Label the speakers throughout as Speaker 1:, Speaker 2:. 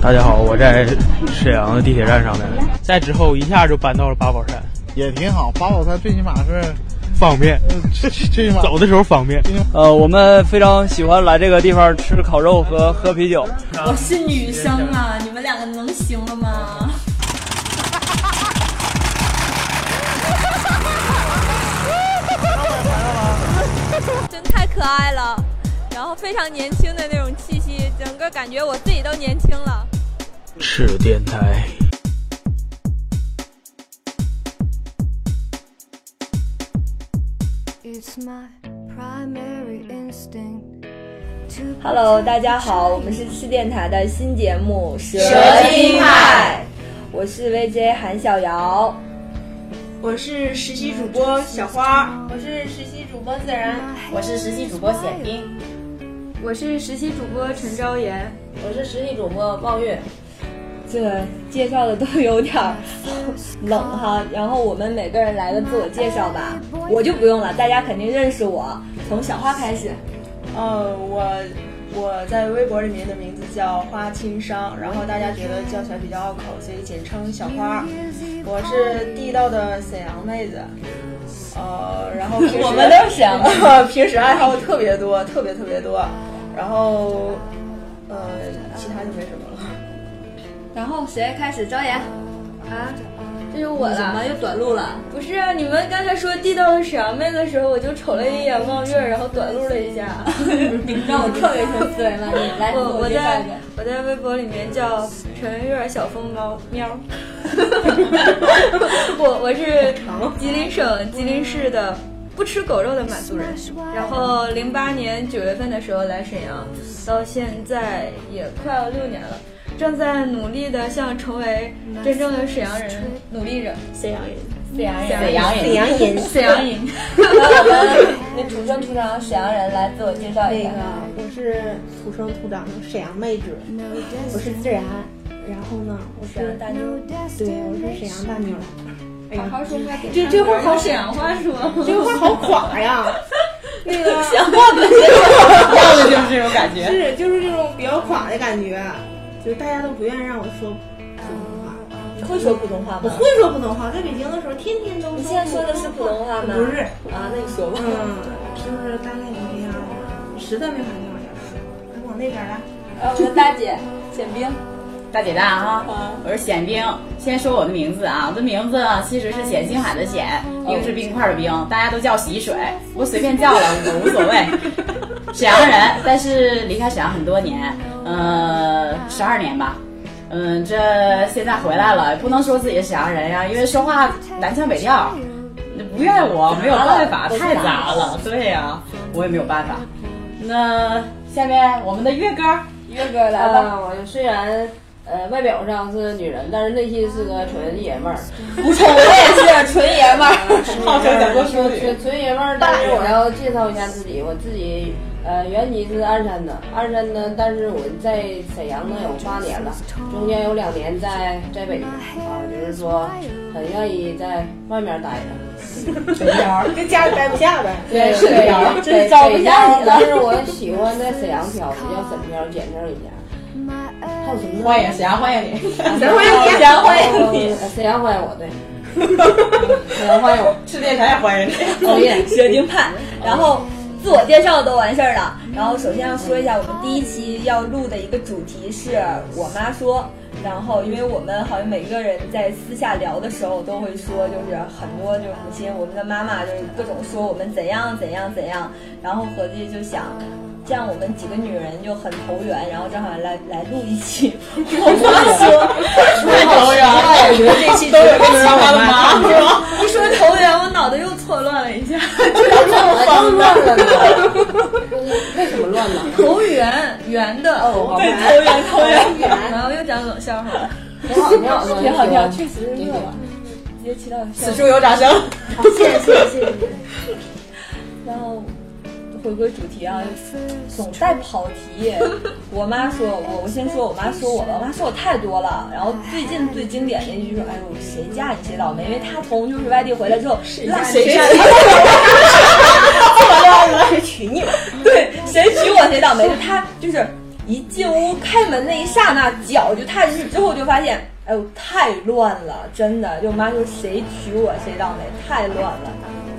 Speaker 1: 大家好，我在沈阳的地铁站上面，再之后一下就搬到了八宝山，
Speaker 2: 也挺好。八宝山最起码是
Speaker 1: 方便，
Speaker 2: 最最起码
Speaker 1: 走的时候方便。
Speaker 3: 呃，我们非常喜欢来这个地方吃烤肉和喝啤酒。
Speaker 4: 我是女生啊，你们两个能行了吗？
Speaker 5: 真太可爱了，然后非常年轻的那种气息，整个感觉我自己都年轻了。
Speaker 1: 赤电台，
Speaker 6: It's my primary instinct to
Speaker 5: Hello，大家好，我们是吃电台的新节目《蛇
Speaker 4: 精派》，
Speaker 5: 我是 VJ 韩小瑶。
Speaker 7: 我是实习主播小花，我是实习主播自然，
Speaker 6: 我是实习主播显兵，
Speaker 5: 我是实习主播陈昭妍。
Speaker 7: 我是实习主播抱月。
Speaker 5: 这介绍的都有点儿冷哈，然后我们每个人来个自我介绍吧，我就不用了，大家肯定认识我。从小花开始，
Speaker 7: 呃，我我在微博里面的名字叫花轻商，然后大家觉得叫起来比较拗口，所以简称小花。我是地道的沈阳妹子，呃，然后平时
Speaker 5: 我们都是沈阳
Speaker 7: 平时爱好特别多，特别特别多，然后呃，其他就没什么了。
Speaker 5: 然后谁开始？昭妍。
Speaker 6: 啊，
Speaker 5: 这是我了，怎么又短路了？
Speaker 4: 不是啊，你们刚才说地道的沈阳妹的时候，我就瞅了一眼望月，然后短路了一下。
Speaker 5: 让我特别特思维了，你来
Speaker 4: 我我
Speaker 5: 介绍
Speaker 4: 在
Speaker 5: 哎一下
Speaker 4: 我在微博里面叫陈月小疯猫喵。我我是吉林省吉林市的不吃狗肉的满族人，然后零八年九月份的时候来沈阳，到现在也快要六年了。正在努力的向成为真正的沈阳人努力着，沈阳人，沈阳人，
Speaker 7: 沈阳人沈阳
Speaker 4: 人，沈阳人。
Speaker 5: 那土生土长沈阳人来自我介绍一
Speaker 8: 那
Speaker 5: 下
Speaker 8: 个。我是土生土长的沈阳妹子，我是自然，然后呢，我是
Speaker 5: 大妞，
Speaker 8: 对，我是沈阳大妞。哎呀，
Speaker 4: 好说话，
Speaker 8: 这这会儿好
Speaker 4: 沈阳话说，
Speaker 8: 这 会儿好垮呀， 那个
Speaker 7: 要的就是这种感觉。
Speaker 8: 是就是这种比较垮的感觉，就是大家都不愿意让我说普通话。
Speaker 5: 会说普通话
Speaker 8: 我
Speaker 5: 吗？
Speaker 8: 会说普通话，在北京的时候天天都
Speaker 5: 你现在说的是普通话吗？
Speaker 8: 不是，
Speaker 5: 啊，那你说吧。
Speaker 8: 嗯，就是大概就这样，实在没法听往下说，来往那边来。
Speaker 5: 呃，
Speaker 8: 嗯
Speaker 5: 我们大姐简冰，
Speaker 9: 大姐大哈、我是显冰。先说我的名字啊，我的名字其实是显星海的显，冰是冰块的冰，大家都叫洗水，我随便叫了，我无所谓。 沈阳人，但是离开沈阳很多年，呃，十二年吧。嗯，这现在回来了，不能说自己是沈阳人呀、因为说话南腔北调，不怨我，没有办法，太杂了。对呀、我也没有办法。那下面我们的月哥，
Speaker 5: 岳哥来吧。
Speaker 9: 啊我虽然呃外表上是女人，但是内心是个纯爷们儿，
Speaker 5: 不错，我也是纯爷们儿。
Speaker 7: 号称咱国淑女。
Speaker 9: 纯纯嗯爷们儿。但是我要介绍一下自己，我自己呃原籍是鞍山的，鞍山呢，但是我在沈阳呢有八年了，中间有两年在在北京啊，就是说很愿意在外面待着。
Speaker 8: 跟家里待不下呗。
Speaker 9: 对，沈阳真找不下你了。但是我喜欢在沈阳漂，我叫沈漂，简称一下。还有什么？欢迎沈阳，欢迎 你！沈阳欢迎你！沈阳欢迎你！沈阳欢迎我，对。沈阳欢迎我，
Speaker 7: 是电台也欢迎你。
Speaker 9: 讨厌。
Speaker 5: 蛇精派，然后自我介绍都完事儿了。然后首先要说一下，我们第一期要录的一个主题是我妈说。然后，因为我们好像每个人在私下聊的时候都会说，就是很多就是母亲，我们的妈妈就是各种说我们怎样怎样怎样。然后合计就想，这样我们几个女人就很投缘，然后正好来来录一期我妈说。
Speaker 9: 太高呀！我觉得这期都有跟着我妈的妈，
Speaker 4: 一说投缘，我脑袋又错乱了一下。
Speaker 9: 更乱了呢。为什么乱呢？
Speaker 4: 投缘，圆的，
Speaker 9: 哦
Speaker 4: 对，投缘，投缘。然后又讲冷笑话了。
Speaker 9: 挺好，挺好，
Speaker 5: 挺好挺好，
Speaker 9: 挺
Speaker 5: 确实是热了，直接提到笑
Speaker 9: 此处有掌声。
Speaker 5: 然后回归主题啊，总在跑 题。我妈说我，我先说我妈说我吧，我妈说我太多了。然后最近最经典的一句说：“哎呦，谁嫁你谁倒霉。”因为她从就是外地回来之后，那谁嫁你？
Speaker 8: 娶你吧，
Speaker 5: 对，谁娶我谁倒霉。她就是。
Speaker 4: 一进屋开门那一刹那，脚就踏进去之后，就发现，哎呦，太乱了，真的。就妈说谁娶我谁倒霉，太乱了，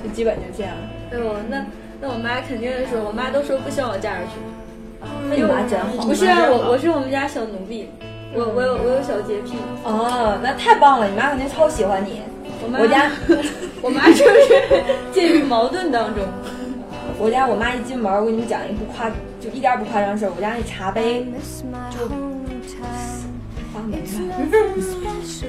Speaker 4: 就基本就这样。
Speaker 10: 哎呦，那那我妈肯定是，我妈都说不希望我嫁人去。
Speaker 4: 那你妈真好。
Speaker 10: 不是啊我，我是我们家小奴婢，我我有我有小洁癖。
Speaker 4: 哦，那太棒了，你妈肯定超喜欢你。
Speaker 10: 我妈
Speaker 4: 我家，
Speaker 10: 我妈就是介于矛盾当中。
Speaker 4: 我家我妈一进门，我给你们讲一不夸，就一点儿不夸张的事儿。我家那茶杯
Speaker 11: Miss my hometown.
Speaker 10: 哦
Speaker 4: 发霉了。
Speaker 11: Special.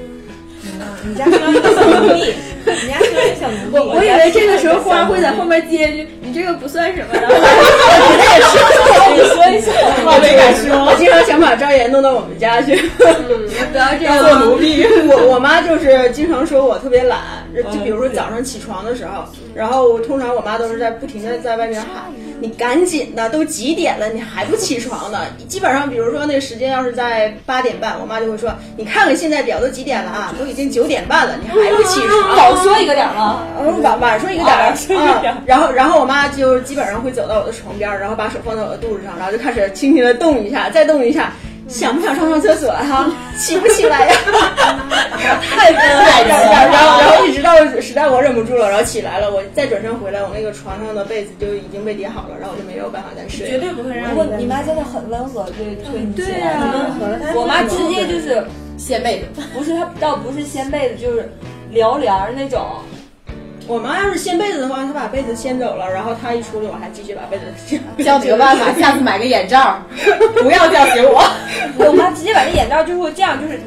Speaker 4: 你家是个小奴 婢，你家是个小奴婢。
Speaker 10: 我以为这个时候花会在后面接一句：“你这个不算什么。”然后
Speaker 4: 跟你说一下，
Speaker 9: 我没敢说。
Speaker 12: 我经常想把赵岩弄到我们家去，
Speaker 10: 不要 这样，
Speaker 12: 做奴婢。 我我妈就是经常说我特别懒，就比如说早上起床的时候，然后我通常我妈都是在不停的在外面喊：“你赶紧的，都几点了，你还不起床呢？”基本上，比如说那个时间要是在八点半，我妈就会说：“你看看现在表都几点了啊？都已经九点半了，你还不起床？”
Speaker 4: 早说一个点儿嘛。
Speaker 12: 嗯，晚晚上一个点 儿，嗯，然后然后我妈就基本上会走到我的床边儿，然后把手放在我的肚子上，然后就开始轻轻的动一下，再动一下，想不想上上厕所啊哈、起不起来呀、 太真爱了，然后然后然后一直到实在我忍不住了，然后起来了，我再转身回来，我那个床上的被子就已经被叠好了，然后我就没有办法再睡了。
Speaker 9: 不会
Speaker 4: 不过你妈真的很温和，对对你起
Speaker 10: 对
Speaker 4: 来
Speaker 10: 啊
Speaker 4: 很温和。我妈直接就是，
Speaker 9: 掀被子，
Speaker 4: 不是她倒不是掀被子，就是撩帘儿那种。
Speaker 12: 我妈要是掀被子的话，她把被子掀走了，然后她一出来，我还继续把被子 掀。
Speaker 9: 教你个办法，下次买个眼罩，不要叫醒我。
Speaker 4: 我妈直接把那眼罩就会这样，就是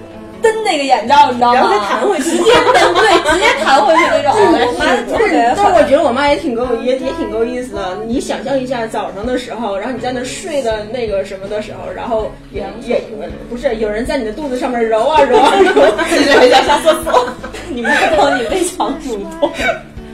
Speaker 4: 蹬那个眼罩，你知道吗？
Speaker 12: 然后再弹回去
Speaker 4: 直接蹬，对，直接弹回去那 种。我妈特
Speaker 12: 但
Speaker 4: 别
Speaker 12: 是，
Speaker 4: 狠
Speaker 12: 但我觉得我妈也挺够，也也挺够意思的。你想象一下，早上的时候，然后你在那睡的那个什么的时候，然后也也不是有人在你的肚子上面揉啊揉啊揉啊，
Speaker 9: 回家上厕所。
Speaker 4: 你妈帮你非常主动。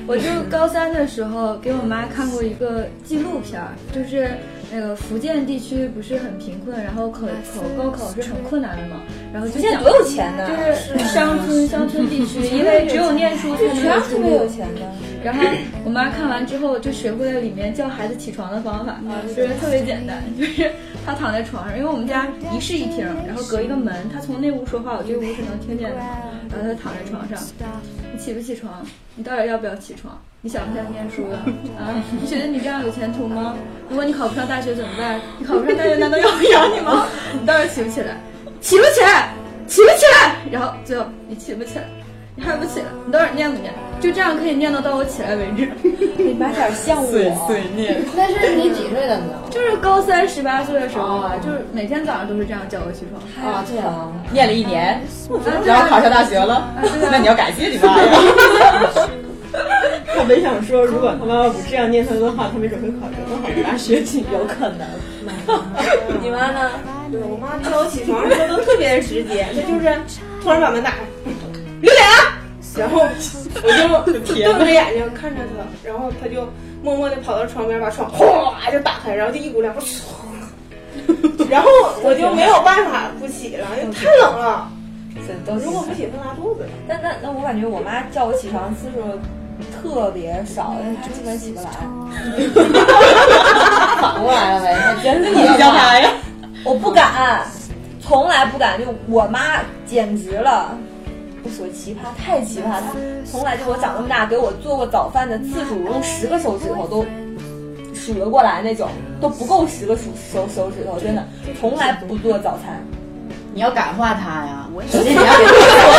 Speaker 10: 我就高三的时候给我妈看过一个纪录片儿，就是那个福建地区不是很贫困，然后考
Speaker 4: 啊
Speaker 10: 考高考是很困难的嘛，然后就
Speaker 4: 现在
Speaker 10: 讲
Speaker 4: 多有钱呢？
Speaker 10: 就是乡村乡村 地区，因为只有念书才能
Speaker 4: 全
Speaker 10: 有
Speaker 4: 特
Speaker 10: 出
Speaker 4: 别有
Speaker 10: 路。
Speaker 4: 钱的，
Speaker 10: 然后我妈看完之后就学会了里面叫孩子起床的方法，就是特别简单，就是她躺在床上，因为我们家一室一厅，然后隔一个门，她从那屋说话，我这屋是能听见的，
Speaker 6: 嗯
Speaker 10: 然后她躺在床上，你起不起床？你到底要不要起床？你想不想念书 呀？啊，你觉得你这样有前途吗？如果你考不上大学怎么办？你考不上 大学难道要不养你吗？你到底起不起来？起不起来？起不起来？然后最后你起不起来？你还不起来？你到底念不念？就这样可以念叨到我起来为止。
Speaker 4: 你妈有点像我。
Speaker 9: 念，
Speaker 8: 那是你几岁的呢？
Speaker 10: 就是高三十八岁的时候啊，就是每天早上都是这样叫我起床。
Speaker 4: 啊，这样，
Speaker 9: 念了一年，
Speaker 10: 啊
Speaker 9: 然后考上大学了。那你要感谢你妈呀！
Speaker 12: 特别想说，如果他妈妈不这样念他的话，他没准会考一个更好的大学去。有 可能。
Speaker 4: 你妈呢？
Speaker 8: 我妈叫我起床的时候都特别直接，她就是突然把门打开，
Speaker 12: 然后我就
Speaker 8: 瞪啊着眼睛看着她，然后她就默默地跑到床边，把窗哗就打开，然后就一股凉风唰，然后我就没有办法不起了，因为太冷了。
Speaker 4: 这都是
Speaker 8: 如果不起，会拉肚子。
Speaker 4: 但那那我感觉我妈叫我起床次数特别少，因为她基本起不来。
Speaker 5: 啊
Speaker 9: 反过来了呗，那
Speaker 4: 真的，
Speaker 9: 你教他呀？
Speaker 4: 我不敢，从来不敢。就我妈简直了，不说奇葩，太奇葩。她从来就我长这么大，给我做过早饭的次数，我用十个手指头都数得过来那种，都不够十个数手手指头，真的，从来不做早餐。
Speaker 9: 你要感化他呀！首先你要给他，你要给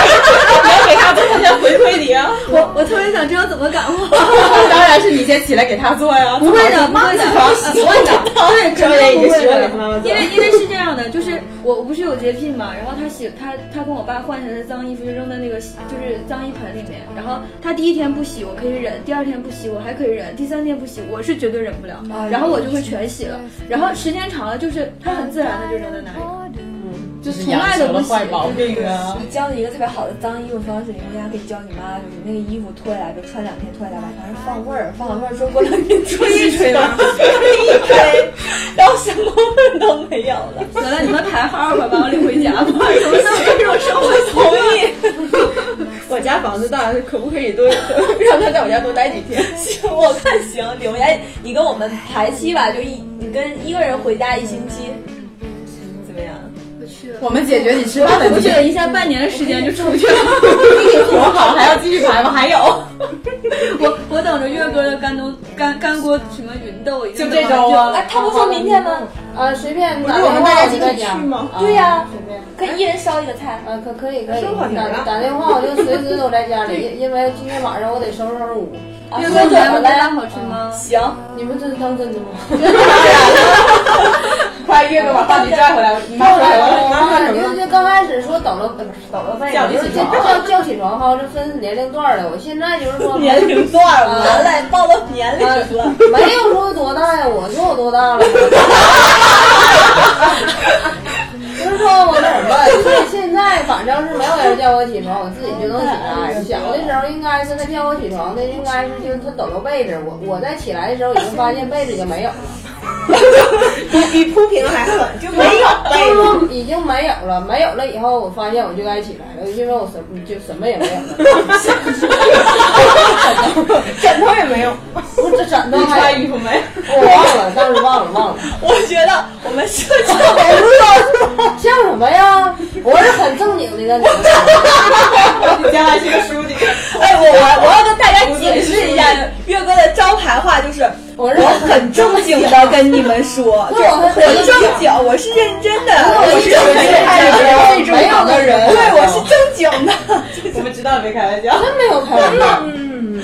Speaker 9: 他做，他先回馈你啊！
Speaker 10: 我我特别想知道怎么感化。
Speaker 9: 当然是你先起来给他做呀！
Speaker 10: 不会的，不会的，不会的， 对，
Speaker 12: 赵
Speaker 10: 肯
Speaker 12: 哦岩已
Speaker 10: 定不
Speaker 12: 经
Speaker 10: 会
Speaker 12: 学会
Speaker 10: 的
Speaker 12: 给。他妈妈做
Speaker 10: 因。为因为是这样的，就是我我不是有洁癖嘛，然后他洗他他跟我爸换下来的脏衣服就扔在那个洗就是脏衣盆里面，然后他第一天不洗我可以忍，第二天不洗我还可以忍，第三天不洗我是绝对忍不了，然后我就会全洗了，然后时间长了就是他很自然的就扔在那里，
Speaker 9: 就
Speaker 10: 从
Speaker 9: 养
Speaker 10: 来
Speaker 9: 成
Speaker 10: 都不
Speaker 9: 了
Speaker 10: 洗
Speaker 9: 坏毛病啊！
Speaker 4: 你教你一个特别好的脏衣服方式，你回家可以教你妈，就是那个衣服脱下来，就穿两天，脱下来把它放味儿，放完味儿之后过两天吹一吹吧，吹一吹，然后什么味儿都没有了。
Speaker 10: 得了，你们排号吧，把我领回家 吧，怎么能有这种生活习惯？
Speaker 12: 我家房子大，可不可以多让他在我家多待几天？
Speaker 4: 行，我看行，留下你跟我们排期吧，就一你跟一个人回家一星期，
Speaker 9: 我们解决你吃
Speaker 4: 我
Speaker 9: 饭
Speaker 4: 就
Speaker 9: 问
Speaker 4: 出去
Speaker 9: 题。
Speaker 4: 了一下半年的时间就出去了。
Speaker 9: 你活好还要继续排吗？还有，
Speaker 13: 我我等着月哥的干东干干锅什么云豆，
Speaker 9: 就这周啊
Speaker 4: 哎，他不说明天吗？
Speaker 5: 啊，随便
Speaker 14: 不
Speaker 5: 打
Speaker 14: 是
Speaker 5: 电
Speaker 14: 我
Speaker 5: 话
Speaker 14: 们大家
Speaker 5: 我
Speaker 14: 集
Speaker 5: 跟
Speaker 14: 体
Speaker 5: 你
Speaker 14: 去
Speaker 5: 讲
Speaker 14: 吗？
Speaker 4: 对呀，
Speaker 5: 啊随便。
Speaker 4: 可以一人烧一个菜。
Speaker 5: 啊，可可以可以
Speaker 12: 生火题
Speaker 5: 打
Speaker 4: 啊
Speaker 12: 了
Speaker 5: 打电话，我就随时都在家里，因因为今天晚上我得收拾收拾屋。
Speaker 13: 月哥觉得蛋好吃吗？
Speaker 4: 行，
Speaker 5: 你们这是当 真的吗？
Speaker 9: 快月哥把饭局拽回来，你妈回来了。
Speaker 5: 哦因为就刚开始说等了呃不是等了半夜，就是叫叫叫起床哈，这分年龄段的。我现在就是说
Speaker 15: 年龄段了，
Speaker 4: 完了，暴露年龄了。
Speaker 5: 没有说多大呀，我说我多大了？就是说我那什么，就是现在反正是没有人叫我起床，我自己就能起来。小的时候应该是他叫我起床的，应该是就是他抖着被子，我我在起来的时候已经发现被子已经没有了。
Speaker 12: 比铺平还狠，就没有被子。
Speaker 5: 已经没有了，没有了以后，我发现我就该起来了，因为我什么就什么也没有了，
Speaker 12: 枕头也没有，
Speaker 5: 不是这枕头还
Speaker 9: 穿衣服没？
Speaker 5: 我忘了，当时忘了忘了，
Speaker 4: 我觉得我们社交
Speaker 5: 像什么呀？我是很正经的，你们
Speaker 9: 你将来是个书记。
Speaker 4: 哎，我我我要跟大家解释一下，月哥的招牌话就是
Speaker 5: 我是
Speaker 4: 我很正经的跟你们说，就
Speaker 5: 对我
Speaker 4: 我
Speaker 5: 很
Speaker 4: 很正经，我是认真的，我是
Speaker 5: 没有
Speaker 4: 很认真的，
Speaker 5: 的人，
Speaker 4: 对，我是正经的。
Speaker 9: 我们知道没开玩笑。
Speaker 5: 真没有开玩笑，嗯，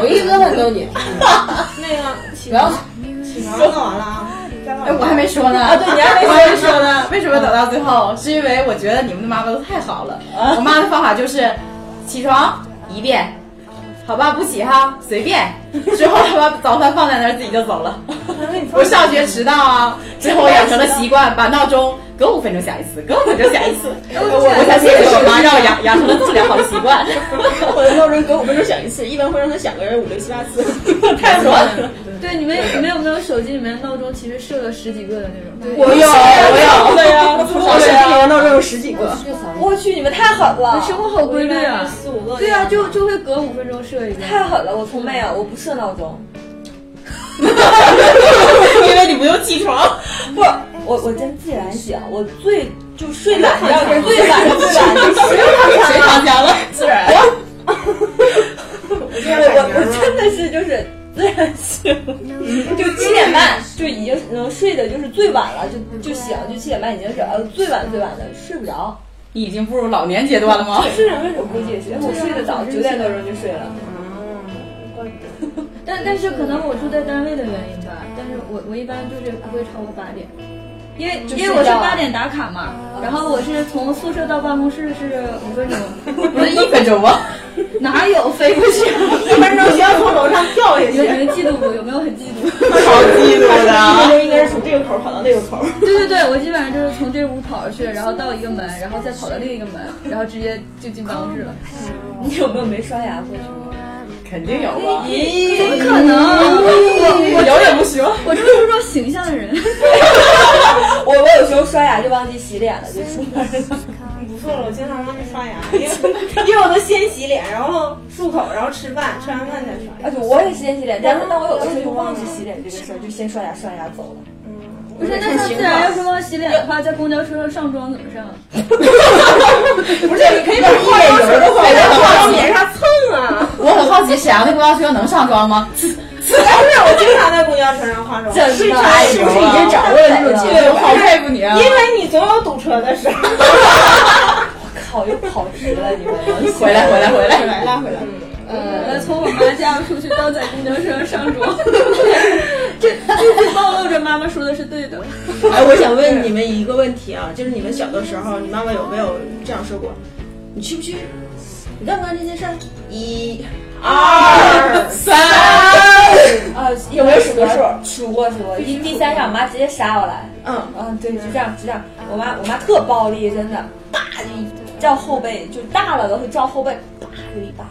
Speaker 5: 我一直很正经，
Speaker 12: 那个起
Speaker 5: 不要
Speaker 12: 床弄完了啊，再往
Speaker 9: 哎，我还没说呢。啊， 对，你还没说说呢。为什么等到最后？是因为我觉得你们的妈妈都太好了。我妈的方法就是，起床一遍，好吧，不起哈，随便。之后她把早饭放在那儿，自己就走了。 我上学迟到啊，之后我养成了习惯，把闹钟隔五分钟响一次，隔五分钟响一次。我我才谢谢我妈，让我养养成了这么良好的习惯。
Speaker 12: 我的闹钟隔五分钟响一次，一般会让它响个五六七八次。
Speaker 9: 太爽了！
Speaker 13: 对，你们你们有没有手机里面闹钟其实设了十几个的那种？
Speaker 9: 我有，我有。
Speaker 12: 对呀，我
Speaker 9: 我身体
Speaker 12: 闹钟有十几个。
Speaker 4: 我去，你们太狠了，
Speaker 13: 生活好规律啊！
Speaker 12: 四五个。
Speaker 13: 对啊，就就会隔五分钟设一个。
Speaker 4: 太狠了，我从没有，我不设闹钟，
Speaker 9: 因为你不用起床，
Speaker 4: 不，我我真自然醒，我最就睡懒觉，最懒最懒就是
Speaker 9: 谁躺家了？自然。
Speaker 4: 我我我真的是就是自然醒，就七点半就已经能睡的，就是最晚了，就就醒，就七点半已经醒，呃，最晚最晚的睡不着。
Speaker 9: 你已经步入老年阶段了吗？
Speaker 13: 啊
Speaker 4: 是为什么估计也是，我睡得早，九点多钟就睡了。
Speaker 13: 但但是可能我住在单位的原因吧，但是我我一般就是不会超过八点，因为因为我是八点打卡嘛，然后我是从宿舍到办公室是五 分钟，
Speaker 9: 不是一分钟吗？
Speaker 13: 哪有飞过去？
Speaker 12: 一分钟需要从楼上跳下
Speaker 13: 有
Speaker 12: 去，
Speaker 13: 没有嫉妒我？有没有很嫉妒？
Speaker 9: 超嫉妒
Speaker 12: 一分
Speaker 9: 的。
Speaker 12: 钟应该是从这个口跑到那个口。
Speaker 13: 对对对，我基本上就是从这屋跑出去，然后到一个门，然后再跑到另一个门，然后直接就进办公室了。
Speaker 4: 你有没有没刷牙过？
Speaker 9: 肯定有啊，
Speaker 13: 怎么可能？我
Speaker 9: 有也不行。
Speaker 13: 我我这么注重形象的人，
Speaker 4: 我我有时候刷牙就忘记洗脸了，就出门了。
Speaker 12: 不错了，我经常忘记刷牙，因为因为我都先洗脸，然后漱口，然后吃饭，吃完饭再刷 牙。
Speaker 4: 啊，对，我也是先洗脸，但是但我有的时候就忘记洗脸这个事儿，就先刷牙，刷牙走了。
Speaker 13: 不是那他自然要是忘洗脸的话，在公交车上上妆怎么上？啊
Speaker 12: 不是，你可以把化妆水都往往脸上蹭啊！
Speaker 9: 我很好奇，沈阳的公交车能上妆吗？
Speaker 12: 不是，哎我经常在公交车上化妆，
Speaker 4: 真的，
Speaker 12: 是不是已经
Speaker 4: 掌握了这种节
Speaker 9: 对，我好佩服你啊！
Speaker 12: 因为你总有堵车的时候。
Speaker 4: 靠，又跑题了，啊你们。嗯
Speaker 9: 回来，回来，回来！
Speaker 12: 拉回来。
Speaker 13: 呃，从我妈家出去到在公交车上上妆，这这就暴露着妈妈说的是对的。
Speaker 12: 哎，我想问你们一个问题啊，就是你们小的时候，你妈妈有没有这样说过？你去不去？你干不干这件事儿？一、二、三。
Speaker 4: 啊，有没有数过数？数过数过。第第三下，我妈直接杀我来。
Speaker 12: 嗯，
Speaker 4: 嗯，对，就这样，就这样。我妈我妈特暴力，真的，叭就一照后背，就大了的会照后背，叭就一巴。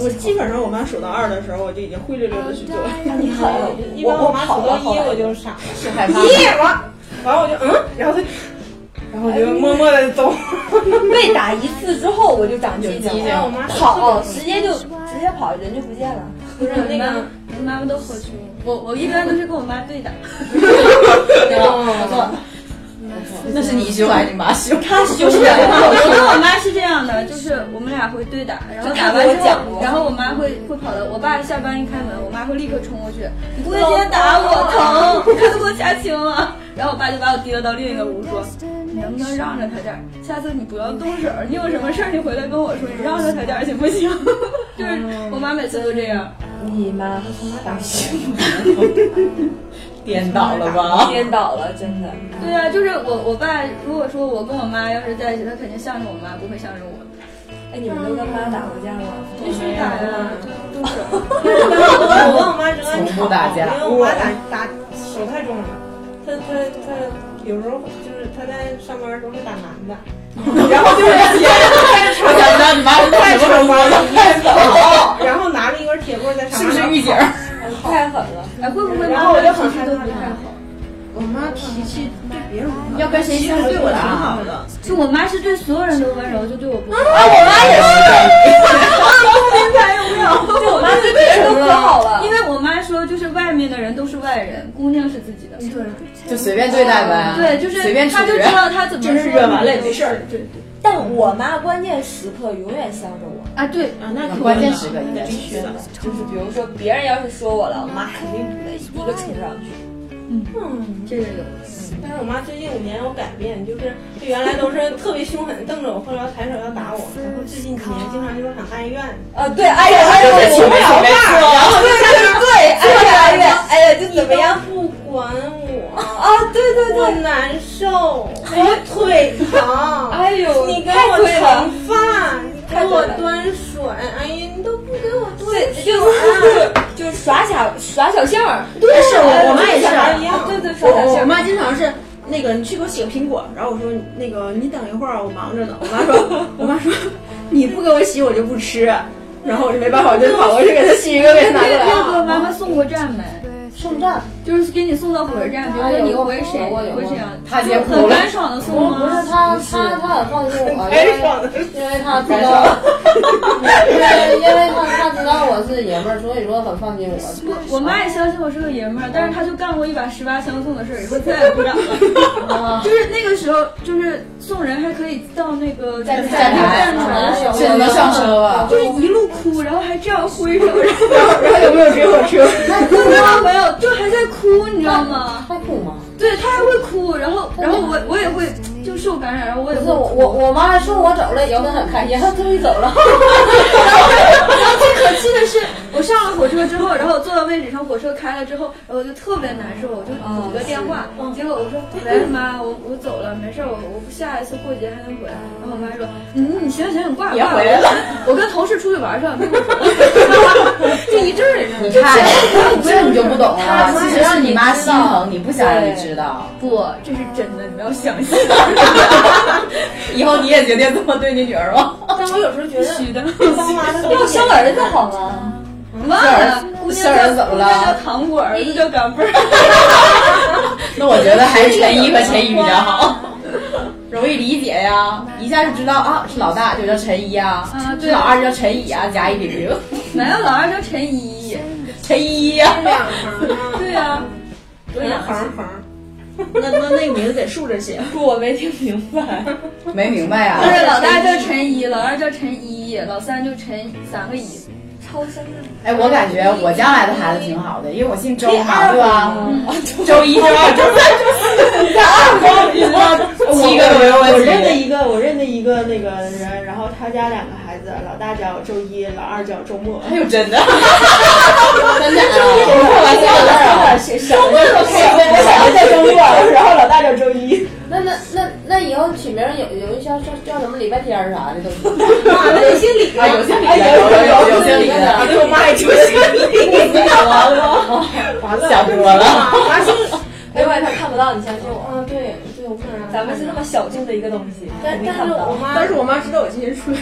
Speaker 12: 我基本上我妈数到二的时候，我就已经灰溜溜的去做了。
Speaker 4: 你狠，
Speaker 12: 一
Speaker 4: 我
Speaker 12: 般啊我
Speaker 4: 我
Speaker 12: 妈
Speaker 4: 跑
Speaker 12: 数
Speaker 4: 了
Speaker 12: 到
Speaker 4: 后
Speaker 12: 一我
Speaker 4: 来。
Speaker 12: 就傻了，
Speaker 9: 是害怕。
Speaker 12: 一完，完我就嗯，然后她就，然后我就默默的走。
Speaker 4: 被打一次之后，我就长记性
Speaker 12: 然后
Speaker 4: 了
Speaker 12: 我，妈
Speaker 4: 跑直接就直接跑，人就不见了。
Speaker 13: 不 是那个妈妈都好凶，我我一般都是跟我妈对打。
Speaker 9: 我那是你修还是你妈修？他
Speaker 4: 不是， 我跟我妈是这样的，就是我们俩会对打，然后打完嗯之
Speaker 16: 这个我讲
Speaker 4: 后，
Speaker 16: 过
Speaker 4: 然后我妈会会跑到我爸下班一开门，我妈会立刻冲过去，你不会今天打我疼，看得我掐青了。然后我爸就把我提溜到另一个屋说，你能不能让着他点儿？下次你不要动手，你有什么事儿你回来跟我说，你让着他点儿行不行？ 就是我妈每次都这样，
Speaker 16: 你妈
Speaker 9: 颠倒了吧？
Speaker 16: 颠倒了，真的。
Speaker 4: 对啊，就是我我爸如果说我跟我妈要是在一起，他肯定向着我妈，不会向着我。
Speaker 16: 哎，你们都跟妈打过架吗？
Speaker 4: 必须打呀，动手。
Speaker 12: 我跟我妈真爱
Speaker 9: 从不打架
Speaker 12: 因为我妈打打手太重了，她她她有时候就是她在上班的时候会打男的，然后就是
Speaker 9: 我想知道你妈是干什么工作的？
Speaker 12: 然后拿着一根铁棍在上
Speaker 9: 是
Speaker 12: 面，
Speaker 9: 不是狱警？
Speaker 16: 太狠了，
Speaker 4: 哎，会不会
Speaker 12: 然
Speaker 4: 妈
Speaker 12: 后我
Speaker 4: 妈
Speaker 12: 就
Speaker 4: 脾
Speaker 12: 很
Speaker 4: 气
Speaker 12: 害
Speaker 4: 都
Speaker 12: 怕
Speaker 4: 不太好？
Speaker 12: 我妈脾气对别人不好，
Speaker 9: 要跟谁相处
Speaker 12: 对我挺
Speaker 9: 啊
Speaker 12: 好？的。
Speaker 4: 就我妈是对所有人都温柔，就对我不温
Speaker 16: 对
Speaker 4: 柔。
Speaker 16: 我妈对别人都可好了，
Speaker 4: 因为我妈说，就是外面的人都是外人，姑娘是自己的。对
Speaker 9: 就随便对啊待呗。
Speaker 4: 对，就是
Speaker 9: 随便处
Speaker 4: 她就
Speaker 9: 置
Speaker 4: 知。道她怎么
Speaker 12: 真是
Speaker 4: 说
Speaker 12: 惹完了也
Speaker 4: 你
Speaker 12: 没事儿
Speaker 4: 就对对
Speaker 16: 但我妈关键时刻永远向着我，
Speaker 4: 啊，对，
Speaker 12: 啊，那可
Speaker 9: 关键
Speaker 12: 不
Speaker 9: 时刻
Speaker 12: 能
Speaker 9: 应该
Speaker 12: 必须的。
Speaker 16: 就是比如说别人要是说我了，我妈肯定不会一个冲上去。
Speaker 4: 这个有。
Speaker 12: 但是我妈最近五年有改变，就是就原来都是特别凶狠地瞪着我，后来抬手要打我，然后最近几年经常就是很哀怨，
Speaker 16: 啊，对，哎呀，哎呀，我
Speaker 9: 没有
Speaker 16: 对对对，哎呀，哎呀，哎呀，就怎么样
Speaker 12: 不管我，
Speaker 16: 啊？对对
Speaker 12: 我
Speaker 16: 对，
Speaker 12: 难受，我腿疼，
Speaker 16: 哎呦
Speaker 12: 你给我
Speaker 16: 太对了
Speaker 12: 盛饭，你给我
Speaker 16: 太对了
Speaker 12: 端水，哎呀，你都不给我端
Speaker 16: 对，
Speaker 12: 水，
Speaker 16: 就是就是耍小耍小性儿，
Speaker 12: 对，是我
Speaker 16: 我
Speaker 12: 妈也是啊
Speaker 16: 一样，对对，耍小
Speaker 12: 我
Speaker 16: 性
Speaker 12: 我
Speaker 16: 儿。
Speaker 12: 妈经常是那个，你去给我洗个苹果。然后我说那个你等一会儿，我忙着呢。我妈说，我妈说你不给我洗我就不吃。然后我就没办法，我就跑过去给她洗一个，给她拿过来
Speaker 4: 要
Speaker 12: 啊。
Speaker 4: 不妈妈送过站没？
Speaker 5: 送站，
Speaker 4: 就是给你送到火车站，比如说你回
Speaker 5: 哎
Speaker 4: 谁，
Speaker 5: 有过有过
Speaker 4: 回沈阳，
Speaker 9: 他接
Speaker 4: 很
Speaker 9: 哭了
Speaker 4: 干爽的送
Speaker 5: 不不是
Speaker 4: 吗？
Speaker 5: 他他他很放心我，因
Speaker 12: 哎
Speaker 5: 为
Speaker 12: 爽的
Speaker 5: 因为他知 道，因为因为他他知道我是爷们儿，所以说很放心我。
Speaker 4: 我我妈也相信我是个爷们儿，但是她就干过一把十八相送的事儿，以后再也不敢了。就是那个时候，就是送人还可以到那个站
Speaker 9: 站台
Speaker 4: 站台
Speaker 5: 哎呦
Speaker 9: 这能上车啊吧？
Speaker 4: 就是一路哭，然后还这样挥手，然后
Speaker 12: 然后有没有追我车？
Speaker 4: 没有，就还在哭，你知道吗？
Speaker 5: 还哭吗？
Speaker 4: 对他还会哭，然后然后我我也会就受感染，然后我也
Speaker 5: 不是
Speaker 4: 会
Speaker 5: 我我我妈送我走了以后，她很开心，她终于走了。
Speaker 4: 然后 最可气的是，我上了火车之后，然后我坐到位置上，火车开了之后，然后我就特别难受，我就
Speaker 12: 哦
Speaker 4: 堵个电话，
Speaker 12: 嗯
Speaker 4: 结果我说喂妈，我我走了，没事儿，我我下一次过节还能回来。
Speaker 12: 哦
Speaker 4: 然后我妈说，嗯，你行行，你挂了
Speaker 9: 别
Speaker 4: 挂
Speaker 9: 回来了，
Speaker 4: 我跟同事出去玩去了，没有回来就 一阵儿一阵儿。
Speaker 9: 你看，这你就不懂了。其实让你妈心疼，你不想让你知道，
Speaker 4: 不，这是真的，你们要相信。
Speaker 9: 以后你也决定这么对你女儿吗？
Speaker 12: 但我有时候觉得嗯
Speaker 4: 虚的，
Speaker 12: 当妈的
Speaker 16: 要生儿子好吗？
Speaker 4: 忘了，
Speaker 12: 嗯
Speaker 4: 姑
Speaker 9: 事
Speaker 4: 娘
Speaker 9: 儿
Speaker 4: 叫
Speaker 9: 怎么
Speaker 12: 啊
Speaker 4: 姑
Speaker 9: 了
Speaker 4: 娘叫糖果，儿子叫干贝儿。
Speaker 9: 那我觉得还是陈一和陈一比较好，容易理解呀，一下就知道啊，是老大就叫陈一啊，
Speaker 4: 啊对
Speaker 9: 是老二就叫陈乙啊，加一零，
Speaker 4: 没有，老二叫陈一。
Speaker 9: 陈一呀，
Speaker 12: 两横啊，
Speaker 4: 对呀、
Speaker 12: 两横横。 那那那个名字得竖着写，
Speaker 16: 不，我没听明白。
Speaker 9: 没明白
Speaker 4: 就
Speaker 9: 啊？
Speaker 4: 是老大叫陈一，老二叫陈一，老三就陈三个一。
Speaker 16: 超生日
Speaker 9: 哎，我感觉我将来的孩子挺好的，因为我姓周嘛，对吧？周一、周二、周三、周四、周五、周六，七个都有
Speaker 12: 我
Speaker 9: 问
Speaker 12: 认得
Speaker 9: 题。
Speaker 12: 一个，我认得一个那个人，然后他家两个孩子，老大叫周一，老二叫周末。
Speaker 9: 还有真的，
Speaker 5: 真的啊，
Speaker 9: 开玩笑的 啊。
Speaker 12: 周末我小的叫周末，然后老大叫周一。
Speaker 5: 那那那那以后起名儿有有一叫叫叫什么礼拜天儿啥的都行。
Speaker 12: 妈，有姓李
Speaker 9: 啊，有姓李的，有有有姓李的，
Speaker 12: 对，我妈也就姓李，完了，
Speaker 9: 想多了。
Speaker 12: 妈姓
Speaker 16: 没关系，他看不到，你相信我。
Speaker 12: 啊，对对，我不能让她
Speaker 16: 咱们是那么小众的一个东西，
Speaker 12: 但
Speaker 16: 肯定
Speaker 12: 但
Speaker 16: 看
Speaker 12: 是
Speaker 16: 不
Speaker 12: 我
Speaker 16: 到。
Speaker 12: 妈，但是我妈知道我今天出来。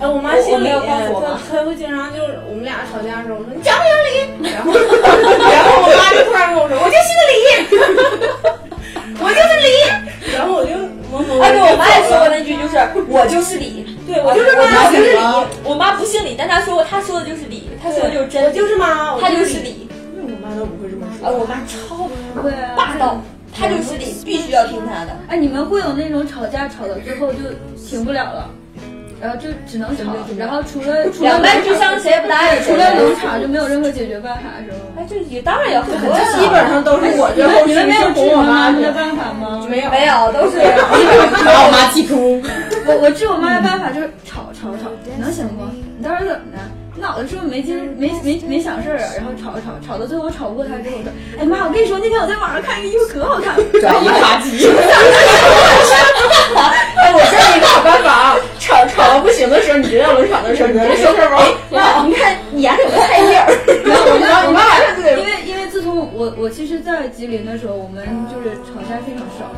Speaker 12: 哎，我妈姓李，她她会经常就是我们俩吵架的时候，我说你讲不讲理？然后然后我妈就突然跟我说，我就姓李，我就是李。然后我就懵懵。
Speaker 16: 哎，对我妈也说过那句，就是我就是理，
Speaker 12: 对我就是
Speaker 16: 我
Speaker 12: 妈，
Speaker 16: 妈
Speaker 12: 我就是李，
Speaker 16: 我妈不姓李，但她说过，她说的就是理，她说的就是
Speaker 12: 我
Speaker 16: 真理，
Speaker 12: 就是妈，我
Speaker 16: 她就是是
Speaker 12: 李。
Speaker 16: 理。
Speaker 12: 我妈都不会这么
Speaker 16: 啊，
Speaker 12: 说。
Speaker 16: 我妈超
Speaker 4: 对啊，
Speaker 16: 霸道，
Speaker 4: 他就是得必须要听他的。
Speaker 10: 哎，你们会有那种吵架吵到最后就停不了了，然后就只能吵，然后除了除了
Speaker 4: 两败俱伤，谁也不搭理谁。
Speaker 10: 除了冷场就没有任何解决办法，是吗？
Speaker 4: 哎，这也当然也很多
Speaker 12: 基本上都是我最后
Speaker 10: 你们
Speaker 12: 是
Speaker 10: 没有
Speaker 12: 哄
Speaker 10: 治
Speaker 12: 我
Speaker 10: 我
Speaker 12: 妈
Speaker 10: 妈
Speaker 12: 去
Speaker 10: 的办法吗？
Speaker 5: 啊
Speaker 12: 没有，
Speaker 4: 没有，都是
Speaker 9: 把我妈气哭。
Speaker 10: 我我治我妈的办法就是吵吵吵，能行不？你到时候怎么的？你脑子是不是没精没没没想事儿啊？然后吵吵吵到最后我吵不过她之后，我说，哎妈，我跟你说，那天我在网上看一个衣服可好看了，
Speaker 9: 转移话题，
Speaker 5: 哎，我教你个好办法啊！吵吵到不行的时候，你就让冷场的时候，你就说事儿吧。
Speaker 4: 哎
Speaker 5: 啊
Speaker 4: 妈，你看你眼里有个菜叶 儿。
Speaker 5: 然后我就让你骂
Speaker 10: 因为因为自从我我其实，在吉林的时候，我们就是吵架非常少。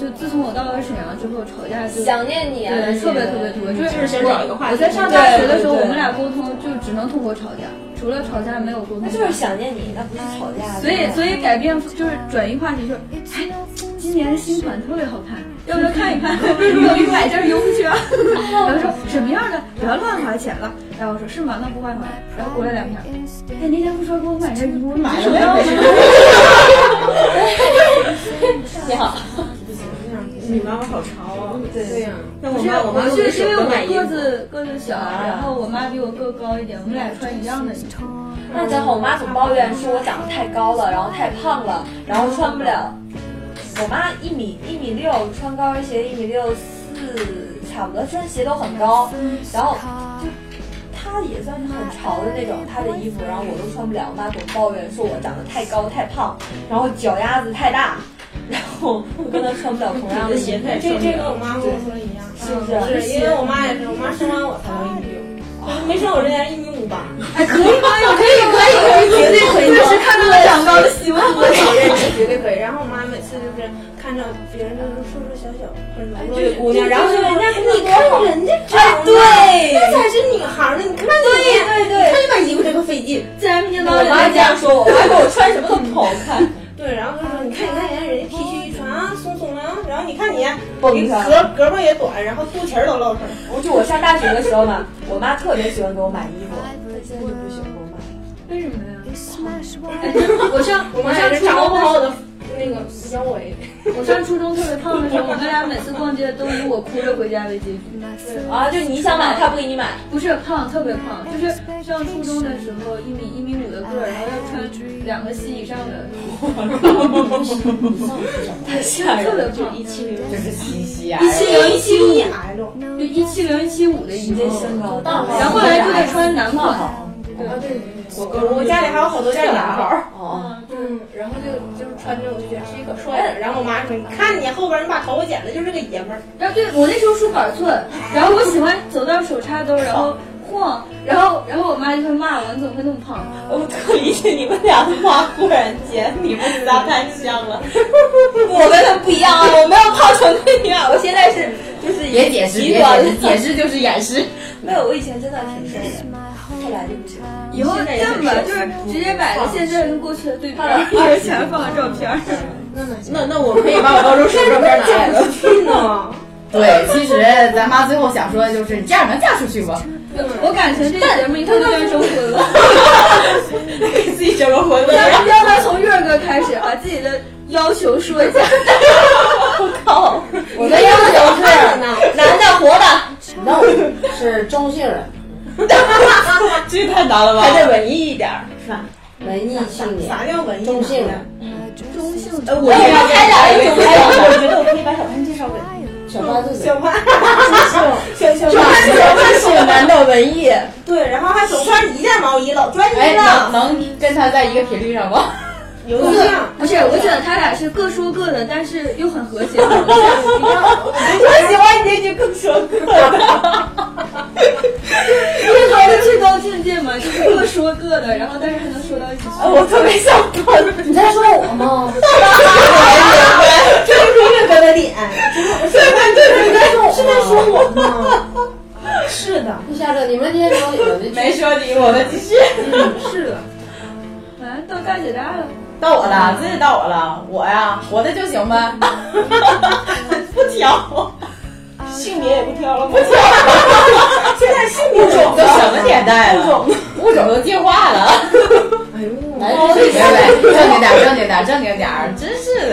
Speaker 10: 就自从我到了沈阳之后，吵架就
Speaker 5: 想念你啊，
Speaker 10: 对特别特别多，就是
Speaker 12: 先找一个话题
Speaker 10: 我在上大学的时候，
Speaker 4: 对对对
Speaker 10: 我们俩沟通就只能通过吵架，除了吵架没有沟
Speaker 4: 那。
Speaker 10: 通
Speaker 4: 就是想念你，那不是吵架。
Speaker 10: 所以所以改变就是转移话题，就是哎，今年的新款特别好看， 要不要看一看？要 不买件邮回去啊？然后说什么样的？不要乱花钱了。然后我说是吗？那不花钱了。然后过了两天，哎，那天不说给我买件衣服，买什么样的？
Speaker 12: 你妈妈好潮啊！对呀，那
Speaker 10: 不
Speaker 12: 我
Speaker 10: 是，
Speaker 12: 妈我妈
Speaker 10: 我
Speaker 12: 就是
Speaker 10: 因为我
Speaker 12: 买衣
Speaker 10: 个
Speaker 12: 服，
Speaker 10: 子个子
Speaker 4: 啊
Speaker 10: 小，然后我妈比我个高一点，我们俩穿一样的衣服。
Speaker 4: 那家伙，我妈总抱怨说我长得太高了，然后太胖了，然后穿不了。我妈一米一米六，穿高跟鞋一米六四，差不多，穿鞋都很高。然后就她也算是很潮的那种，她的衣服，然后我都穿不了。我妈总抱怨说我长得太高太胖，然后脚丫子太大， 然后我跟她穿不了同样的衣 服。
Speaker 12: 这这跟我妈跟我说的一样，啊
Speaker 4: 是不是
Speaker 12: 是哦因为我妈也是，我妈生完我才到一米六，我没生我之前一米五八，哎
Speaker 4: 绝对可以，是看到了长高的希望。
Speaker 12: 绝对可以。然后我妈每次就是看着别人就是瘦瘦小小、很柔弱的姑娘，然后哎就人家你看人家
Speaker 4: 哎，
Speaker 12: 长得，
Speaker 4: 对。
Speaker 12: 这才是女孩呢。你看你，
Speaker 4: 对对
Speaker 12: 你看你买衣服这个费劲，自然拼到
Speaker 4: 我妈这样说我，我妈说我穿什么都不好看。
Speaker 12: 对，然后就啊说你看你看人家人家 T 恤一穿啊，松松的啊，然后你看你，
Speaker 4: 蹦
Speaker 12: 你
Speaker 4: 上
Speaker 12: 胳胳膊也短，然后肚脐儿都露出来。
Speaker 4: 我就我上大学的时候嘛，我妈特别喜欢给我买衣服，但现在就不喜欢给我买了。
Speaker 10: 为什么呀？
Speaker 12: 我上我
Speaker 10: 我
Speaker 12: 妈
Speaker 10: 上
Speaker 12: 也是
Speaker 10: 初中
Speaker 12: 掌握不
Speaker 10: 的
Speaker 12: 好我的那个腰围。
Speaker 10: 我上初中特别胖的时候，我们俩每次逛街都以我哭着回家为结局。
Speaker 4: 啊，就你想买，她不给你买。
Speaker 10: 不是胖，特别胖，就是上初中的时候一米一米五的个儿，然后要穿两个膝以上的，
Speaker 4: 太吓
Speaker 10: 特
Speaker 4: 人
Speaker 10: 别
Speaker 4: 了！
Speaker 10: 胖，
Speaker 9: 就是嘻嘻啊。
Speaker 12: 零一七一 L，
Speaker 10: 就一七零一七五的
Speaker 4: 你
Speaker 10: 衣服
Speaker 4: 这，身高，
Speaker 10: 然
Speaker 4: 然
Speaker 10: 后后来就得穿男款，
Speaker 12: 我我家里还有好
Speaker 4: 嗯
Speaker 12: 多家里男孩儿，
Speaker 4: 哦，
Speaker 12: 嗯，然后就就是穿着我就觉得是一个帅的，嗯然后我妈说你看你后边你把头发剪的就是个爷们儿，
Speaker 10: 然后对我那时候梳板寸，然后我喜欢走到手插兜，然后晃，然后然后我妈就会骂我，你怎么会那么胖？
Speaker 4: 我特理解你们俩的话，忽然间你们仨太像 了。我跟他们不一样啊，我没有胖成那样，我现在是就是
Speaker 9: 别解释，
Speaker 4: 极
Speaker 9: 别
Speaker 4: 端
Speaker 9: 解释，解释就是掩饰。
Speaker 4: 没有，我以前真的挺瘦的，后来就不行。
Speaker 10: 以后这样吧，就是直接把现在跟过去的对比，一人全放个照片儿。
Speaker 12: 那那我可以把我高中时候照片拿来了，去呢，
Speaker 9: 对，其实咱妈最后想说的就是，你这样能嫁出去不？
Speaker 10: 我感情这节目一看就该征婚了。
Speaker 4: 给自己整个婚
Speaker 10: 要不要不要从月儿哥开始，把自己的要求 说一下？
Speaker 4: 靠！我
Speaker 5: 我
Speaker 4: 的
Speaker 5: 的要
Speaker 4: 要
Speaker 5: 求
Speaker 4: 求是
Speaker 5: 是，
Speaker 4: 男的活的。
Speaker 5: no，是中性人，
Speaker 4: 这太难了
Speaker 12: 还？得文艺一点儿，
Speaker 5: 文艺青年，
Speaker 12: 啥叫文艺？
Speaker 5: 中性人。
Speaker 12: 呃，
Speaker 4: 我
Speaker 12: 我
Speaker 4: 们开展一种开展，
Speaker 12: 我觉得我可以把小潘介绍给
Speaker 5: 小八岁
Speaker 12: 小 潘，小小小潘，
Speaker 4: 这是男的文艺，
Speaker 12: 对，然后还总穿一件毛衣，老专
Speaker 9: 哎，
Speaker 12: 一
Speaker 9: 能
Speaker 12: 了，
Speaker 9: 能跟他在一个频率上不？
Speaker 12: 有对象，
Speaker 10: 不是，我觉得他俩是各说各的，但是又很和谐。
Speaker 4: 我喜欢你这句更说更
Speaker 10: 这还是最高境界嘛，就是各说各的，然后但是还能说到一起去。
Speaker 4: 我特别想看。
Speaker 5: 你在说我吗？
Speaker 12: 这就是月哥的脸，对对对对对，是在说我吗？是的，
Speaker 5: 一下这，你们今天聊你们的
Speaker 9: 没说你，我们继续。
Speaker 10: 是的，啊，到大姐大了，
Speaker 9: 到我了，真是到我了，我呀，活的就行呗， 不挑，
Speaker 12: 性别也不挑了吗？
Speaker 9: 现在是物种都什么年代了，物种都进化了。
Speaker 5: 哎，这
Speaker 9: 对对对，正经点儿，正经点儿，正经点儿，真是的。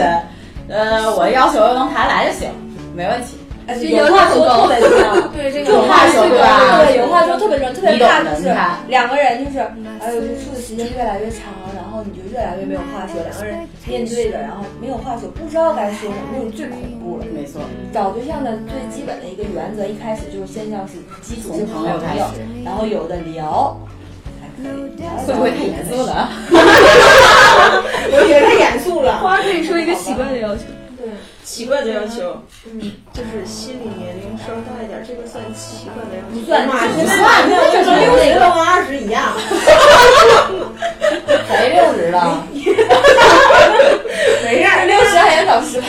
Speaker 9: 呃，我要求能谈来就行，没问题。
Speaker 5: 哎
Speaker 4: 这有话说特别重要，
Speaker 5: 对这
Speaker 9: 有话说
Speaker 4: 对
Speaker 9: 对吧
Speaker 4: 对，有话说特别重要，特别
Speaker 9: 你懂
Speaker 4: 怕
Speaker 9: 的
Speaker 4: 就
Speaker 9: 你
Speaker 4: 是
Speaker 9: 看
Speaker 4: 两个人就是，哎呦，就处的时间越来越长，然后你就越来越没有话说，两个人面对着，然后没有话说，不知道该说什么，那种最恐怖了。
Speaker 9: 没错，
Speaker 4: 找对象的最基本的一个原则，一开始就是先像是基础是
Speaker 9: 从朋友开始
Speaker 4: 然后有的聊，
Speaker 9: 会不会太严肃了啊？
Speaker 8: 我觉得太严肃了，
Speaker 10: 花可以说一个习惯的要求，
Speaker 12: 奇怪的要求，嗯，就是心理年龄稍大一点，这个算奇怪的要
Speaker 4: 不
Speaker 12: 求。
Speaker 4: 算
Speaker 12: 妈，现
Speaker 4: 不
Speaker 12: 在
Speaker 4: 算这
Speaker 12: 那我
Speaker 4: 个
Speaker 12: 说
Speaker 4: 是
Speaker 12: 六
Speaker 4: 那
Speaker 12: 十
Speaker 4: 个
Speaker 12: 了跟二十一样，
Speaker 5: 谁六十 了？
Speaker 12: 没事儿，
Speaker 4: 六十还要找十八，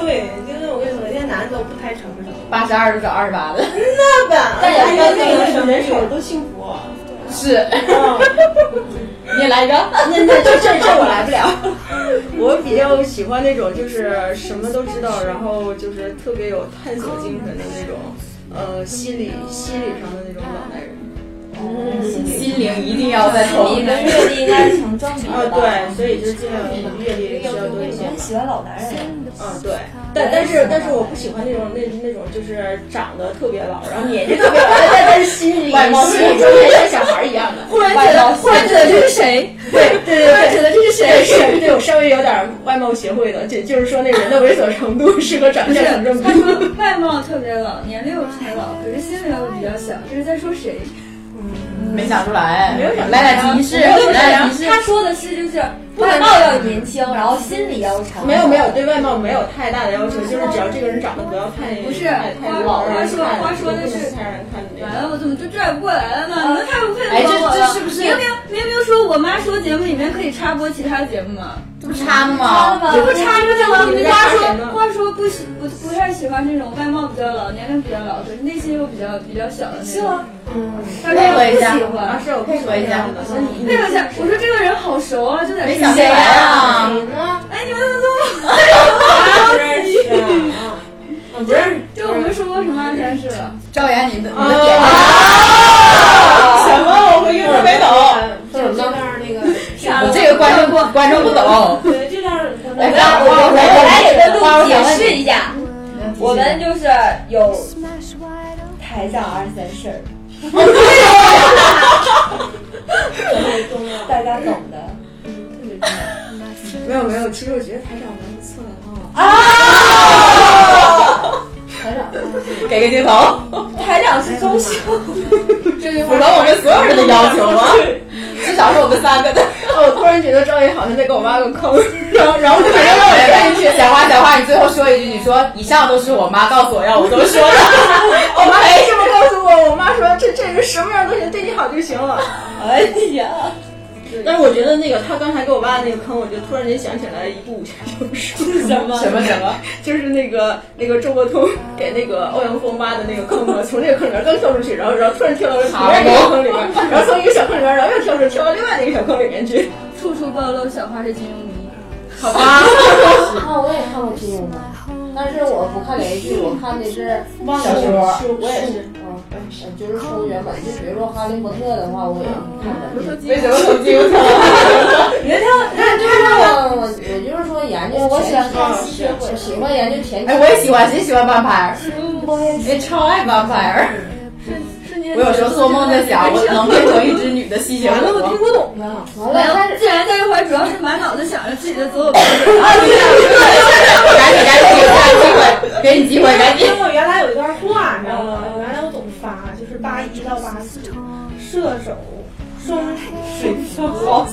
Speaker 12: 对，就是我跟你说，现在男的都不太成熟，
Speaker 9: 八十二就找二十八的，
Speaker 12: 那吧，
Speaker 4: 但也
Speaker 12: 哎呀那个
Speaker 4: 那
Speaker 12: 什么人手都幸福啊。
Speaker 9: 是。你也来一个。
Speaker 12: 那那这这这我来不 了，我比较喜欢那种就是什么都知道，然后就是特别有探索精神的那种，呃，心理心理上的那种老男人。
Speaker 9: 心灵一定要在头
Speaker 4: 你。跟阅历应该是成正比
Speaker 12: 啊，
Speaker 4: 的吧？
Speaker 12: 对，所以就是尽量阅历需要多一些
Speaker 4: 我。喜欢老男人，
Speaker 12: 嗯，对，但但是但是我不喜欢那种那那种就是长得特别老，然后年 纪特别老，但但是心里
Speaker 9: 外貌
Speaker 12: 心
Speaker 9: 是
Speaker 12: 里
Speaker 9: 中年像小孩一样的，
Speaker 12: 忽然觉得忽然觉得这是
Speaker 10: 谁？
Speaker 12: 对对对对，觉得这是谁？是， 对我稍微有点外貌协会的，就就是说那人的猥琐程度是和长相成正
Speaker 10: 他
Speaker 12: 比。
Speaker 10: 说外貌特别老，年龄特老，可是心灵又比较小，这是在说谁？
Speaker 9: 没想出来。
Speaker 12: 没有想出 来
Speaker 9: 来点提示，来点提示。
Speaker 4: 他说的是就是外貌要年轻，然后心理要长。
Speaker 12: 没有没有，对外貌没有太大的要求，就是只要这个人长得不要太
Speaker 10: 不是
Speaker 12: 太太
Speaker 10: 花
Speaker 12: 老了，
Speaker 10: 花说花说的是
Speaker 12: 不能太让人看的
Speaker 10: 完
Speaker 12: 那
Speaker 10: 了，
Speaker 12: 种。
Speaker 10: 我怎么就拽不过来了呢？你们太不配
Speaker 9: 哎
Speaker 10: 合
Speaker 9: 这
Speaker 10: 我了！
Speaker 9: 这是不是
Speaker 10: 明明明明说我妈说节目里面可以插播其他节目吗？
Speaker 9: 这不插吗？
Speaker 10: 这不插着呢吗？
Speaker 12: 你们在
Speaker 10: 话
Speaker 12: 插谁
Speaker 10: 说
Speaker 12: 呢
Speaker 10: 话说不喜不不太喜欢这种外貌比较老、年龄比较老，可是内心又比较比较小的那种。是吗？嗯，
Speaker 9: 配合一下
Speaker 10: 他说
Speaker 12: 啊，
Speaker 10: 不喜欢。
Speaker 12: 是我配合一下，那 你
Speaker 10: 配合一下，我说这个人好熟啊，就在
Speaker 9: 没
Speaker 10: 身
Speaker 9: 想出
Speaker 10: 边
Speaker 9: 来啊！
Speaker 10: 哎，你们怎么这么？
Speaker 12: 不认识啊？不认识。
Speaker 10: 就我们说过什么二三事了？
Speaker 9: 赵岩，你的你
Speaker 12: 啊
Speaker 9: 的点吧。
Speaker 12: 什么？我回应没懂。
Speaker 5: 就是刚刚那个，
Speaker 9: 我这个观众观众不懂。
Speaker 5: 对，这样
Speaker 4: 我们我我我来给问路解释一下，我们就是有
Speaker 11: Smash wide open.
Speaker 4: 台上二三事儿，大家懂的。
Speaker 12: 没有没有，其实我觉得台长蛮不错的啊。
Speaker 9: 给个镜头，
Speaker 4: 台长是中性，
Speaker 9: 符合我们所有人的要求吗？至少是我们三个的。
Speaker 12: 哦，我突然觉得赵毅好像在给我挖个坑，然后然后就没
Speaker 9: 没
Speaker 12: 有
Speaker 9: 有
Speaker 12: 让我
Speaker 9: 没
Speaker 12: 进
Speaker 9: 有
Speaker 12: 去。
Speaker 9: 没有小花，小花，你最后说一句，你说以上都是我妈告诉我要，我都说了。
Speaker 12: 我妈也这么告诉我，我妈说这这人什么样都行，对你好就行 了。
Speaker 4: 哎呀，
Speaker 12: 但是我觉得那个他刚才给我挖的那个坑，我就突然间想起来一部武侠小 说，什么
Speaker 9: 什么什么？
Speaker 12: 就是那个那个周伯通给那个哦欧阳锋挖的那个坑嘛，从那个坑里面刚跳出去，然后然后突然跳到另外一个坑里面，然后从一个小坑里面，然后又跳出去跳到另外那个小坑里面去。
Speaker 10: 处处暴露小花是金庸迷。
Speaker 9: 好吧，
Speaker 5: 啊，我也看过金庸的，但是我不看连续剧，我看的是小
Speaker 12: 是
Speaker 5: 说。
Speaker 12: 我也是。
Speaker 5: 嗯，就是书原本，就比如说《哈利波特》的话，我也看
Speaker 12: 啊
Speaker 5: 的。
Speaker 9: 为什么从金庸跳到？
Speaker 5: 但就是我，我就是说研究，我喜欢看吸血鬼，喜欢研究甜。
Speaker 9: 哎，我也喜欢，谁喜欢 vampire？哎，超爱 vampire。我有时候做梦在想，我能变成一只女的吸血鬼吗？
Speaker 12: 不懂呢。
Speaker 5: 完了，但是
Speaker 10: 既然在一块儿，主要是满脑子想着自己的择偶标
Speaker 9: 赶紧赶紧给我
Speaker 10: 准。
Speaker 9: 机会，给你机会，赶紧
Speaker 8: 因。为我原来有一段话，你知道吗？原来我总发，就是八一到八四，射手，双子，水瓶，好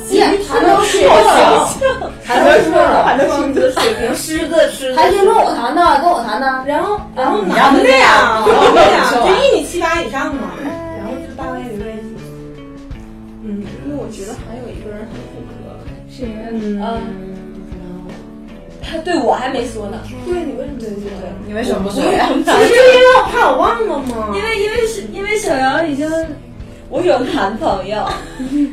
Speaker 5: 谈到水
Speaker 12: 还能说 了，还能说的水平狮子狮
Speaker 5: 还别跟我谈呢，跟我谈呢。
Speaker 8: 然后然后
Speaker 9: 你让
Speaker 8: 男
Speaker 9: 他
Speaker 8: 的
Speaker 9: 这样
Speaker 8: 呀，
Speaker 9: 啊
Speaker 8: 男的呀，
Speaker 9: 我
Speaker 8: 就一米七八以上嘛，然后就大概有位置。嗯，
Speaker 12: 那我觉得还有一个人很符合，
Speaker 4: 嗯，他对我还没说呢。
Speaker 8: 对，你为什么对对对？
Speaker 9: 你为什么不说呀？
Speaker 8: 不是因为我怕我忘了
Speaker 12: 哦
Speaker 8: 吗？
Speaker 10: 因为因为是因为小姚已经
Speaker 4: 我有男朋友，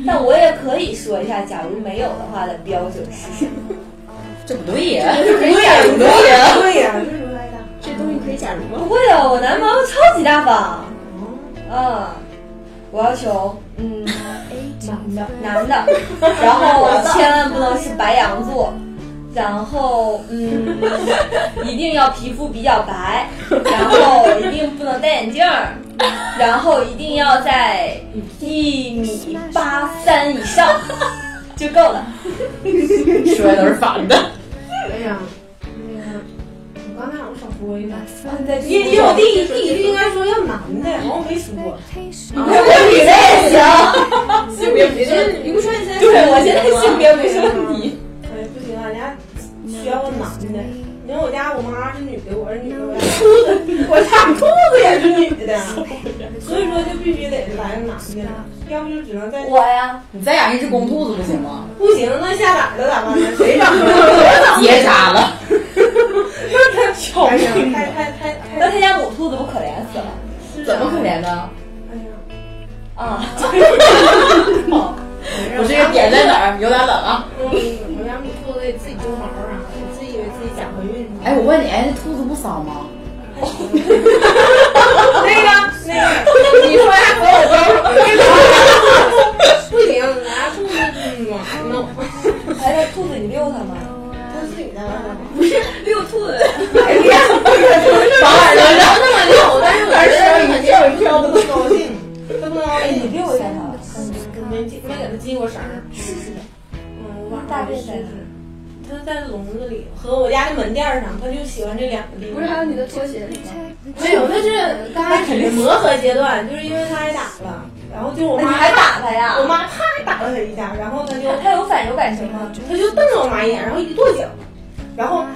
Speaker 4: 但我也可以说一下，假如没有的话的标准是什么？
Speaker 9: 这不对呀，
Speaker 12: 对呀，对呀，
Speaker 8: 对呀，这是如来大。
Speaker 12: 这东西可以假如吗？
Speaker 4: 不会啊，我男朋友超级大方。嗯，我要求嗯男的，男的，然后千万不能是白羊座，然后 嗯，一定要皮肤比较白，然后一定不能戴眼镜儿，然后一定要在一米八三以上就够了。
Speaker 9: 说的都是反的。
Speaker 12: 哎呀，那个，我刚才好像少说一个，
Speaker 4: 因
Speaker 12: 因为我第一第一句应该说要男的，然后没说。
Speaker 4: 我女的也行。
Speaker 12: 性别不是，你不说你现在
Speaker 4: 对，我现在 性别 没是问题。
Speaker 12: 哎，不行，俺家需要个男的。因为我家我妈是女的，我是女的，我家 我家裤子也是女 的，所以说就必须得来个男的，要不就只能在
Speaker 4: 我呀，
Speaker 9: 你再养一只公兔子不行吗？
Speaker 12: 不行，那下崽子咋 办呢？谁长得我长
Speaker 9: 结扎了，
Speaker 12: 得小，哎呀，太太太太，
Speaker 4: 那他家母兔子不可怜死了
Speaker 9: 怎么可怜呢？
Speaker 12: 哎呀，
Speaker 4: 啊？
Speaker 9: 我这个点在哪儿？有点冷啊。
Speaker 12: 嗯我家母兔子也自己揪毛啥的，自己以为自己假怀孕呢。
Speaker 9: 哎，我问你，哎，那兔子不骚吗？
Speaker 12: 你说下所有招手，不行，拿兔子暖呢，
Speaker 4: 哎，那兔子你遛它吗？
Speaker 12: 它自己在外面。
Speaker 4: 遛兔子，
Speaker 9: 把耳朵让那么溜，
Speaker 12: 但是我觉得一跳一跳不高兴，它不高
Speaker 4: 你
Speaker 12: 兴，
Speaker 4: 遛一下它。
Speaker 12: 没系没给它系过绳儿。嗯，晚
Speaker 4: 大
Speaker 9: 啊
Speaker 12: 上
Speaker 4: 便在
Speaker 12: 是
Speaker 4: 哪？
Speaker 12: 它在笼子里和我家的门垫儿上，它就喜欢这两个地
Speaker 17: 不
Speaker 12: 方。
Speaker 17: 是还有你的拖鞋里吗？
Speaker 12: 没有，那是刚开始磨合阶段，就是因为他挨打了，
Speaker 17: 嗯
Speaker 12: 然后就我
Speaker 4: 那你
Speaker 12: 妈
Speaker 4: 还打它呀
Speaker 12: 我？妈啪打了他一下，然后他就
Speaker 4: 它有反手感情
Speaker 9: 嗯
Speaker 4: 吗？
Speaker 12: 他就瞪了我妈一眼，然后一跺脚，然后后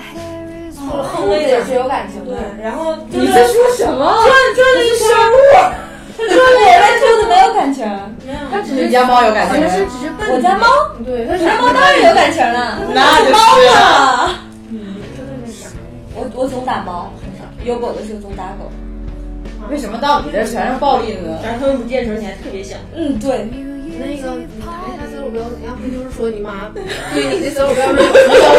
Speaker 10: 哦
Speaker 12: 后
Speaker 4: 兔子
Speaker 12: 了一
Speaker 4: 也
Speaker 12: 点
Speaker 4: 是有感情
Speaker 12: 对
Speaker 4: 的。，
Speaker 17: 嗯
Speaker 12: 然后你在说什么？转转了一圈儿，
Speaker 4: 他 说我家兔子没有感情，
Speaker 12: 没有，
Speaker 9: 你家猫有感情吗？
Speaker 17: 只是
Speaker 4: 我家猫，
Speaker 12: 对，他
Speaker 4: 我家猫当然有感情了。
Speaker 9: 那就是了。
Speaker 4: 啊，我我总打猫，有狗的时候总打狗。
Speaker 9: 为什么到你这儿全是暴力的呢？
Speaker 18: 然后你见的时候你还特别想，
Speaker 4: 嗯，对，
Speaker 17: 那个你打一下择偶标准，要不就是说你妈 对你的择偶标准有什么要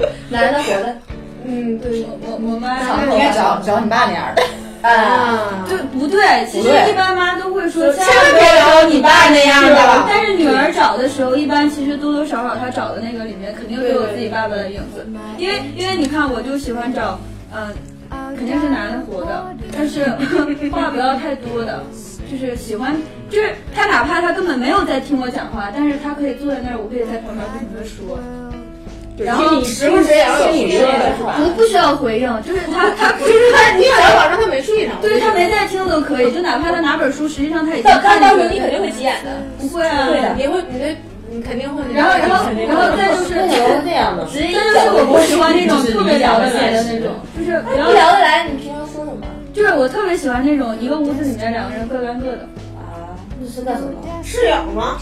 Speaker 17: 求？
Speaker 4: 男的活的，
Speaker 17: 嗯，对
Speaker 4: 我我妈
Speaker 9: 你应该找找你爸那样的。
Speaker 4: 啊。
Speaker 17: 啊，
Speaker 10: 对不对？其实
Speaker 9: 不对
Speaker 10: 一般妈都会说，千
Speaker 9: 万别找你爸那样的
Speaker 10: 但是女儿找的时候，一般其实多多少少她找的那个里面肯定都有自己爸爸的影子，因为因为你看，我就喜欢找，嗯、肯定是男的活的，但是话不要太多的，就是喜欢，就是他哪怕他根本没有在听我讲话，但是他可以坐在那儿，我可以在旁边跟他说，然后
Speaker 9: 时不时也要有心理
Speaker 10: 不不需要回应，就是 他他啊就是他，你
Speaker 12: 想保证他没睡上。
Speaker 10: 对他没在听都可以，就哪怕他拿本书，实际上他已经
Speaker 4: 到
Speaker 10: 看
Speaker 4: 到时
Speaker 10: 进
Speaker 4: 候
Speaker 10: 去
Speaker 4: 你
Speaker 10: 了
Speaker 4: 肯定会急眼的。
Speaker 10: 不会啊，
Speaker 4: 对的
Speaker 12: 你会，你这你肯定会。
Speaker 10: 然后，然后，然后再就是，
Speaker 5: 那你
Speaker 10: 再
Speaker 5: 都是这样的，
Speaker 4: 直接一
Speaker 10: 就是
Speaker 4: 脚
Speaker 10: 我不喜欢那种特别聊得来的那种，就是不
Speaker 4: 不
Speaker 10: 要，
Speaker 4: 聊得来，你平常说什么？
Speaker 10: 就是我特别喜欢那种一个屋子里面两个人各干各的，
Speaker 4: 啊，那是干什么？
Speaker 12: 室友吗？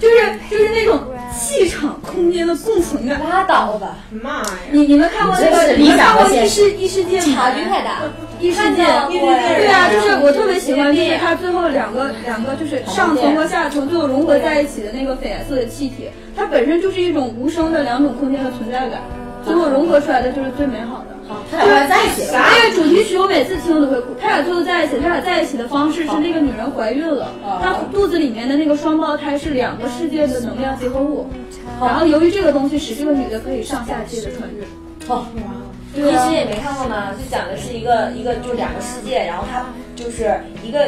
Speaker 10: 就是就是那种气场、空间的共存感。
Speaker 4: 拉倒吧，
Speaker 12: 妈呀！
Speaker 10: 你你们看过那
Speaker 9: 这
Speaker 10: 个？
Speaker 9: 是
Speaker 10: 你
Speaker 9: 理
Speaker 10: 们
Speaker 9: 想
Speaker 10: 看
Speaker 9: 和
Speaker 10: 过异
Speaker 9: 现
Speaker 10: 世异世界吗
Speaker 4: 差？距太大。
Speaker 10: 异世界。对啊，就是我特别喜欢，就是它最后两个两个就是上层和下层最后融合在一起的那个粉颜色的气体，它本身就是一种无声的两种空间的存在感，最后融合出来的就是最美好的。
Speaker 9: 他俩快在一起了。
Speaker 10: 因为主题曲我每次听都会哭。他俩最后在一起，他俩在一起的方式是那个女人怀孕了，她肚子里面的那个双胞胎是两个世界的能量结合物，然后由于这个东西使这个女的可以上下界的穿越。
Speaker 4: 你
Speaker 10: 啊
Speaker 4: 其实也没看过吗？就讲的是一个一个就是两个世界，然后它就是一个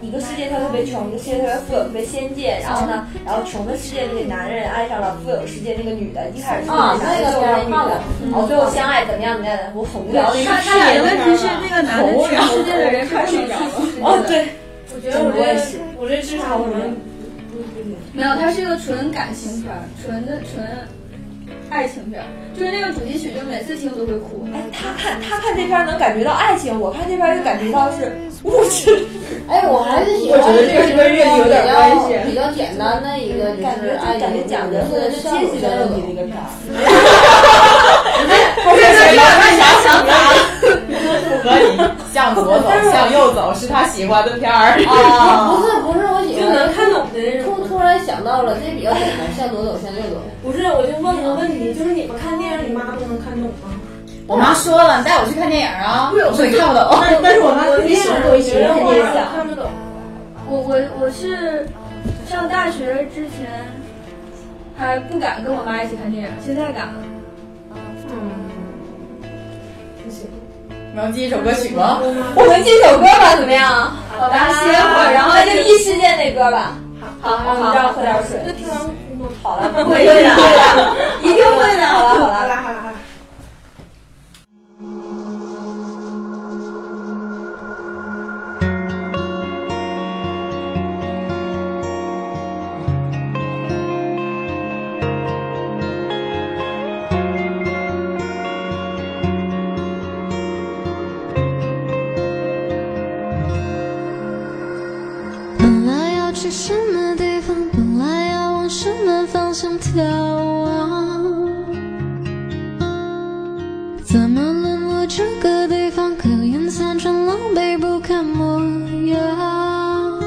Speaker 4: 一个世界它特别穷，一个世界特别富有，特别仙界。然后呢，然后穷的世界那个男人爱上了富有世界那个女的，一开始是
Speaker 5: 啊
Speaker 4: 男的
Speaker 5: 那个
Speaker 4: 救
Speaker 5: 片儿
Speaker 4: 那女
Speaker 5: 看了
Speaker 4: 的，然后最后相爱怎么样怎么样的，我很无聊的一个啊
Speaker 10: 他他俩的问题是，那个男的全世界的人穿上去，
Speaker 4: 哦对，
Speaker 12: 我觉得我这我这智商可能
Speaker 10: 没有，它是一个纯感情片儿，纯的纯爱情片儿，就是那个主题曲，就每次听都会哭。
Speaker 4: 哎他看他看这片儿能感觉到爱情，我看这片儿就感觉到是物质。
Speaker 5: 哎，我还是喜欢
Speaker 18: 我觉得这个是跟阅历有点关系
Speaker 5: 比较比较简单的一个，
Speaker 4: 感
Speaker 5: 就是
Speaker 4: 觉
Speaker 5: 爱
Speaker 4: 就感觉讲的是阶级的问题的一个片儿。
Speaker 9: 符合你向左走，向右走是他喜欢的片儿。
Speaker 5: 啊不是不是，我喜
Speaker 12: 就能
Speaker 5: 欢。
Speaker 12: 看懂的那种。
Speaker 5: 突突然想到了，这比较简单，向左走，向右走。
Speaker 12: 不是，我就问个问题，就是你们看电影，你妈都能看懂吗？
Speaker 9: 我妈说了，你带我去看电影啊！我说你看不懂。
Speaker 12: 但是我妈看电影，我觉得
Speaker 4: 看电影
Speaker 12: 我看不懂。
Speaker 10: 我我我是上大学之前，还不敢跟我妈一起看电影，现在敢了。
Speaker 9: 我们进一首歌曲吧。
Speaker 4: 我们进首歌吧，怎么样？好吧，歇会儿，然后就一时间那歌吧。好，好，好，让我喝点水。那听好了，不会的，一定会的。好了，好了，好了，好了。
Speaker 6: 本来要去什么地方，本来要往什么方向啊眺望，怎么沦落这个地方？可怜残喘狼狈不堪模样，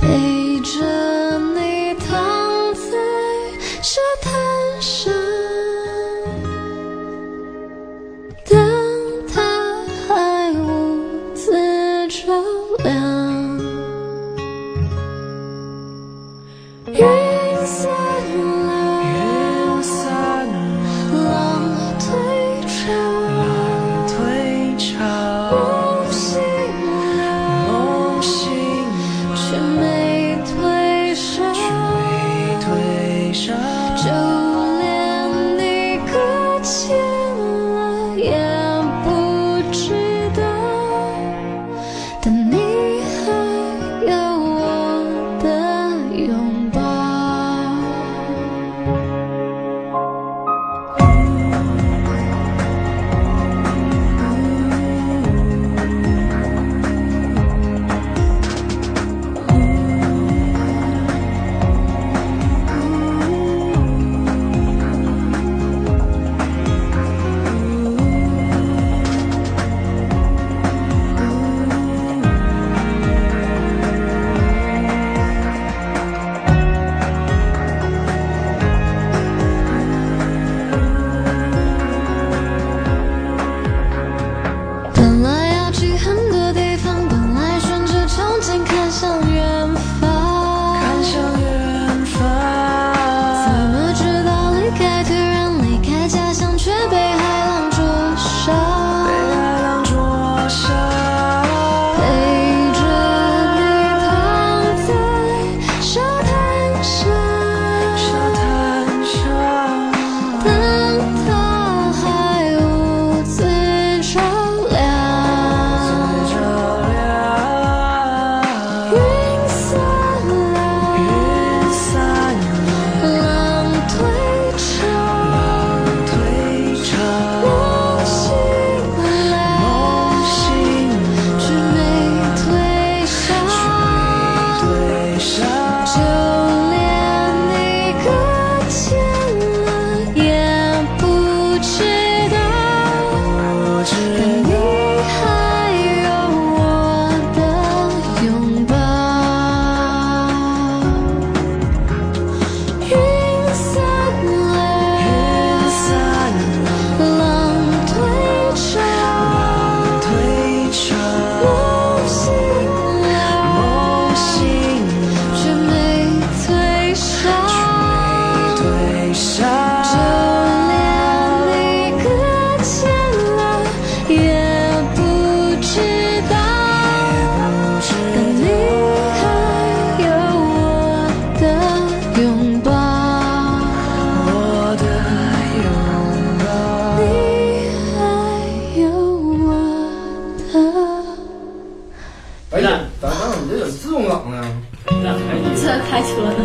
Speaker 6: 陪着你躺在沙滩上，当他还无自照亮，云散了，云散了，浪退潮，浪退潮，梦醒了，梦醒了，却没退烧，却没退烧，就连你搁浅了也不知道。但你还有我的拥抱。本来要去很多地方，本来顺着憧憬看向远方，看向远方。怎么知道离开突然离开家乡，却被海浪灼伤，被海浪灼伤。陪着你躺在沙滩上，沙滩上。当他还无自照亮，云散了，云散了，浪退潮，浪退潮，梦醒来，梦醒了，却没退烧，却没退烧，就连你搁浅了也不知道，但你还有我的拥抱。云散了，云散了，浪退潮，浪退潮，梦醒了，梦醒了，却没退烧，却没退烧，就连你搁浅了也不知道，但你还有我的拥抱，我的拥抱，你还有我的。
Speaker 19: 哎呀，咋刚你这怎么自动挡呢？
Speaker 10: 在开车呢，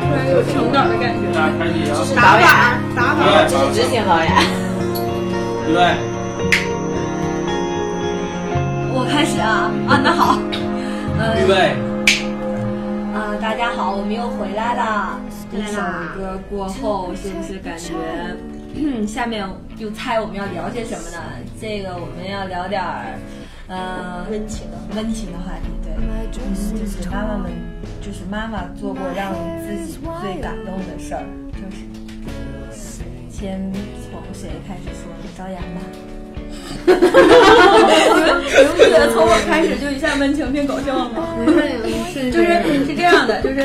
Speaker 10: 突然有成长的感觉。
Speaker 19: 打开机啊
Speaker 10: 打板，打板，
Speaker 9: 这是执行导演。
Speaker 19: 对。
Speaker 4: 我开始啊啊，那好，呃，
Speaker 19: 预备。
Speaker 4: 啊、大家好，我们又回来啦！一首歌过后，是不是感觉？ 下面就猜我们要聊些什么呢？这个我们要聊点儿，呃，温情的温情的话题，对，嗯就是妈妈们，就是妈妈做过让自己最感动的事儿，就是 先从谁开始说呢？张岩吧。
Speaker 10: 你们不觉得从我开始就一下问情并狗证了吗？就是是这样的，就是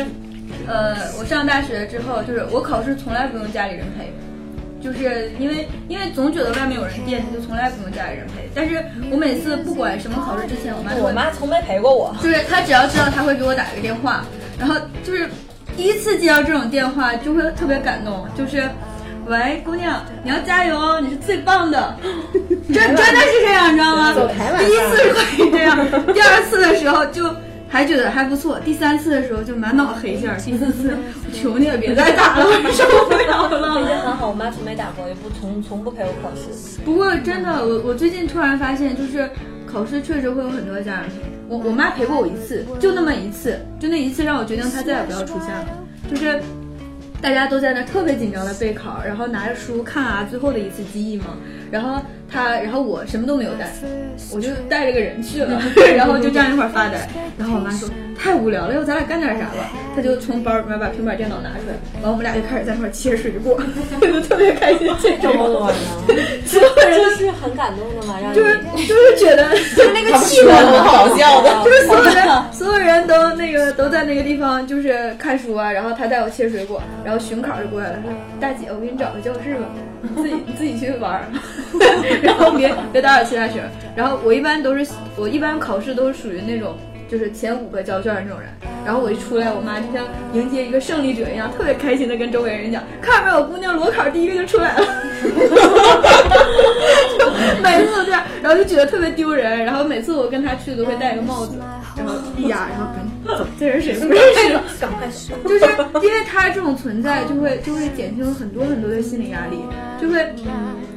Speaker 10: 呃，我上大学之后，就是我考试从来不用家里人陪。就是因为因为总觉得外面有人惦记，就从来不用家里人陪。但是我每次不管什么考试之前，我妈
Speaker 4: 我妈从没陪过我，
Speaker 10: 就是她只要知道，她会给我打一个电话。然后就是第一次接到这种电话，就会特别感动，就是。喂，姑娘，你要加油哦，你是最 棒的，真真的是这样，你知道吗？
Speaker 11: 走台晚
Speaker 10: 第一次会这样，第二次的时候就还觉得还不错，第三次的时候就满脑黑线儿，第四次 我求你了，别再打了，我受不了了。
Speaker 4: 已经很好，我妈从没打过，也不从从不陪我考试。
Speaker 10: 不过真的，我我最近突然发现，就是考试确实会有很多家长陪。我我妈陪过我一次，就那么一次，就那一次让我决定她再也不要出现了。就是大家都在那儿特别紧张的备考，然后拿着书看啊，最后的一次记忆嘛。然后她，然后我什么都没有带，我就带着个人去了，然后就站一块儿发呆。然后我妈说太无聊了，要咱俩干点啥吧？她就从包里面把平板电脑拿出来，完我们俩就开始在那块儿切水果， 我就特别开心。这种所有人
Speaker 4: 这是很感动的嘛，让你
Speaker 10: 就是就是觉得就是那个气氛
Speaker 4: 很好笑的
Speaker 10: 就是所有人所有人都那个都在那个地方就是看书啊，然后他带我切水果，然后巡考就过来了，说大姐，我给你找个教室吧，你自己你自己去玩儿，然后别别打扰其他学生。然后我一般都是我一般考试都是属于那种。就是前五个交卷的那种人，然后我一出来，我妈就像迎接一个胜利者一样，特别开心的跟周围人讲：“看着没有，姑娘裸考第一个就出来了。” 每次都这样，然后就觉得特别丢人。然后每次我跟他去都会戴一个帽子，然后一压，然后赶紧走，这人谁不认识？
Speaker 11: 赶快说
Speaker 10: 就是因为他这种存在，就会就会减轻很多很多的心理压力，就会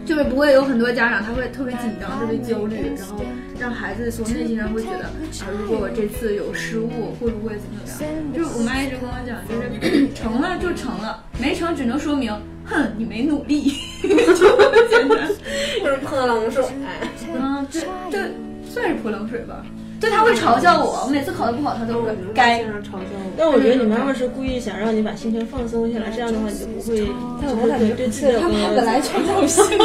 Speaker 10: 就是不会有很多家长他会特别紧张、特别焦虑，然后让孩子从内心上会觉得啊，如果我这次有失误，会不会怎么怎么样？就是我妈一直跟我讲，就是 成了就成了，没成只能说明，哼，你没努力， 就这么简 单。
Speaker 11: 就是泼冷水。
Speaker 10: 嗯，这这算是泼冷水吧。就他会嘲笑我，我每次考的不好，他都会该
Speaker 11: 嘲笑我。
Speaker 12: 但我觉得你妈妈是故意想让你把心情放松下来，这样的话你就不会，
Speaker 17: 哦
Speaker 12: 就不会对自己的
Speaker 5: 他妈
Speaker 10: 嗯
Speaker 5: 本来就没有性格，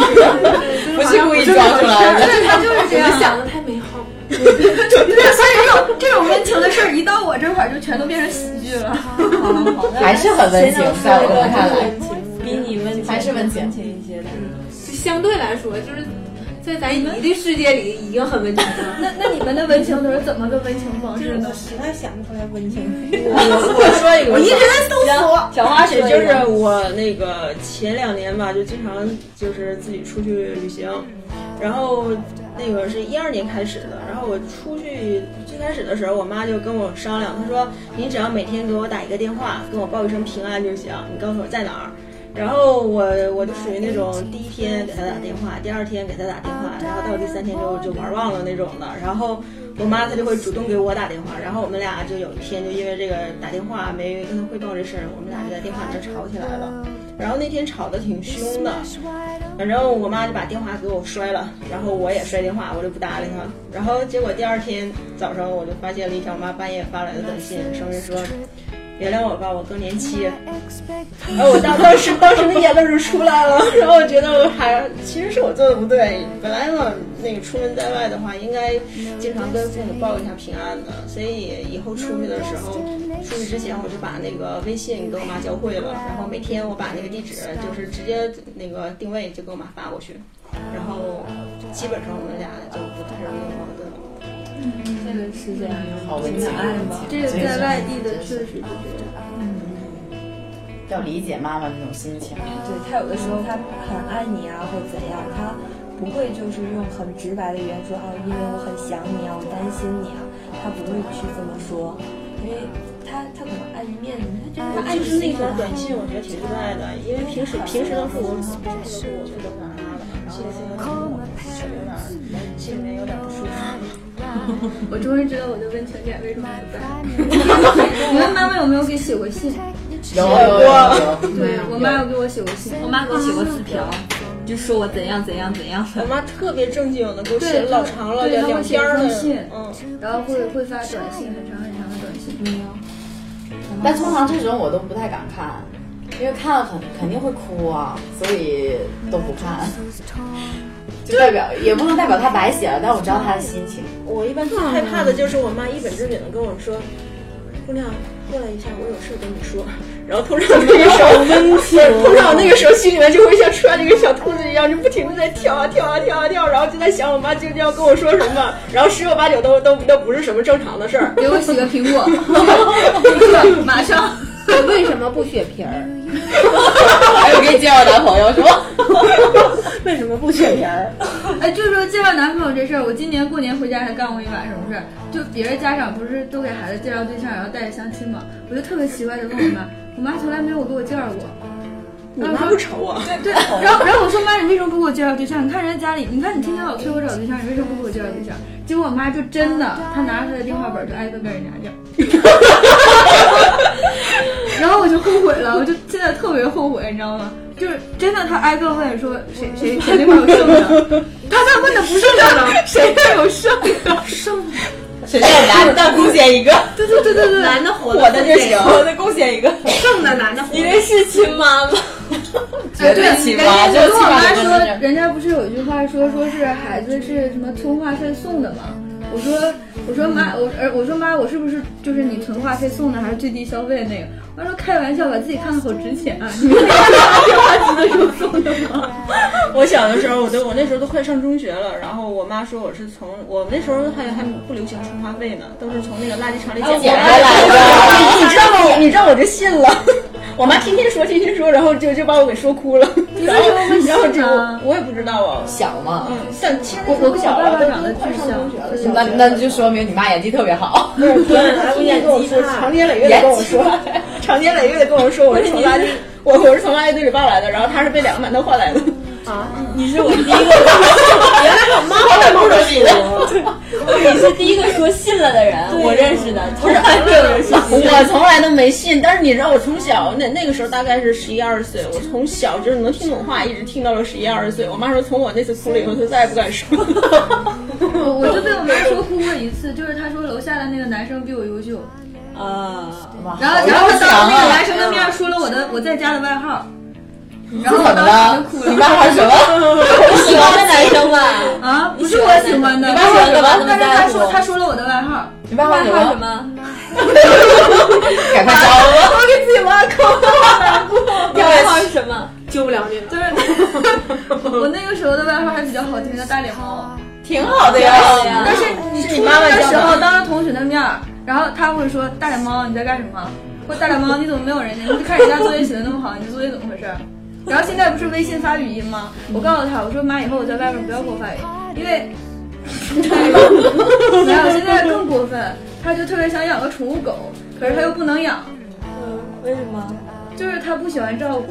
Speaker 12: 不是故意装出来的
Speaker 10: 对，他就是这样。
Speaker 11: 想的太美好了。
Speaker 10: 对，所以这种这种温情的事儿 一到我这块儿就全都变成喜剧了。
Speaker 9: 还是很温情，在我们看来，
Speaker 11: 比你温情
Speaker 9: 还是温情
Speaker 11: 一些的。就相对来说，就是在咱你的世界里已经很温情了。
Speaker 10: 那那你们的温情都是怎么个温情方式呢？
Speaker 12: 实在想不出来温情。
Speaker 10: 我
Speaker 12: 我说一个，
Speaker 10: 我一直在搜索
Speaker 12: 小花雪就是我那个前两年吧，就经常就是自己出去旅行，然后那个是一二年开始的，然后我出去最开始的时候，我妈就跟我商量，她说你只要每天给我打一个电话，跟我报一声平安就行，你告诉我在哪儿。然后我我就属于那种第一天给他打电话，第二天给他打电话，然后到第三天就就玩忘了那种的。然后我妈她就会主动给我打电话，然后我们俩就有一天就因为这个打电话没跟她汇报这事儿，我们俩就在电话里面吵起来了。然后那天吵得挺凶的，反正我妈就把电话给我摔了，然后我也摔电话，我就不搭理她。然后结果第二天早上我就发现了一条我妈半夜发来的短信，上面说。原谅我吧，我更年期。然后我当当时当时那眼泪就出来了，然后我觉得我还其实是我做的不对。本来呢，那个出门在外的话，应该经常跟父母报一下平安的。所以以后出去的时候，出去之前我就把那个微信跟我妈教会了，然后每天我把那个地址就是直接那个定位就给我妈发过去，然后基本上我们俩就不太容易有矛盾了。
Speaker 5: 这个世界还有
Speaker 9: 好温情
Speaker 10: 这个在外地的确实是这样。
Speaker 9: 要理解妈妈那种心情。
Speaker 4: 对他有的时候他很爱你啊，或者怎样，他不会就是用很直白的语言说啊，因为我很想你啊，我担心你啊，他不会去这么说，因为他他可能碍于面子，他就是
Speaker 12: 他爱
Speaker 4: 就是
Speaker 12: 是那
Speaker 4: 一个
Speaker 12: 条短信，我觉得挺意外的，因为平时平时都是我主动说我负责干嘛的，然后这个有点儿心里面有点儿不舒服。
Speaker 10: 我终于知道我的温情点为什么不在。 你们妈妈有没有给写过 信？
Speaker 9: 有有有有
Speaker 10: 对我妈有给我写过信，
Speaker 4: 我妈给我写过字条，就说我怎样怎样怎样
Speaker 12: 我妈特别正经的给我写
Speaker 10: 对，
Speaker 12: 了老长了，
Speaker 10: 对，
Speaker 12: 两
Speaker 10: 她会
Speaker 12: 两
Speaker 10: 写
Speaker 12: 边
Speaker 10: 一
Speaker 12: 儿
Speaker 10: 封
Speaker 12: 的，
Speaker 10: 信，
Speaker 12: 嗯，
Speaker 10: 然后会会发短信，很长很长的短信。
Speaker 4: 没有，
Speaker 9: 但通常这种我都不太敢看，因为看了肯肯定会哭啊，所以都不看。就代表也不能代表他白写了，但我知道他的心情。
Speaker 12: 我一般最害怕的就是我妈一本正经的跟我说：“姑娘，过来一下，我有事儿跟你说。”然后通常那个时候，通常那个时候心里面就会像穿了一个小兔子一样，就不停的在跳啊跳啊跳啊跳，然后就在想我妈究竟要跟我说什么，然后十有八九都都都不是什么正常的事儿。
Speaker 10: 给我洗个苹果， 马上。
Speaker 5: 你为什么不削皮儿？
Speaker 9: 哎，我给你介绍男朋友是吧？
Speaker 12: 为什么不削皮儿？
Speaker 10: 哎，就是说介绍男朋友这事儿，我今年过年回家还干过一晚上什么事儿。就别人家长不是都给孩子介绍对象，然后带着相亲嘛，我就特别奇怪的问我妈，我妈从来没有给我介绍过。
Speaker 12: 你妈不愁啊？
Speaker 10: 对，然后然后我说妈，你为什么不给我介绍对象？你看人家家里，你看你天天老催我找对象，你为什么不给我介绍对象？结果我妈就真的，她拿着她的电话本儿就挨个跟人家要。 然后我就后悔了，我就现在特别后悔，你知道吗？就是真的，她挨个问说谁谁谁那块有剩的，她在问的不是的，谁那有剩的剩的。
Speaker 9: 谁叫男的贡献一个？
Speaker 10: 对对对对对，
Speaker 9: 男的
Speaker 10: 活
Speaker 9: 的
Speaker 10: 的
Speaker 9: 就行，活的贡献一个。
Speaker 10: 剩的男的活的
Speaker 9: 你这是亲妈吗？
Speaker 10: 哎，
Speaker 9: 绝
Speaker 10: 对，
Speaker 9: 对亲妈，
Speaker 10: 人
Speaker 9: 就
Speaker 10: 家
Speaker 9: 是
Speaker 10: 我跟
Speaker 9: 亲
Speaker 10: 我
Speaker 9: 妈
Speaker 10: 妈
Speaker 9: 的分
Speaker 10: 说，
Speaker 9: 支。
Speaker 10: 人家不是有一句话说，说是孩子是什么存话费送的吗？我说，我说妈，我呃，我说妈，我是不是就是你存话费送的，还是最低消费的那个？我妈说开玩笑吧，自己看看好值钱啊！你们那个电话机的时候送的吗？
Speaker 12: 我小的时候，我都我那时候都快上中学了，然后我妈说我是从我那时候还还不流行充话费呢，都是从那个垃圾场里捡
Speaker 9: 捡
Speaker 12: 回
Speaker 10: 哎
Speaker 12: 来
Speaker 9: 回来
Speaker 12: 的。你知道我，你知道我就信了。 我妈天天说，天天说，然后就就把我给说哭了。
Speaker 10: 你为什么会信呢
Speaker 12: 然后就我我也不知道啊，
Speaker 9: 小嘛，
Speaker 12: 嗯，但其实
Speaker 10: 我我
Speaker 12: 不
Speaker 10: 跟我
Speaker 12: 小
Speaker 10: 爸
Speaker 12: 了，
Speaker 10: 爸
Speaker 12: 都
Speaker 10: 长得
Speaker 12: 快
Speaker 10: 巨
Speaker 12: 上中学了。
Speaker 10: 像，
Speaker 9: 那那就说明你妈演技特别好。
Speaker 12: 对，演技长年累月的跟我说，长年累月的跟我说，我是从垃圾，我我是从垃圾堆里抱来的，然后他是被两个馒头换来的。
Speaker 5: 啊，
Speaker 12: 你是我第一个，原来我妈在梦着你 的。
Speaker 5: 你是第一个说信了的人，我认识的，
Speaker 12: 不
Speaker 5: 从
Speaker 12: 是，
Speaker 5: 来没有人说信。
Speaker 12: 我从来都没信。但是你知道，我从小那那个时候大概是十一二岁，我从小就是能听懂话，一直听到了十一二岁。我妈说，从我那次哭了以后，她再也不敢说。
Speaker 10: 我我就被我妈说哭过一次，就是她说楼下的那个男生比我优秀，
Speaker 9: 啊，
Speaker 10: 然后然后她当着那个男生的面说了我的我在家的外号，然后我
Speaker 9: 怎么
Speaker 10: 当
Speaker 9: 了
Speaker 10: 时就哭？了。
Speaker 5: 你
Speaker 9: 你爸爸什么？
Speaker 5: 喜欢的男生吧？
Speaker 10: 啊，不是我喜欢的，
Speaker 5: 你爸爸喜欢的
Speaker 10: 但是
Speaker 5: 你爸爸喜
Speaker 10: 他说
Speaker 5: 欢的
Speaker 10: 他说了我的外号，
Speaker 9: 你爸爸喜欢
Speaker 10: 外号 什么？
Speaker 9: 赶快招了吧！
Speaker 10: 我给自己挖坑，难过。
Speaker 5: 你外号是什么？
Speaker 12: 救不了你了。
Speaker 10: 就是我那个时候的外号还比较好听，叫大脸猫。
Speaker 9: 挺好的呀。
Speaker 10: 但是你初中的时候，当着同学的面儿，然后他会说大脸猫你在干什么？或大 脸猫你怎么没有人家？你就看人家作业写的那么好，你这作业怎么回事？然后现在不是微信发语音吗？我告诉他，我说妈，以后我在外面不要给我发语音，因 为没有，现在更过分，他就特别想养个宠物狗，可是他又不能养，嗯
Speaker 5: 为什么？
Speaker 10: 就是他不喜欢照顾。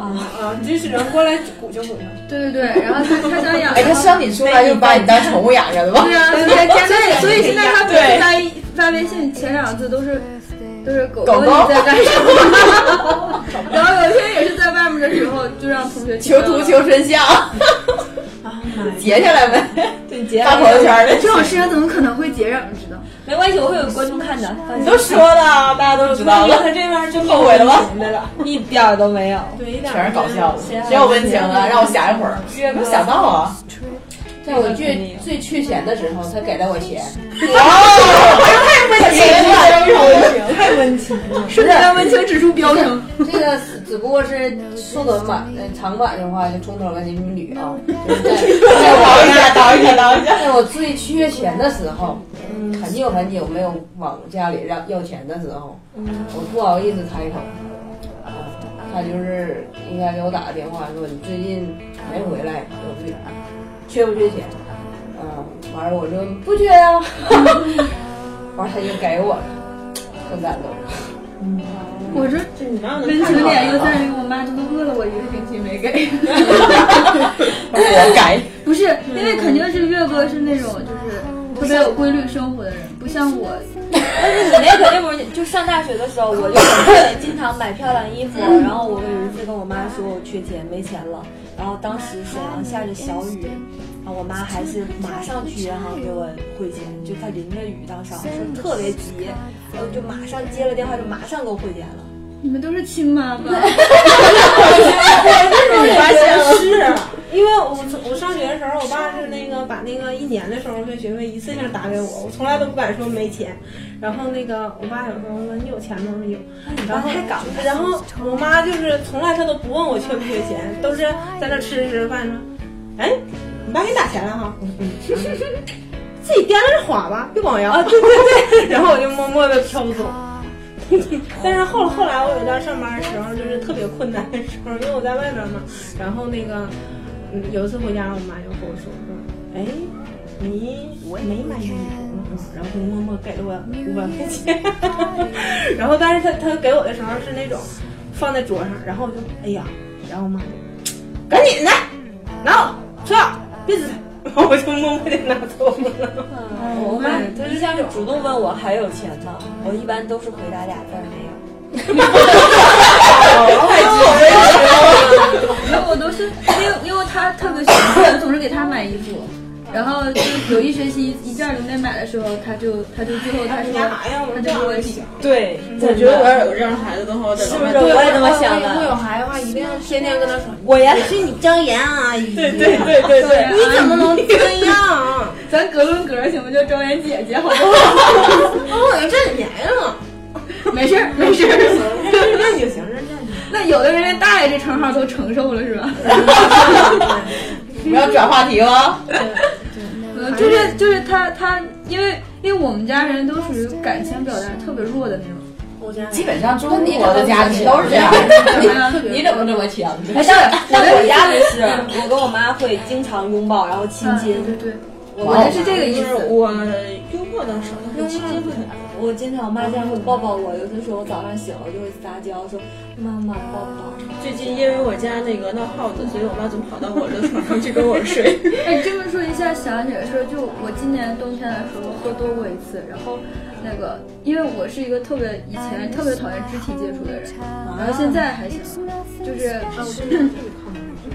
Speaker 5: 啊
Speaker 10: 啊，你就是人过来鼓就鼓对对对，然后他他想养。
Speaker 9: 哎，他生你出来就把你当宠物养着了吧？
Speaker 10: 对啊，所以所以所以现在他每次发一发微信前两次都是都是狗
Speaker 9: 狗狗
Speaker 10: 你在干什么？然后有一天也是在外面的时候，就让同学
Speaker 9: 求图求真相，截下来呗。
Speaker 5: 对，截
Speaker 9: 发朋友圈的
Speaker 10: 这种事情怎么可能会结让人知道？
Speaker 5: 没关系，我会有观众看的。放心
Speaker 9: 都说了，大家都知道了。
Speaker 5: 他这边就
Speaker 9: 后悔了吗？
Speaker 5: 一点儿都没有。
Speaker 9: 对，全是搞笑的，谁有温情啊？让我想一会儿，没有想到啊。
Speaker 5: 在我最最缺钱的时候，他给了我钱。
Speaker 9: 太温情了，
Speaker 5: 太温情了，
Speaker 10: 瞬间温情指数飙升。
Speaker 5: 这个只不过是缩短版，呃，长版的话就中短版你们捋啊。就是在在
Speaker 9: 倒一
Speaker 5: 我
Speaker 9: 下，倒一下， 倒一下。
Speaker 5: 在我最缺钱的时候，很久很久没有往家里让要钱的时候，我不好意思开口。啊他就是应该给我打个电话说你最近没回来，我最缺不缺钱？啊，完了我说不缺呀、完了他就给我了，很感动。
Speaker 10: 我这
Speaker 12: 这你妈
Speaker 10: 温情点又在于我妈他妈饿了我一个星期没给，
Speaker 9: 活该。
Speaker 10: 不是因为肯定是岳哥是那种就是特别有规律生活的人，不像我。
Speaker 4: 但是你那肯定不是，就上大学的时候，我就经常买漂亮 衣服。然后我有一次跟我妈说我缺钱没钱了，然后当时沈阳下着小雨，然后我妈还是马上去银行给我汇钱，就她淋着雨当时好像是特别急，然后就马上接了电话就马上给我汇钱了。
Speaker 10: 你们都是亲妈吧？
Speaker 8: 我
Speaker 10: 发现了
Speaker 8: 是因为我我上学的时候，我爸是那个把那个一年的生活费学费一次性打给我，我从来都不敢说没钱。然后那个我爸有时候问你有钱吗？我说有。然后
Speaker 10: 太敢了
Speaker 8: 然后我妈就是从来她都不问我缺不缺钱，都是在那吃着吃着饭说，哎，你爸给你打钱了哈？ 我说嗯自己掂量着花吧，别光要。啊对对对。 然后我就默默的飘走。 但是后后来我有一段上班的时候，就是特别困难的时候，因为我在外边嘛。然后那个，嗯，有一次回家，我妈就和我说说，哎，你没买衣服吗？然后就默默给了我五百块钱。 然后但是她她给我的时候是那种放在桌上，然后我就哎呀，然后我妈就赶紧的拿走，吃了，别指他，然后我就默默的拿走了。
Speaker 4: 我妈她一向是嗯主动问我还有钱吗？我一般都是回答俩字儿没有。
Speaker 10: 因为我都是因为因为他特别喜欢，我总是给他买衣服。然后就有一学期一件儿零内买的时候，他就他就最后他说他就给我洗。
Speaker 9: 对
Speaker 4: 嗯
Speaker 9: 我觉得我要有这样的孩子的话，我得老
Speaker 11: 对如
Speaker 9: 我
Speaker 11: 果有孩子的话，一定要天天跟他说。
Speaker 5: 我也是你张岩阿姨。
Speaker 9: 对对对对
Speaker 4: 啊
Speaker 9: 对，
Speaker 11: 你怎么能
Speaker 10: 这样？咱隔伦格行不行？周岩姐姐好不好？
Speaker 8: 我能占便宜了。
Speaker 10: 没事儿没事儿，
Speaker 8: 那就行，
Speaker 10: 那有的人连大爷这称号都承受了是吧？
Speaker 9: 不要转话题哦。
Speaker 10: 呃，就是就是他他，因为因为我们家人都属于感情表达特别弱的那种。
Speaker 8: 我家
Speaker 9: 基本上中国的家庭都是这样。你你怎么这么强？
Speaker 4: 哎，但但我家不是，嗯我跟我妈会经常拥抱，然后亲亲。
Speaker 10: 对对，
Speaker 4: 我们是这个意思。
Speaker 12: 我呃幽默当时，
Speaker 4: 因为我经常我妈经常会抱抱我，有的时候我早上醒了就会撒娇说妈妈抱抱。
Speaker 12: 最近因为我家那个闹耗子，所以我妈总跑到我的床上去跟我睡。
Speaker 10: 哎，这么说一下想起来说，就我今年冬天的时候喝多过一次，然后那个因为我是一个特别以前特别讨厌肢体接触的人，然后现在还行，就是。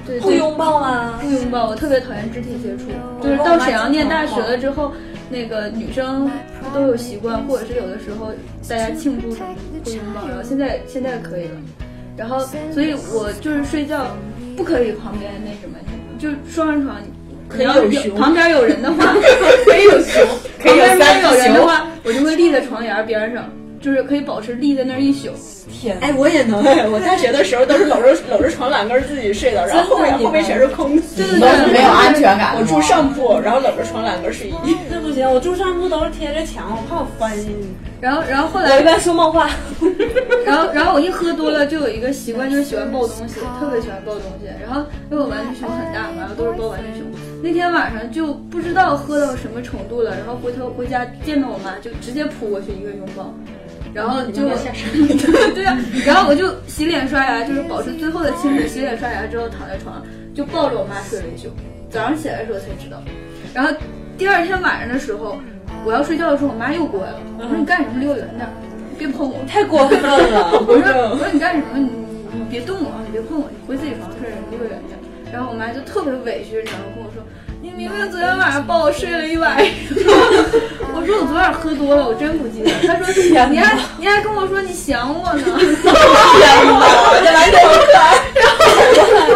Speaker 10: 对，对
Speaker 4: 不拥抱吗
Speaker 10: 不拥抱，我特别讨厌肢体接触。就是到沈阳念大学了之后，那个女生都有习惯，或者是有的时候大家庆祝会拥抱，然后现在现在可以了。然后，所以我就是睡觉不可以旁边那什么，就双人床。
Speaker 9: 可以
Speaker 10: 你要
Speaker 9: 有熊
Speaker 10: 旁边有人的话，可以有熊；
Speaker 9: 可以有
Speaker 10: 旁边
Speaker 9: 三
Speaker 10: 没有
Speaker 9: 只
Speaker 10: 人
Speaker 9: 熊
Speaker 10: 的话，我就会立在床沿边上，就是可以保持立在那儿一宿。
Speaker 4: 天
Speaker 9: 哎，我也能哎！我大学的时候都是搂着搂着床栏杆儿自己睡的，然后后面后面全是空气，
Speaker 10: 对对对
Speaker 9: 没有安全感。
Speaker 12: 我住上铺，然后搂着床栏杆儿睡
Speaker 4: 嗯
Speaker 12: 衣。
Speaker 8: 那不行，我住上铺都是贴着墙，我怕我翻进去。
Speaker 10: 然后，然后后来
Speaker 4: 我一般说梦话，
Speaker 10: 然后，然后我一喝多了就有一个习惯，就是喜欢抱 东西，特别喜欢抱东西。然后因为我玩具熊很大
Speaker 4: 哦
Speaker 10: 嘛，然后都是抱玩具熊。那天晚上就不知道喝到什么程度了，然后回头回家见到我妈，就直接扑过去一个拥抱，然后
Speaker 4: 嗯
Speaker 10: 就 对啊，然后我就洗脸刷牙，就是保持最后的清醒，洗脸刷牙之后躺在床上就抱着我妈睡了一宿。早上起来的时候才知道，然后第二天晚上的时候，我要睡觉的时候，我妈又过来了，我说你干什么？离我远点儿，别碰我，
Speaker 4: 太过分 了
Speaker 10: 我说我说你干什么？你你别动我啊，你别碰我，你回自己床睡，你离我远点儿。然后我妈就特别委屈，然后跟我说，你明明昨天晚上抱我睡了一晚上。 我说我昨晚喝多了，我真不记得。她说你还你还跟我说你想我 呢。
Speaker 9: 这玩意儿好可爱。
Speaker 10: 然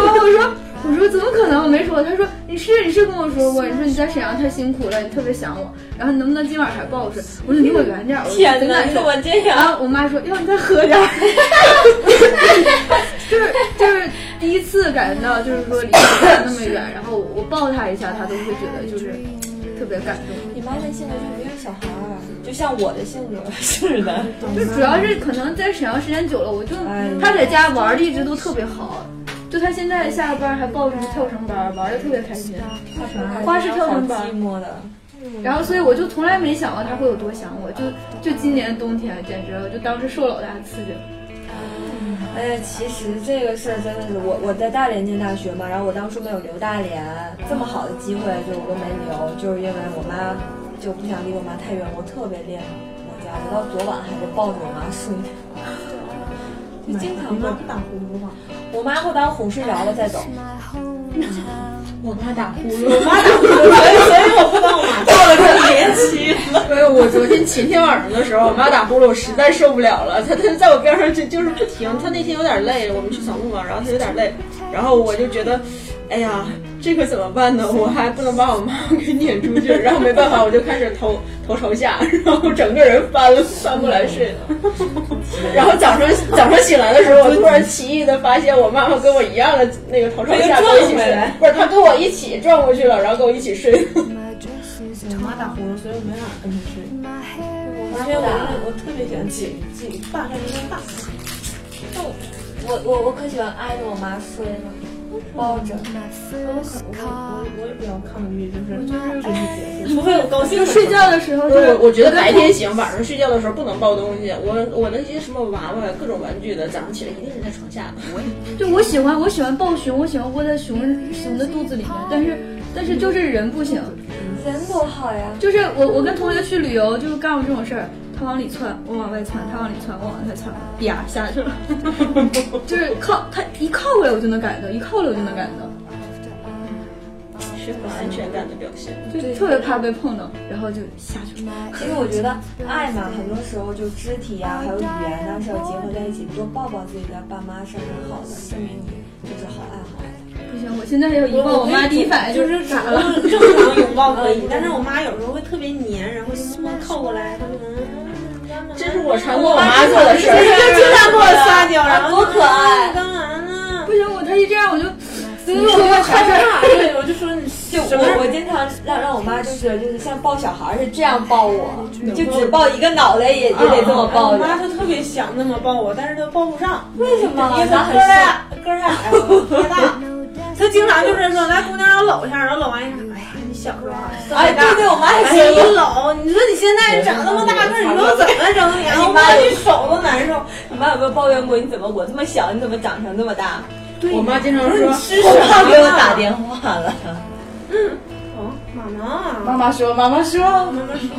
Speaker 10: 后我说我说怎么可能？我没说。他说你是你是跟我说过，你说你在沈阳太辛苦了，你特别想我，然后你能不能今晚还抱我睡？我说离我远点儿。我说
Speaker 4: 天哪
Speaker 10: 真难受
Speaker 4: 你怎么这样
Speaker 10: 然后我妈说要你再喝点儿。 就是就是第一次感觉到，就是说离他那么远，然后我抱他一下，他都会觉得就是特别感动。
Speaker 4: 你妈这性格就是有小孩儿，啊就像我的性格似的。
Speaker 10: 就主要是可能在沈阳时间久了，我就他在家玩的一直都特别好，就他现在下了班还报什么跳绳班，玩的特别开心，
Speaker 4: 嗯
Speaker 10: 花式跳绳班
Speaker 4: 好。寂寞的。
Speaker 10: 然后，所以我就从来没想过他会有多想我，就就今年冬天，简直了，就当时受老大刺激了。
Speaker 4: 哎呀，其实这个事儿真的是我我在大连念大学嘛，然后我当初没有留大连，这么好的机会就我都没留，就是因为我妈就不想离我妈太远，我特别恋我家，我到昨晚还得抱着我妈睡。 就经常
Speaker 8: 妈
Speaker 4: 嘛
Speaker 8: 不打呼噜吗？
Speaker 4: 我妈会把我哄睡着了再走。
Speaker 12: 我妈打呼噜，
Speaker 4: 我妈打呼噜，所以我不
Speaker 12: 到了更年期了。个我昨天前天晚上的时候，我妈打呼噜，我实在受不了了。她她在我边上就就是不停。她那天有点累，我们去扫墓嘛，然后她有点累，然后我就觉得，哎呀，这可怎么办呢？我还不能把我妈给撵出去，然后没办法，我就开始头头朝下，然后整个人翻了翻过来睡了。然后早上早上醒来的时候，我突然奇异的发现，我妈妈跟我一样的那个头朝下跟我一起
Speaker 8: 哎回
Speaker 12: 睡
Speaker 8: 来，
Speaker 12: 不是她跟我一起转过去了，然后跟我一起睡。
Speaker 11: 我妈打呼噜，所以我没法跟她睡。
Speaker 8: 我发现我我特别喜欢自己自己大声声大。
Speaker 4: 我我我可喜欢挨着我妈睡了，抱着。
Speaker 8: 我我也比较抗拒，就是就是
Speaker 12: 除非我高兴
Speaker 8: 就睡觉的时候就
Speaker 12: 对，我觉得白天行，晚上睡觉的时候不能抱东西。我我那些什么娃娃、各种玩具的，早上起来一定是在床下。
Speaker 10: 对，我喜欢我喜欢抱熊，我喜欢窝在熊熊的肚子里面，但是但是就是人不行，嗯
Speaker 4: 人多好呀！
Speaker 10: 就是我我跟同学去旅游就是干过这种事儿，他往里窜，我往外窜，他往里窜，我往外窜，啪下去了， 就是靠他一靠过来我就能感觉到，一靠过来我就能感觉到。
Speaker 12: 是很安全感的表 现。
Speaker 10: 就特别怕被碰到，然后就下去了。
Speaker 4: 其实我觉得
Speaker 8: 啊
Speaker 4: 爱嘛，很多时候就肢体呀、还有语言呐、是要结合在一起，多抱抱自己的爸妈是很好的，证明你就是好爱好爱。
Speaker 10: 不行，我现在要一抱我妈，第一反应就是傻了。
Speaker 8: 正常拥抱可
Speaker 4: 嗯
Speaker 8: 以，但是我妈有时候会特别黏，然后就默默靠过来，她嗯就能。
Speaker 12: 这是我常跟我妈做的事儿
Speaker 8: 就经常给我撒娇，然后嗯
Speaker 4: 多可爱
Speaker 8: 干嘛呢？
Speaker 10: 不行，我她一这样我就，
Speaker 4: 所以
Speaker 8: 我
Speaker 4: 我
Speaker 8: 就
Speaker 4: 就
Speaker 8: 害
Speaker 4: 害
Speaker 8: 怕，
Speaker 4: 怕，
Speaker 8: 对，我就说你
Speaker 4: 就
Speaker 8: 什么
Speaker 4: 我我经常让让我妈就是就是像抱小孩儿是这样抱我，就只抱一个脑袋也也得这么抱
Speaker 8: 我
Speaker 4: 着
Speaker 8: 妈。她特别想那么抱我，但是她抱不上。
Speaker 4: 为什么
Speaker 8: 因为她
Speaker 4: 咱很
Speaker 8: 个儿大，个儿矮，个儿大。她经常就是说，来姑娘让我搂一下，然后搂完一下，哎呀，你小时候啊，
Speaker 4: 哎对对我妈也
Speaker 8: 哎
Speaker 4: 是
Speaker 8: 一搂，你说你现在你长那么大个儿，你说我怎么整
Speaker 12: 哎
Speaker 8: 你？然后摸
Speaker 4: 你妈
Speaker 8: 你手都难受。
Speaker 4: 你妈有没有抱怨过你怎么我这么小，你怎么长成这么大？
Speaker 12: 我妈经常
Speaker 4: 不是
Speaker 12: 说
Speaker 4: 你吃什么？嗯给我打电话了。
Speaker 8: 哦，妈
Speaker 4: 啊
Speaker 8: 妈，
Speaker 9: 妈妈说，妈妈说，
Speaker 8: 妈妈说，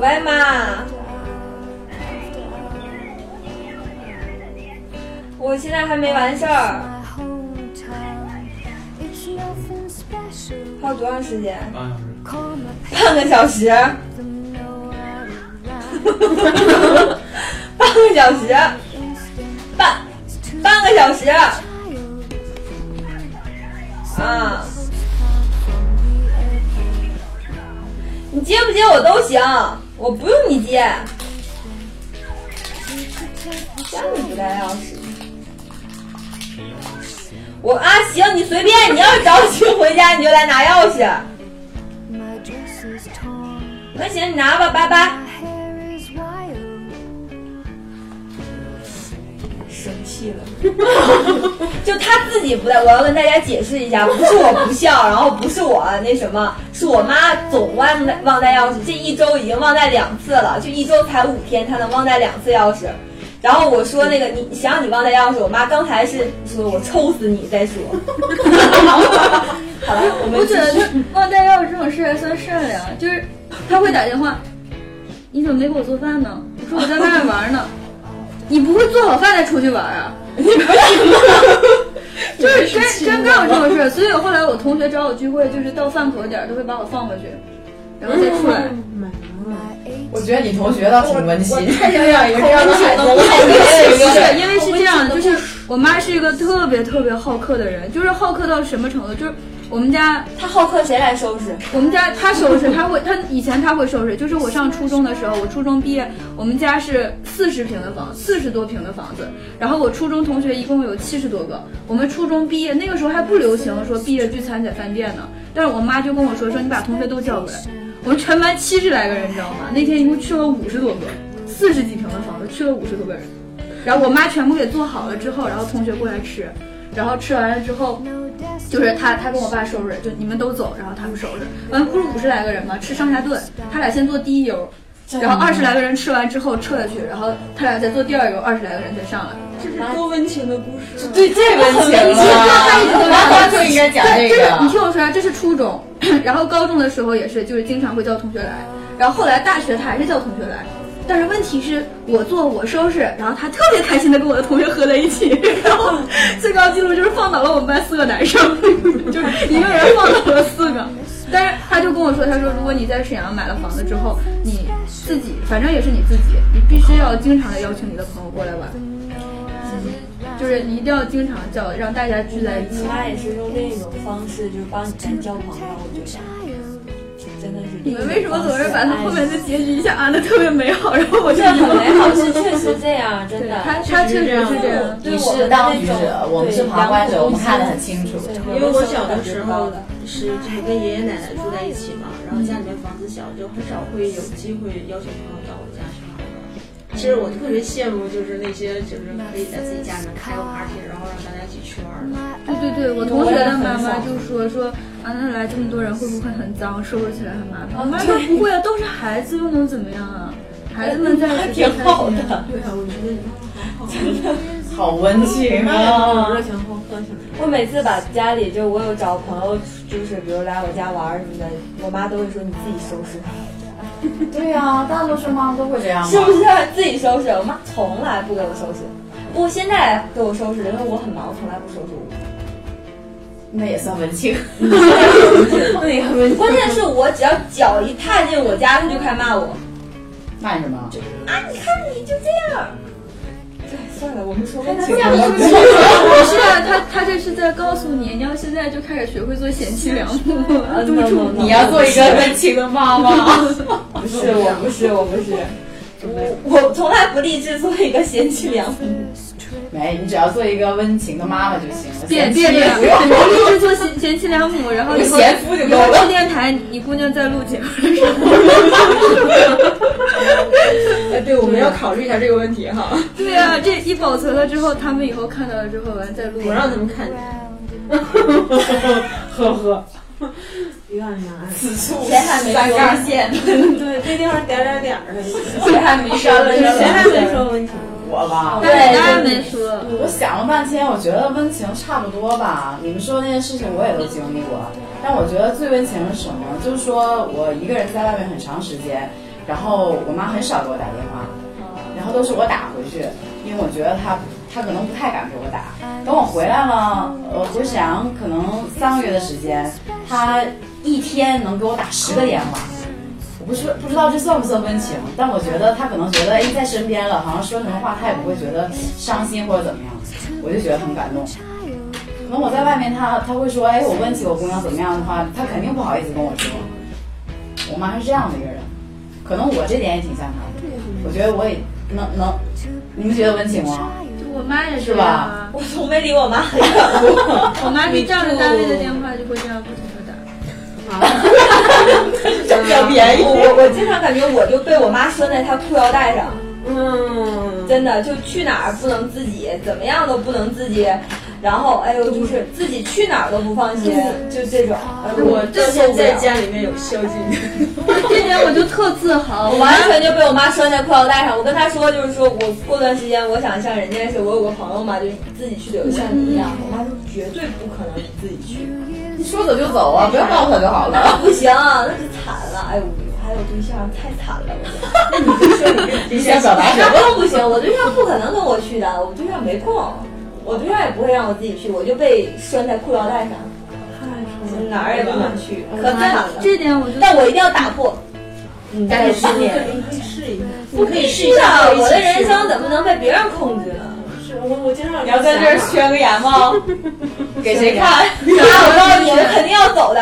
Speaker 4: 喂妈，我现在还没完事儿，还有多长时间？
Speaker 9: 嗯
Speaker 4: 半个小时。 半个小时，半半个小时。啊，你接不接我都行，我不用你接。家里不带钥匙。我啊，行，你随便，你要是着急回家，你就来拿钥匙。那行，你拿吧，拜拜。生气了，就他自己不在。我要跟大家解释一下，不是我不孝，然后不是我那什么，是我妈总忘带忘带钥匙，这一周已经忘带两次了，就一周才五天，她能忘带两次钥匙。然后我说那个你想让你忘带钥匙，我妈刚才是说我抽死你再说。好了，我们
Speaker 10: 我觉得他忘带钥匙这种事还算善良，就是他会打电话，你怎么没给我做饭呢？我说我在外面玩呢， 你不会做好饭再出去玩啊？ 你不行啊 就是真真干过这种事儿，所以我后来我同学找我聚会，就是到饭口点儿都会把我放回去，然后再出来。
Speaker 9: 我觉得你同学倒挺温馨。
Speaker 12: 太想养一个这样的孩子了。
Speaker 10: 不是，因为是这样的，就是我妈是一个特别特别好客的人，就是好客到什么程度，就是我们家
Speaker 4: 她好客谁来收拾？
Speaker 10: 我们家她收拾，她会，她以前她会收拾，就是我上初中的时候，我初中毕业，我们家是四十平的房，四十多平的房子，然后我初中同学一共有七十多个，我们初中毕业那个时候还不流行说毕业聚餐在饭店呢，但是我妈就跟我说说你把同学都叫过来，我们全班七十来个人，你知道吗？那天一共去了五十多个，四十几平的房子去了五十多个人。然后我妈全部给做好了之后，然后同学过来吃，然后吃完了之后，就是他他跟我爸收拾，就你们都走，然后他们收拾，完不是五十来个人嘛，吃上下顿，他俩先做第一游，然后二十来个人吃完之后撤下去，然后他俩再做第二游，二十来个人才上来。
Speaker 8: 这是多温情的故事。
Speaker 9: 对，这温
Speaker 10: 很
Speaker 9: 情
Speaker 10: 温馨，他一直都
Speaker 9: 妈妈就应该讲
Speaker 10: 对，
Speaker 9: 这
Speaker 10: 这
Speaker 9: 个
Speaker 10: 是。你听我说啊，这是初中，然后高中的时候也是，就是经常会叫同学来，然后后来大学他还是叫同学来，但是问题是我做我收拾，然后他特别开心的跟我的同学合在一起，然后最高记录就是放倒了我们班四个男生， 就是一个人放倒了四个。但是他就跟我说，他说如果你在沈阳买了房子之后，你自己反正也是你自己，你必须要经常的邀请你的朋友过来玩。嗯就是你一定要经常叫，让大家聚在一起。
Speaker 5: 你妈也是用另一种方式，就是帮你咱交朋友，我觉得真的是
Speaker 10: 你们为什么总是把他后 面的结局一下安的特别美好，然后我就
Speaker 5: 这很美 好，是确实这样，真的。
Speaker 10: 他他确实是这样
Speaker 5: 对
Speaker 9: 你
Speaker 5: 我
Speaker 9: 是
Speaker 5: 们
Speaker 9: 当
Speaker 5: 那
Speaker 9: 局
Speaker 5: 种
Speaker 9: 者，我们是旁观者，我们看得很清楚。
Speaker 12: 因为我小的时候是就是跟爷爷奶奶住在一起嘛，然后家里面房子小，就很少会有机会邀请朋友到我家去玩儿。其实我特别羡慕就是那些就是可以在自己家里面开个 party，然后让大家一起去玩儿的。
Speaker 10: 对对对，嗯我同学的妈妈就说说啊，那来这么多人会不会很脏，收拾起来很麻烦？我妈说不会啊，都是孩子，又能怎么样啊？孩子们在一起
Speaker 9: 还挺好的
Speaker 10: 对啊，我觉得
Speaker 9: 真的好温情
Speaker 5: 啊
Speaker 9: 啊！
Speaker 5: 热情
Speaker 4: 嗯 我每次把家里就我有找朋友，就是比如来我家玩儿什么的，我妈都会说你自己收拾。
Speaker 9: 对呀、大多数妈都会这样吧
Speaker 4: 是不是啊自己收拾？我妈从来不给我收拾，不，现在给我收拾了，因为我很忙，我从来不收拾屋。
Speaker 9: 那也算文 青。
Speaker 4: 关键是我只要脚一踏进我家，他就开骂我。
Speaker 9: 骂什么？
Speaker 4: 啊，你看你就这样。哎，算了，我们说问题。
Speaker 10: 不是啊，他他这是在告诉你，你要现在就开始学会做贤妻良母，督
Speaker 4: 嗯
Speaker 10: 促
Speaker 9: 你要做一个温情的妈妈。
Speaker 4: 不是，我不是，我不是，我我从来不立志做一个贤妻良母。
Speaker 9: 没，你只要做一个温情的妈妈就行了。
Speaker 10: 变
Speaker 9: 贤
Speaker 10: 变
Speaker 9: 妻
Speaker 10: 变，
Speaker 9: 不用
Speaker 10: 我立志做贤贤妻良母，然后以后
Speaker 9: 贤夫就
Speaker 10: 以
Speaker 9: 够了
Speaker 10: 后去电台，你姑娘在录节目的时 候，
Speaker 12: 哎，对，我们要考虑一下这个问题哈。
Speaker 10: 对啊，这一保存了之后，他们以后看到了之后，完再录。
Speaker 12: 我让他们看见。
Speaker 9: 呵呵，
Speaker 20: 冤枉。
Speaker 9: 此处
Speaker 20: 谁还没
Speaker 9: 三杠
Speaker 20: 说
Speaker 9: 线。
Speaker 20: 对，这地方点点点儿的。
Speaker 9: 谁还没说呢
Speaker 20: 谁还没
Speaker 12: 嗯
Speaker 20: 说问题？
Speaker 9: 我吧，
Speaker 20: 对对当然没
Speaker 10: 说。
Speaker 9: 我想了半天，我觉得温情差不多吧。你们说那件事情我也都经历过，但我觉得最温情是什么？就是说我一个人在外面很长时间，然后我妈很少给我打电话，然后都是我打回去，因为我觉得她她可能不太敢给我打。等我回来了，呃，回沈阳可能三个月的时间，她一天能给我打十个电话。我不是不知道这算不算温情，但我觉得他可能觉得，哎，在身边了，好像说什么话他也不会觉得伤心或者怎么样，我就觉得很感动。可能我在外面他，他会说，哎，我问起我姑娘怎么样的话，他肯定不好意思跟我说。我妈是这样的一个人，可能我这点也挺像她的。我觉得我也能能，你们觉得温情吗？
Speaker 10: 我妈也啊
Speaker 9: 是吧？
Speaker 4: 我从没离我妈很远
Speaker 10: 过。我妈是占了单位的电话就会这样不停的打。
Speaker 9: 小便宜
Speaker 4: 哎我我我经常感觉我就被我妈拴在她裤腰带上。嗯，真的就去哪儿不能自己，怎么样都不能自己，然后哎呦就是自己去哪儿都不放心，就这种。哎
Speaker 12: 我
Speaker 4: 真
Speaker 12: 到
Speaker 4: 受
Speaker 12: 现
Speaker 4: 不了
Speaker 12: 在家里面有孝敬。
Speaker 4: 这点 我就特自豪，我完全就被我妈拴在裤腰带上。我跟她说，就是说我过段时间我想像人家似的，我有个朋友嘛，就是自己去旅游，像你一样。我妈说绝对不可能你自己去，
Speaker 9: 你说走就走啊，不要告诉他就好了。
Speaker 4: 不行，那就惨了。哎呦，我还有对象太惨了。
Speaker 9: 你想表达什
Speaker 4: 那更
Speaker 9: 么？
Speaker 4: 不行，我对象不可能跟我去的，我对象没空，我对象也不会让我自己去，我就被拴在裤腰带上，哪儿也不能去，可惨了。
Speaker 10: 这点我就，
Speaker 4: 但我一定要打破。
Speaker 12: 你
Speaker 4: 但是
Speaker 12: 你
Speaker 4: 你
Speaker 12: 可以试一下，
Speaker 4: 不
Speaker 12: 可以试一
Speaker 4: 是
Speaker 12: 下
Speaker 4: 啊，
Speaker 12: 我
Speaker 4: 我的人生怎么能被别人控制呢？
Speaker 20: 是我我经 常
Speaker 4: 你要在这儿宣个言 吗？
Speaker 9: 给
Speaker 4: 谁 看？那我告诉你们，肯定要走的，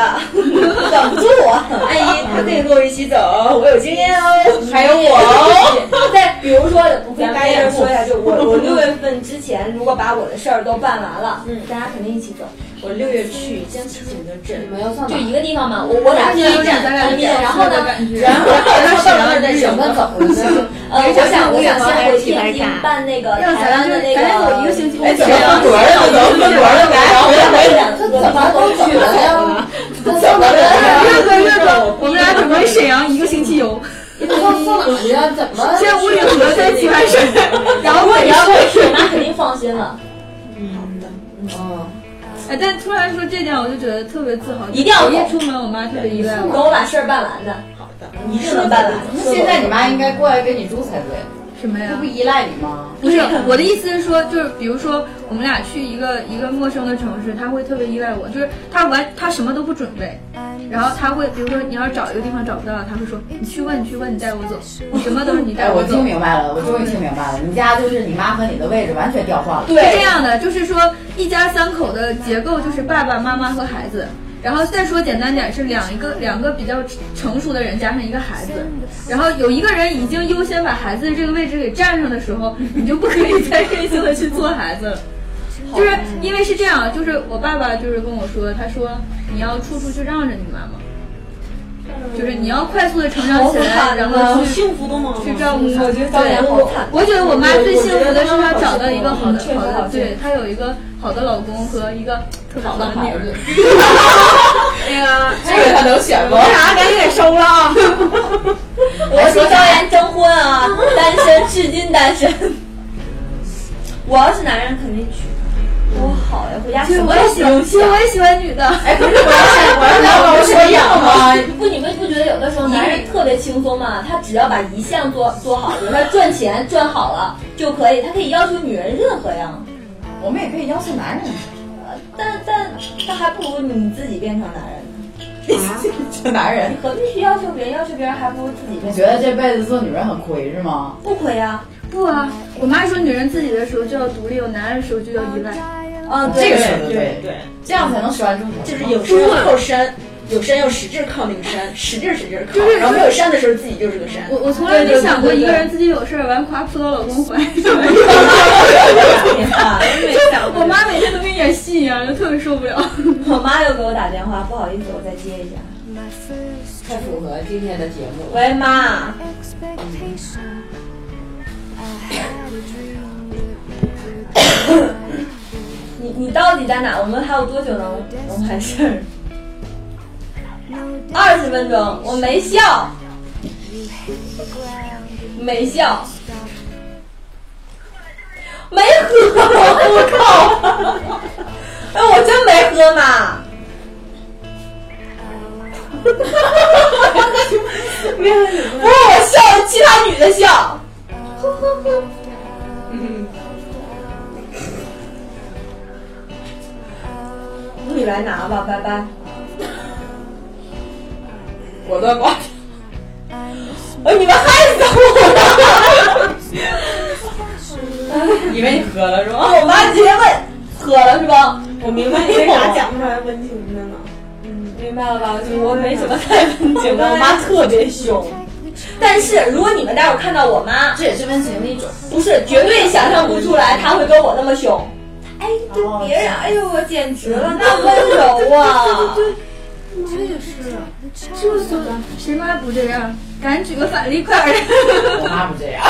Speaker 4: 等不住我。阿姨，她可以跟我一起走，我有经验哦。
Speaker 9: 还有我哦。
Speaker 4: 再比如说，我跟大家说一下，就我我六月份之前，如果把我的事儿都办完了，嗯，大家肯定一起走。
Speaker 12: 我六月去江西景德镇，你们
Speaker 4: 要就一个嗯地方嘛，我我俩
Speaker 12: 去
Speaker 4: 去一站，咱俩然后呢，然后 呃，我想我想先回天津办那个台湾的那个，
Speaker 5: 哎，怎么分格了？怎么分格了？
Speaker 4: 哎
Speaker 5: 来，回来，回来，这怎么都去了呀？怎么了？
Speaker 10: 岳哥岳哥，我们俩准备沈阳一个星期 游。
Speaker 5: 上上哪去啊？怎么？
Speaker 10: 先五里河，再棋 盘山，然后
Speaker 4: 我
Speaker 10: 北
Speaker 4: 要
Speaker 10: 上嗯
Speaker 4: 我去，那肯定放心了。
Speaker 12: 嗯，
Speaker 10: 哎，但突然说这点，我就觉得特别自豪。
Speaker 4: 一定要
Speaker 10: 我
Speaker 4: 走
Speaker 10: 一出门，我妈特别意外。
Speaker 4: 等我把事儿办完的。
Speaker 10: 好
Speaker 4: 的，一定能办完。
Speaker 9: 那现在你妈应该过来跟你住才对，
Speaker 10: 什么呀？
Speaker 9: 不依赖你吗？
Speaker 10: 不是我的意思是说，就是比如说我们俩去一个一个陌生的城市，他会特别依赖我，就是他完他什么都不准备，然后他会比如说你要找一个地方找不到，他会说你去问你去问你带我 走，你什么都是你带
Speaker 9: 哎，我
Speaker 10: 走。
Speaker 9: 听明白了，我终于听明白了，你家就是你妈和你的位置完全调换了。
Speaker 10: 是这样的，就是说一家三口的结构就是爸爸妈妈和孩子，然后再说简单点是两一个两个比较成熟的人加上一个孩子，然后有一个人已经优先把孩子的这个位置给占上的时候，你就不可以再任性的去做孩子了。就是因为是这样，就是我爸爸就是跟我说，他说你要处处去让着你妈妈，就是你要快速的成长起来，然后去
Speaker 12: 幸福的吗？
Speaker 10: 去照顾她。
Speaker 12: 我觉得导演好惨
Speaker 10: 我觉得我妈最幸福的是她找到一个好的
Speaker 12: 我觉得
Speaker 10: 好
Speaker 12: 妈妈好幸福
Speaker 10: 的，对她有一个好的老公和一个特别好的女儿。
Speaker 12: 哎呀，
Speaker 9: 这个他能选吗
Speaker 12: 那啥，赶紧给收了啊！
Speaker 4: 我说张岩征婚啊，单身至今单身。我要是男人肯定娶，多好呀！回家什么都行。
Speaker 10: 其实我也喜欢女的。
Speaker 4: 哎，
Speaker 9: 不是我要是我要是男的我说一样吗
Speaker 4: 不，你们不觉得有的时候男人特别轻松吗？他只要把一项做做好，比如说赚钱赚好了就可以，他可以要求女人任何样。
Speaker 9: 我们也可以要求男人，
Speaker 4: 但但但还不如你自己变成男人呢。
Speaker 9: 这男人
Speaker 4: 你，何必去要求别人？要求别人还不如自己变成男人。
Speaker 9: 你觉得这辈子做女人很亏是吗？
Speaker 4: 不亏呀、
Speaker 10: 不啊，我妈说女人自己的时候就要独立，有男人的时候就要依赖。
Speaker 4: 啊
Speaker 9: 这个
Speaker 12: 对
Speaker 9: 对
Speaker 12: 对，
Speaker 9: 这样才能拴住他。
Speaker 12: 就是有山靠山，有山要使劲靠那个山，使劲使劲靠，
Speaker 10: 就是
Speaker 12: 然后没有山的时候自己就是个山。
Speaker 10: 我我从来没想过一个人自己有事儿完夸扑到老公 怀里。就我妈每天都跟演戏一样，就特别受不了。
Speaker 4: 我妈又给我打电话，不好意思，我再接一下。
Speaker 5: 太符合今天的节目。
Speaker 4: 喂，妈。
Speaker 10: 嗯
Speaker 4: 你你到底在哪？我们还有多久能能完事儿？二十分钟，我没笑，没笑，没喝，我靠！哎，我真没喝 嘛。没有，不是我笑，其他女的笑。你来拿吧，拜拜。
Speaker 9: 果断挂。
Speaker 4: 哎，你们害死我了！
Speaker 9: 以为你喝了是吗？
Speaker 4: 我妈直接问，喝了是吧？
Speaker 12: 我明
Speaker 8: 哎
Speaker 12: 白你为啥讲不出来温情的呢？
Speaker 4: 明白了吧？我没什么太温情的，我妈特别凶。但是如果你们待会儿看到我妈，
Speaker 9: 这也是温情的一种，
Speaker 4: 不是绝对想象不出来她会跟我那么凶。哎，对别人，哎呦，我简直了，那温柔啊！
Speaker 6: 这也是，
Speaker 10: 是不是？谁妈不这样？赶紧举个反例，快点！
Speaker 9: 我妈不这样。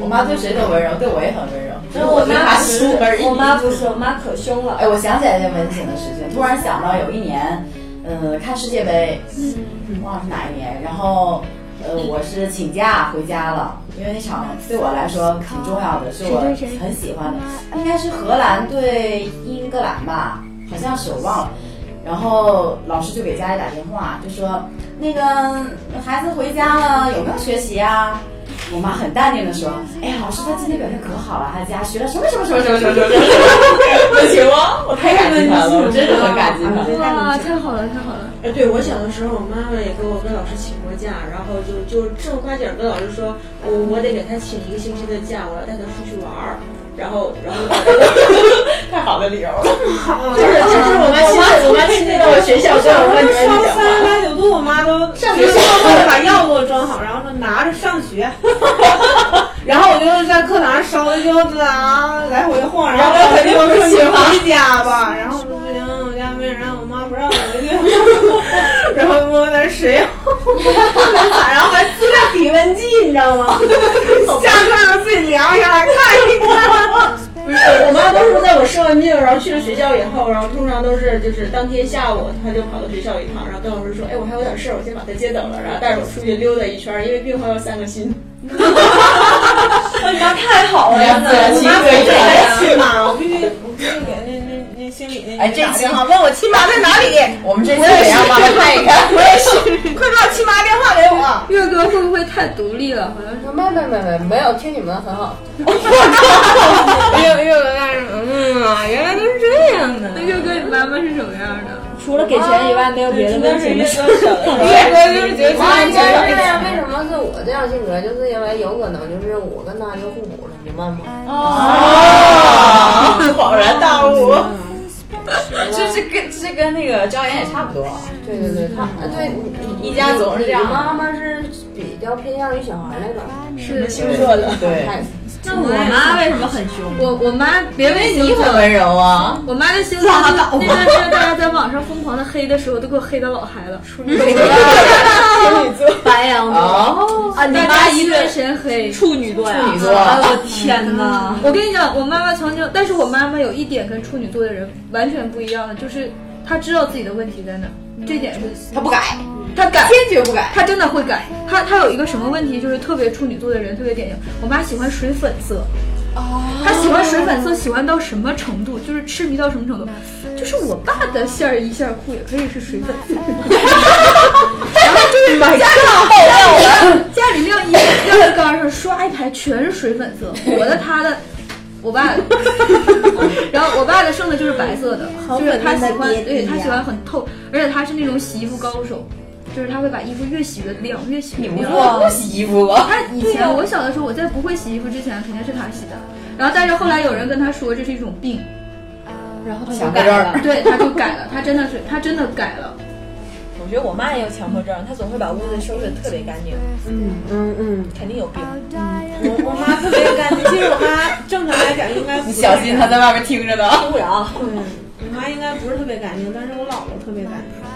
Speaker 9: 我妈对谁都温柔，对嗯我也很温柔。只是
Speaker 4: 我
Speaker 9: 没
Speaker 4: 妈
Speaker 9: 法
Speaker 4: 不是
Speaker 9: 说而已。，
Speaker 4: 我妈不是，我妈可凶了。
Speaker 9: 哎，我想起来一件温情的事情，突然想到有一年，呃，看世界杯，忘了是哪一年，然后。呃，我是请假回家了，因为那场对我来说挺重要的，是我很喜欢的，应该是荷兰对英格兰吧，好像是我忘了。然后老师就给家里打电话，就说那个孩子回家了，有没有学习啊？我妈很淡定的说：“哎呀，老师他今天表现可好了，他家学了什么什么什么什么什么什么。” 不行吗？我太感激他了，我真的很感激他。
Speaker 10: 哇， 太好了，太好了！
Speaker 12: 哎，对我小的时候，我妈妈也给我跟老师请过假，然后就就正儿八经儿跟老师说，我我得给他请一个星期的假，我要带他出去玩儿。然后，然后
Speaker 9: 太好的理由了，
Speaker 12: 就是就是我妈亲自我妈亲自到我学校跟我问
Speaker 21: 你
Speaker 12: 双三来九度，我妈都上学之后 把药给我装好，然后说拿着上 学。然后我就在课堂上烧的就啊来回晃，然后
Speaker 21: 然后
Speaker 12: 我
Speaker 21: 肯定
Speaker 12: 就
Speaker 21: 不
Speaker 12: 说
Speaker 21: 行啊
Speaker 12: 你回家吧，然后我说不行，我家没人，我妈不让我回去。然后我在那使用，然后还自带体温计，你知道吗？下课了自己量一下来看一看。不是，我妈都是在我生完病，然后去了学校以后，然后通常都是就是当天下午，她就跑到学校一趟，然后跟老师说，哎，我还有点事儿，我先把她接走了，然后带着我出去溜达一圈儿，因为病号要三个心。
Speaker 4: 你妈太好了，
Speaker 12: 我妈
Speaker 4: 真的
Speaker 12: 不是还是亲妈，我必须我必须给那那那心理那
Speaker 9: 哎，
Speaker 22: 这
Speaker 9: 这
Speaker 22: 期
Speaker 9: 期哈问我亲妈在哪里，我们这期得让妈妈看一看。
Speaker 22: 我也是，
Speaker 9: 快把我亲妈电话给我。
Speaker 10: 月哥会不会太独立了？好像说
Speaker 5: 没没没没没有，听你们的很好。
Speaker 10: 没有没有干什么？嗯啊，原来都是这样的。那月哥，你妈妈是什么样的？
Speaker 4: 除了给钱以外，没有别的温情的事。
Speaker 5: 妈，你家是这样，啊为什么是我这样性格？就是因为有可能就是我跟他就互补了，明白吗？
Speaker 9: 哦，恍然大悟。这这跟这跟那个张岩也差不多。
Speaker 5: 对对对，他对
Speaker 9: 一家总是这样
Speaker 5: 你妈妈是比较偏向于小孩那种，
Speaker 9: 是星座的对
Speaker 5: 哎
Speaker 10: 那我妈为什么很凶？我我妈别问
Speaker 9: 你很温柔啊！
Speaker 10: 我妈的星座那个那段时间大家在网上疯狂的黑的时候，都给我黑到老嗨了。处 女座，白羊
Speaker 22: 哦
Speaker 10: 啊，你妈一顿神黑，处女座
Speaker 22: 呀处女座
Speaker 10: 哎我天
Speaker 9: 嗯
Speaker 10: 哪！我跟你讲，我妈妈曾经，但是我妈妈有一点跟处女座的人完全不一样的，就是她知道自己的问题在哪儿，这点是
Speaker 9: 嗯她不改。
Speaker 10: 她改，
Speaker 9: 坚决不改。
Speaker 10: 她真的会改。她她有一个什么问题，就是特别处女座的人特别典型。我妈喜欢水粉色，他喜欢水粉色，喜欢到什么程度？就是痴迷到什么程度？就是我爸的线儿衣线儿裤也可以是水粉色，然后就是家
Speaker 22: My
Speaker 10: 里
Speaker 22: God
Speaker 10: 家里家里晾衣晾衣杆上刷一排全是水粉色，我的他的。我爸的，然后我爸的剩的就是白色的，
Speaker 4: 好
Speaker 10: 就是他喜
Speaker 4: 可怜
Speaker 10: 欢
Speaker 4: 的爹，地
Speaker 10: 对
Speaker 4: 呀
Speaker 10: 他喜欢很透，而且他是那种洗衣服高手，就是他会把衣服越洗越亮，越洗越亮。
Speaker 9: 哇不洗衣服啊
Speaker 10: 他以前我小的时候，我在不会洗衣服之前，肯定是他洗的。然后，但是后来有人跟他说这是一种病，然后他就
Speaker 9: 想
Speaker 10: 改
Speaker 9: 到这儿
Speaker 10: 了，对，他就改了，他真的是，他真的改了。
Speaker 4: 我觉得我妈也有强迫症，她总会把屋子收拾得特别干净。
Speaker 5: 嗯嗯嗯，
Speaker 4: 肯定有病。
Speaker 23: 我我妈特别干净，其实我妈正常来讲应该不
Speaker 9: 你小心她在外面听着呢
Speaker 23: 听不着。对，我妈应该不是特别干净，但是我姥姥特别干净。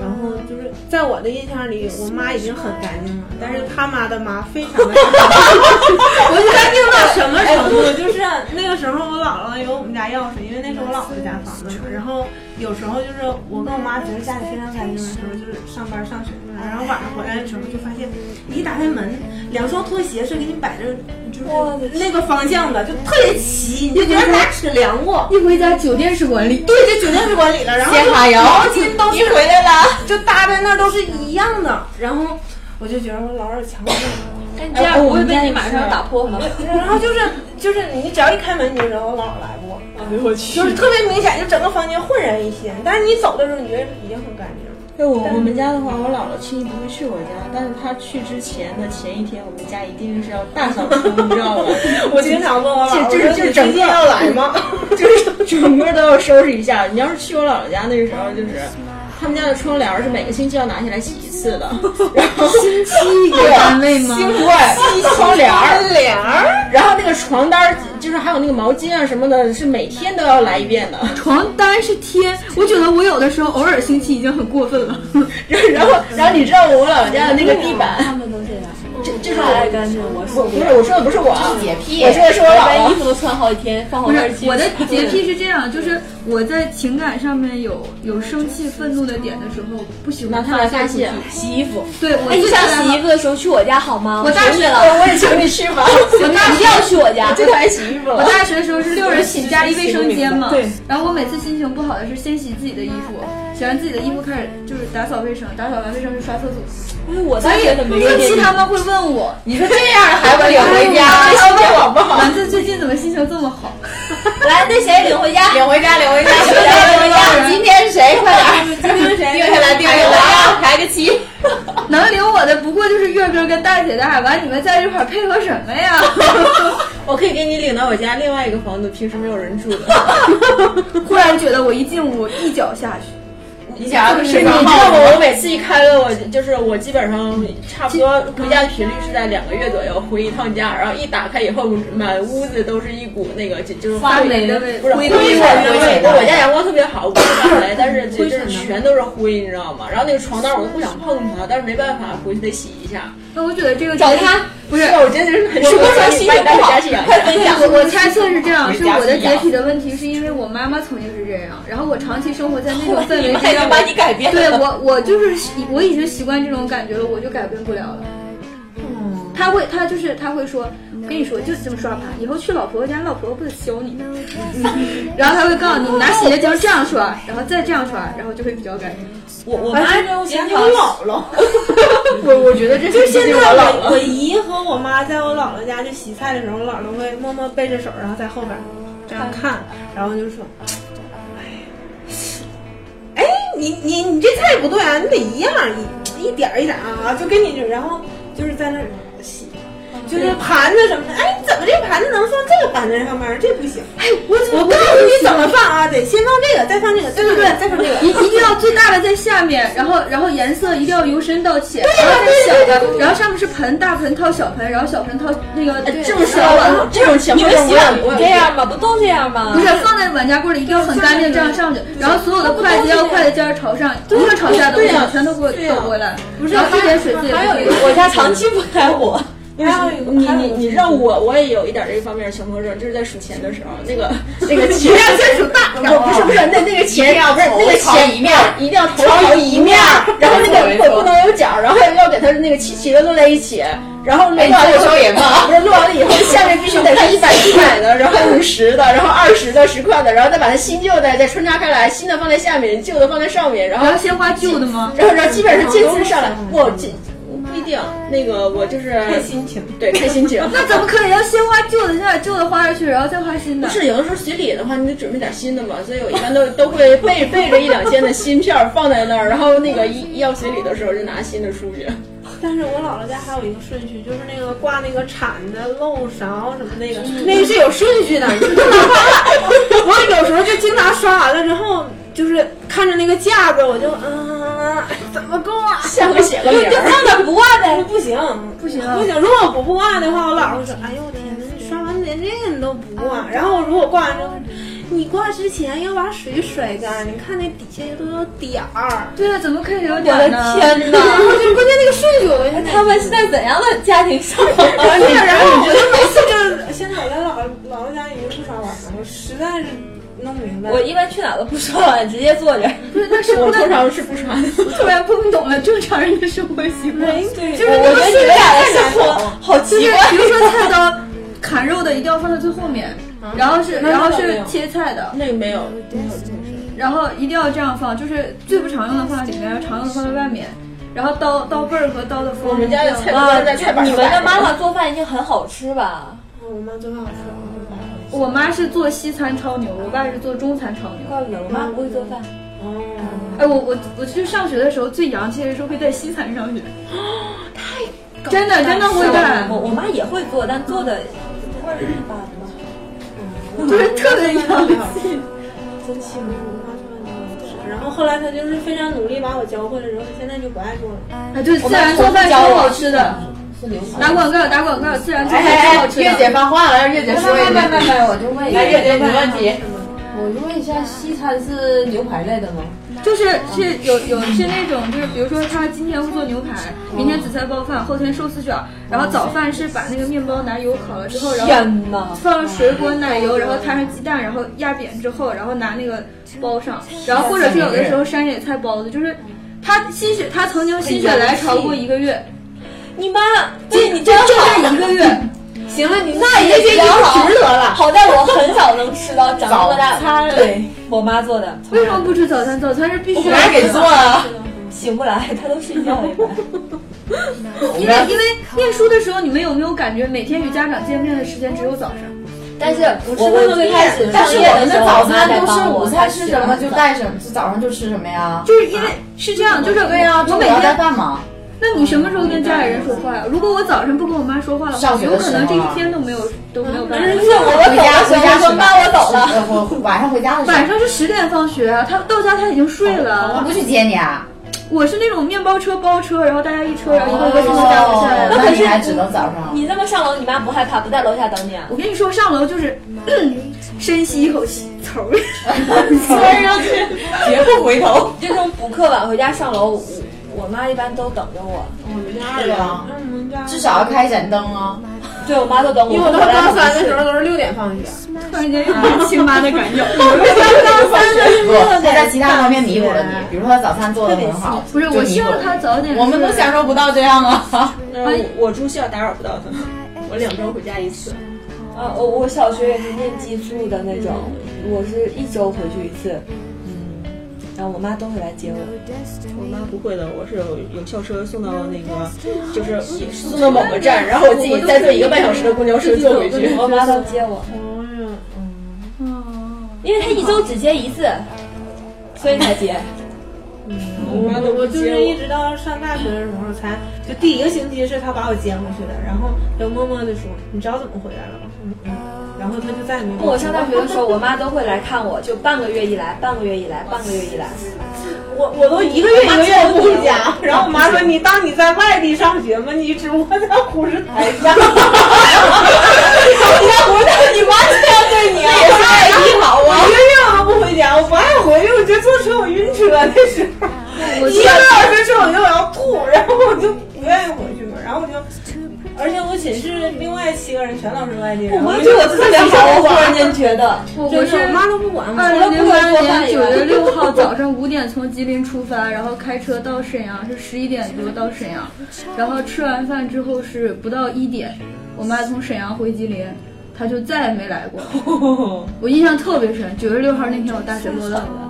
Speaker 23: 然后就是在我的印象里，我妈已经很干净了，但是她妈的妈非常的干净。我干净到什么程度？哎就是那个时候我姥姥有我们家钥匙，因为那是我姥姥家房子嘛。然后有时候就是我跟我妈觉得家里非常干净的时候，就是上班上学去了，然后晚上回来的时候就发现，一打开门，两双拖鞋是给你摆着，就是那个方向的，就特别齐，你就觉得哪尺量过。
Speaker 10: 一回家酒店式管理，
Speaker 23: 对，这酒店式管理了，然后
Speaker 22: 先哈腰
Speaker 23: 毛巾都是
Speaker 22: 你回来了，
Speaker 23: 就搭在那儿都是一样的，然后我就觉得我姥姥有强迫症。啊
Speaker 12: 哎
Speaker 10: 但这
Speaker 9: 哎
Speaker 10: 样不会被你马上打破吗
Speaker 23: 然后就是就是你只要一开门，你就知道我姥姥来过。
Speaker 9: 哎呦我去
Speaker 23: 就是特别明显，就整个房间浑然一新。但是你走的时候，你觉得已经很干净了。？
Speaker 12: 对我我们家的话，我姥姥轻易不会去我家，但是她去之前的前一天，我们家一定是要大扫除，你知道吗
Speaker 23: 我经常问我姥姥
Speaker 12: 这
Speaker 23: 我
Speaker 12: 这
Speaker 23: 说
Speaker 12: 这
Speaker 23: 你
Speaker 12: 整
Speaker 23: 最近
Speaker 12: 个
Speaker 23: 要来吗？
Speaker 12: 就是整个都要收拾一下。你要是去我姥姥家那时候，就是他们家的窗帘是每个星期要拿起来洗一次的，然后星期
Speaker 10: 一个单位吗
Speaker 12: 对，窗帘儿
Speaker 10: 窗帘儿
Speaker 12: 然后那个床单儿就是还有那个毛巾啊什么的，是每天都要来一遍的。
Speaker 10: 床单是天，我觉得我有的时候偶尔星期已经很过分了。
Speaker 12: 然后，然后你知道我姥姥家的那个地板，
Speaker 4: 他们都这样。
Speaker 12: 这这是
Speaker 4: 太干净，我
Speaker 12: 我不是我说的不是我啊
Speaker 4: 这是洁癖。
Speaker 12: 我说的是我姥姥
Speaker 4: 把衣服都穿好几天，放好
Speaker 10: 不是
Speaker 4: 多天。
Speaker 10: 我的洁癖是这样，就是我在情感上面有有生气、愤怒的点的时候，不喜欢
Speaker 4: 拿它来发
Speaker 10: 泄
Speaker 4: 泄，
Speaker 10: 洗衣服。对，我
Speaker 4: 哎，你
Speaker 10: 最
Speaker 4: 想
Speaker 10: 大的
Speaker 4: 洗衣服的时候去我家好吗？
Speaker 10: 我大
Speaker 4: 学
Speaker 10: 学
Speaker 4: 了，
Speaker 10: 我也请你去吧
Speaker 4: 我大学要去我家，
Speaker 10: 我最讨厌洗
Speaker 4: 衣服
Speaker 10: 我大学的时候是六人洗家里卫生间嘛，
Speaker 4: 对。
Speaker 10: 然后我每次心情不好的是先洗自己的衣服，洗完自己的衣服开始就是打扫卫生，打扫完卫生就刷厕所。哎，
Speaker 4: 我大学怎么没有
Speaker 10: 所以
Speaker 4: 这个
Speaker 10: 近期他们会问我，
Speaker 4: 你说这样的孩子领回家
Speaker 10: 哎
Speaker 4: 心情好不好
Speaker 10: 丸子最近怎么心情这么好？
Speaker 4: 来，那谁领回家？
Speaker 10: 领回家领回家
Speaker 4: 谁领回
Speaker 10: 领回
Speaker 4: 家？
Speaker 10: 家
Speaker 4: 今天谁？快点！
Speaker 10: 今天谁
Speaker 4: 定下来，定下来，排个期。
Speaker 10: 能领我的不过就是月哥跟蛋姐的，完你们在这块儿配合什 么呀？
Speaker 12: 我可以给你领到我家另外一个房子，平时没有人 住的。
Speaker 10: 忽然觉得我一进屋一脚下去，
Speaker 12: 你你知道吗？我每次一开了，我就是我基本上差不多回家的频率是在两个月左右回一趟家，然后一打开以后，满屋子都是一股那个就就是
Speaker 10: 发霉的味
Speaker 12: 不是
Speaker 10: 灰
Speaker 12: 灰
Speaker 10: 的味
Speaker 12: 尘的味
Speaker 10: 道
Speaker 12: 我家阳光特别好，我不敢来，但是就是全都是灰，你知道吗？然后那个床单我都不想碰它，但是没办法，回去得洗一下。
Speaker 10: 那我觉得这个
Speaker 12: 找
Speaker 10: 就是
Speaker 12: 他
Speaker 10: 不是，
Speaker 12: 是我觉得就是很
Speaker 10: 我
Speaker 12: 适合
Speaker 10: 我
Speaker 12: 你把你带回家去养
Speaker 10: 快分享
Speaker 12: 回家去养
Speaker 10: 我我猜测是这样，
Speaker 12: 回
Speaker 10: 是
Speaker 12: 家去
Speaker 10: 我的
Speaker 12: 养
Speaker 10: 洁癖的问题，是因为我妈妈曾经是这样，然后我长期生活在那 种氛围
Speaker 9: 你
Speaker 10: 之
Speaker 9: 妈已
Speaker 10: 下，
Speaker 9: 经把你改变了
Speaker 10: 对我，我就是习我
Speaker 9: 嗯
Speaker 10: 已经习惯这种感觉了，我就改变不了了。他会，他就是他会说，跟你说，就是这么刷盘。以后去老婆家，老婆不得削 你？然后他会告诉你，拿洗洁精这样刷，然后再这样刷，然后就会比较干净。
Speaker 12: 我我
Speaker 10: 妈
Speaker 12: 因为我姥姥，
Speaker 10: 我我觉得这
Speaker 12: 就是现在
Speaker 10: 我姥
Speaker 12: 我我姨和我妈在我姥姥家就洗菜的时候，我姥姥会默默背着手，然后在后边这样看，然后就说：“哎，哎，你你你这菜不对啊，你得一样一一点儿一点儿啊，就跟你就然后就是在那儿洗。”就是盘子什么的，哎，你怎么这盘子能放这个盘子上面？这不行。哎，我我告诉你怎么放啊，得先放这个，再放这个，再放这个，再放这个。
Speaker 10: 一一定要最大的在下面，然后然后颜色一定要由深到浅，然后再小的，然后上面是盆，大盆掏小盆，然后小盆掏那
Speaker 9: 呃
Speaker 10: 个
Speaker 4: 这么说吧这种情况
Speaker 10: 你们洗碗
Speaker 4: 不这样吗不都这样吗
Speaker 10: 不是，放在碗夹锅里一定要很干净，这样上去，然后所有的筷子要筷子尖儿朝上，不论朝下的，
Speaker 4: 对呀
Speaker 10: 全都给我倒过来，
Speaker 4: 不是
Speaker 10: 然后一点水自己
Speaker 4: 还有一个我家长期
Speaker 10: 不开火。
Speaker 12: 还有你你你知道我我也有一点这方面的强迫症，就是在数钱的时候，那 个那个钱
Speaker 9: 再数大
Speaker 12: 不不是不是那那个钱
Speaker 9: 一定要
Speaker 12: 不是那个
Speaker 9: 头朝
Speaker 12: 钱
Speaker 9: 一面
Speaker 12: 一定要头
Speaker 9: 朝
Speaker 12: 朝
Speaker 9: 一
Speaker 12: 一面
Speaker 9: 面，
Speaker 12: 然后那个
Speaker 9: 没错没
Speaker 12: 腿
Speaker 9: 错
Speaker 12: 不能有角，然后要给它那个齐齐的摞在一起，然后
Speaker 9: 哎
Speaker 12: 摞
Speaker 9: 你
Speaker 12: 完
Speaker 9: 这个
Speaker 12: 了
Speaker 9: 手也慢
Speaker 12: 不是摞完了以后下面必须得是一百一百的，然后五十的，然后二十的十块的，然后再把它新旧的再穿插开来，新的放在下面，旧的放在上面，然后
Speaker 10: 然后先花旧的吗。
Speaker 12: 然后然后基本上这次上来
Speaker 6: 嗯
Speaker 12: 不这。不一定，那个我就是看心情，对，看 心情
Speaker 10: 那怎么可以要先花旧的，先把旧的花下去，然后再花新的？
Speaker 12: 不是，有的时候随礼的话，你得准备点新的嘛，所以我一般都 都会备备着一两千的新票放在那儿，然后那个一要随礼的时候就拿新的出去。
Speaker 6: 但是我姥姥家还有一个顺序，就是那个挂那个铲子、漏勺什么那个，
Speaker 12: 那个是有顺序的。
Speaker 6: 我有时候就经常刷完了之后，就是看着那个架子，我就嗯，哎怎么够啊？
Speaker 12: 下回写个名儿
Speaker 6: 就就放着不挂呗，不行，不行不行。如果我不不挂的话，我姥姥会说，哎呦我天哪，你刷完连这个你都不挂。然后如果挂完之后，你挂之前要把水甩干，你看那底下都有点儿。
Speaker 10: 对啊，怎么可以有
Speaker 6: 点儿呢
Speaker 4: 我的天 哪
Speaker 6: 关键关键那个顺序我没
Speaker 4: 他们是在怎样的家庭生活？
Speaker 6: 对，然后我就每次就是，现在我在姥姥姥姥家已经不刷碗了，我实在是弄不明白。
Speaker 4: 我一般去哪都不刷碗，直接坐着。
Speaker 10: 不是，那是
Speaker 4: 我通
Speaker 12: 常是不刷。
Speaker 10: 突然不懂了正常人的生活习惯，
Speaker 4: 对
Speaker 10: 就是
Speaker 4: 我
Speaker 10: 那
Speaker 4: 觉
Speaker 10: 个
Speaker 4: 得
Speaker 10: 顺
Speaker 4: 你
Speaker 10: 序
Speaker 4: 们俩的
Speaker 10: 太难
Speaker 4: 生活
Speaker 10: 懂了
Speaker 4: 好奇
Speaker 10: 就是
Speaker 4: 怪
Speaker 10: 比如说菜刀砍肉的一定要放在最后面，然后是
Speaker 12: 啊那
Speaker 10: 然后
Speaker 12: 那倒没
Speaker 10: 是
Speaker 12: 有
Speaker 10: 切菜的，
Speaker 12: 那个没有，
Speaker 10: 然后一定要这样放，就是最不常用的放在里面，然后常用的放在外面。然后刀刀背儿和刀的锋，
Speaker 12: 我们家的菜
Speaker 10: 啊
Speaker 12: 刀
Speaker 4: 嗯
Speaker 12: 在菜板
Speaker 10: 你
Speaker 12: 上
Speaker 10: 们的妈妈
Speaker 4: 做饭一定很好吃吧？
Speaker 6: 我妈做饭好吃。
Speaker 10: 我妈是做西餐超牛，我爸是做中餐超牛。怪
Speaker 4: 不得我妈不会做饭。
Speaker 10: 哎，我我我去上学的时候最洋气的是会带西餐上学，
Speaker 12: 啊
Speaker 10: 太真的真的会带。
Speaker 4: 我我妈也会做，但做的
Speaker 10: 就是特别洋
Speaker 6: 气，真幸福。然后后来她就是非常努力把我教会了之后，她现在就不爱做了。
Speaker 10: 哎，对，自然做饭超好吃的。打广告，打广告，自然做
Speaker 9: 哎
Speaker 10: 饭
Speaker 9: 哎
Speaker 10: 超好
Speaker 9: 哎，
Speaker 10: 吃的。
Speaker 9: 月姐放话了，让月姐说一句。
Speaker 5: 没没没没我就问一下
Speaker 9: 来，月姐你问题。
Speaker 5: 我就问一下，西餐是牛排类的吗？
Speaker 10: 就是是有有是那种，就是比如说他今天会做牛排，明天紫菜包饭，后天寿司卷儿，然后早饭是把那个面包拿油烤了之后，然
Speaker 4: 天
Speaker 10: 后放水果奶油，然后摊上鸡蛋，然后压扁之后，然后拿那个包上，然后或者是有的时候山野菜包子，就是他心血他曾经心血来潮过一个月，
Speaker 4: 你妈
Speaker 10: 这
Speaker 4: 你真
Speaker 10: 就
Speaker 4: 好
Speaker 10: 这一个月，
Speaker 4: 行了，你
Speaker 10: 那
Speaker 4: 那
Speaker 10: 也
Speaker 4: 也
Speaker 10: 比
Speaker 4: 比
Speaker 10: 较
Speaker 4: 较
Speaker 10: 好
Speaker 4: 好，好在我很少能吃到长这么大
Speaker 10: 早餐
Speaker 4: 对我妈做的。
Speaker 10: 为什么不吃早餐？早餐是必须
Speaker 4: 我
Speaker 10: 要
Speaker 4: 妈给
Speaker 10: 吃的
Speaker 4: 做啊，醒不来，她都睡觉了。
Speaker 10: 因为因为念书的时候，你们有没有感觉每天与家长见面的时间只有早上？
Speaker 4: 但是我
Speaker 9: 我
Speaker 4: 我最开始
Speaker 9: 但
Speaker 4: 上
Speaker 9: 是
Speaker 4: 夜
Speaker 9: 我们
Speaker 4: 的时
Speaker 9: 的
Speaker 4: 候，
Speaker 9: 早
Speaker 4: 我妈
Speaker 9: 餐
Speaker 4: 在
Speaker 9: 都是
Speaker 4: 帮我
Speaker 9: 午餐吃什么就带什么，就早上就吃什么呀？
Speaker 10: 就是因为是
Speaker 9: 嗯
Speaker 10: 这样，就是
Speaker 9: 对呀，
Speaker 10: 我每
Speaker 9: 在
Speaker 10: 天
Speaker 9: 干嘛？
Speaker 10: 那你什么时候跟家里人说话呀？如果我早上不跟我妈说话的话，
Speaker 9: 上学
Speaker 10: 有
Speaker 9: 的
Speaker 10: 可
Speaker 9: 时候啊嗯
Speaker 10: 能这一天都没有都没有办法。
Speaker 9: 不是我回家回家吃呃我晚上回家的时候
Speaker 10: 晚上是十点放学，他到家他已经睡了。
Speaker 9: 我不去接你啊？
Speaker 10: 我是那种面包车包车，然后大家一车，然后一
Speaker 9: 哦
Speaker 10: 个一个从家里下来。
Speaker 9: 那可是你还只能早 上。
Speaker 4: 你那么上楼，你妈不害怕，不在楼下等你啊？
Speaker 10: 我跟你说，上楼就是
Speaker 9: 嗯
Speaker 10: 嗯深吸一口气， 头儿，
Speaker 4: 窜上去，
Speaker 10: 绝不回头。
Speaker 4: 这种补课晚回家上楼，我我妈一般都等着我。
Speaker 6: 我们家
Speaker 9: 是啊，至少要开盏灯 啊。
Speaker 4: 对我妈都等我。
Speaker 6: 因为我到高三的时候都是六点放学，
Speaker 10: 突然间有
Speaker 9: 啊
Speaker 10: 点亲妈的 感觉。
Speaker 9: 不，他在其他方面弥补了你，比如说他早餐做的很好，
Speaker 10: 不是，我希望他早点。
Speaker 9: 我们都享受不到这样啊。
Speaker 12: 嗯，我住校打扰不到他们。
Speaker 5: 我两周回家一次。
Speaker 6: 啊，我我小学也是念寄宿的那种，我是一周回去一次，
Speaker 4: 嗯
Speaker 6: 然后我妈都会来接我。
Speaker 5: 我妈不会的，我是有有校车送到那个，就是也是送到某个站，然后我自己再坐一个半小时的公交车坐回去。
Speaker 6: 我妈都哦接我。
Speaker 4: 嗯因为他一周只接一次，所以才接。
Speaker 12: 嗯我我就是一直到上大学的时候才，就第一个星期是他把我接回去的，然后就默默的说：“你知道怎么回来了吗？”嗯嗯，然后他就再也没有。
Speaker 4: 我上大学的时候，我妈都会来看我，就半个月一来，半个月一来，半个月一来。
Speaker 12: 我我都一个月一个月不回家，然后我妈说：“你当你在外地上学吗？你只不过在虎视台 上。”
Speaker 24: 你
Speaker 12: 在虎视台，你妈这样对你啊？
Speaker 24: 那也是爱你好啊
Speaker 12: 我一个月我都不回家，我不爱回去，我觉得坐车我晕车那时候。
Speaker 24: 我
Speaker 12: 一个小时之后我就要吐，然后我就不愿意回去嘛，然后我就，而且我寝室另外七个人全都是外地人，
Speaker 6: 我
Speaker 12: 就
Speaker 6: 觉得我特别好，我
Speaker 12: 我
Speaker 6: 忽然间觉得，
Speaker 12: 真是我妈都不管我，除了
Speaker 10: 嗯零
Speaker 12: 不管
Speaker 10: 八
Speaker 12: 做
Speaker 10: 年
Speaker 12: 饭以
Speaker 10: 九
Speaker 12: 外
Speaker 10: 月六号早上五点从吉林出发，然后开车到沈阳是十一点多到沈阳，然后吃完饭之后是不到一点，我妈从沈阳回吉林，她就再也没来 过。我印象特别深，九月六号那天我大学 落到了。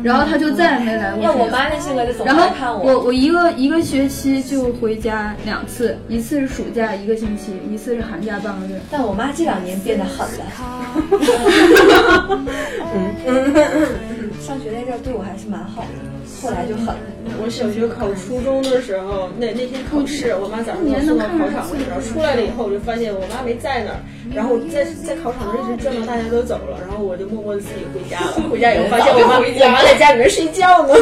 Speaker 10: 然后她就再也没来过沈
Speaker 4: 要
Speaker 10: 阳。
Speaker 4: 我妈那性格就总
Speaker 10: 然后
Speaker 4: 来看
Speaker 10: 我我一个一个学期就回家两次，一次是暑假一个星期，一次是寒假半个月。
Speaker 4: 但我妈这两年变得狠了。
Speaker 6: 上学那阵儿对我还是蛮好的，后来就狠了。
Speaker 5: 我小学考初中的时候，那那天考试，我妈早上送到考场的时候，出来了以后，我就发现我妈没在那儿，然后我在在考场上一直转到大家都走了，然后我就默默的自己回家了。回家以后发现我妈，我妈在家里面睡觉呢。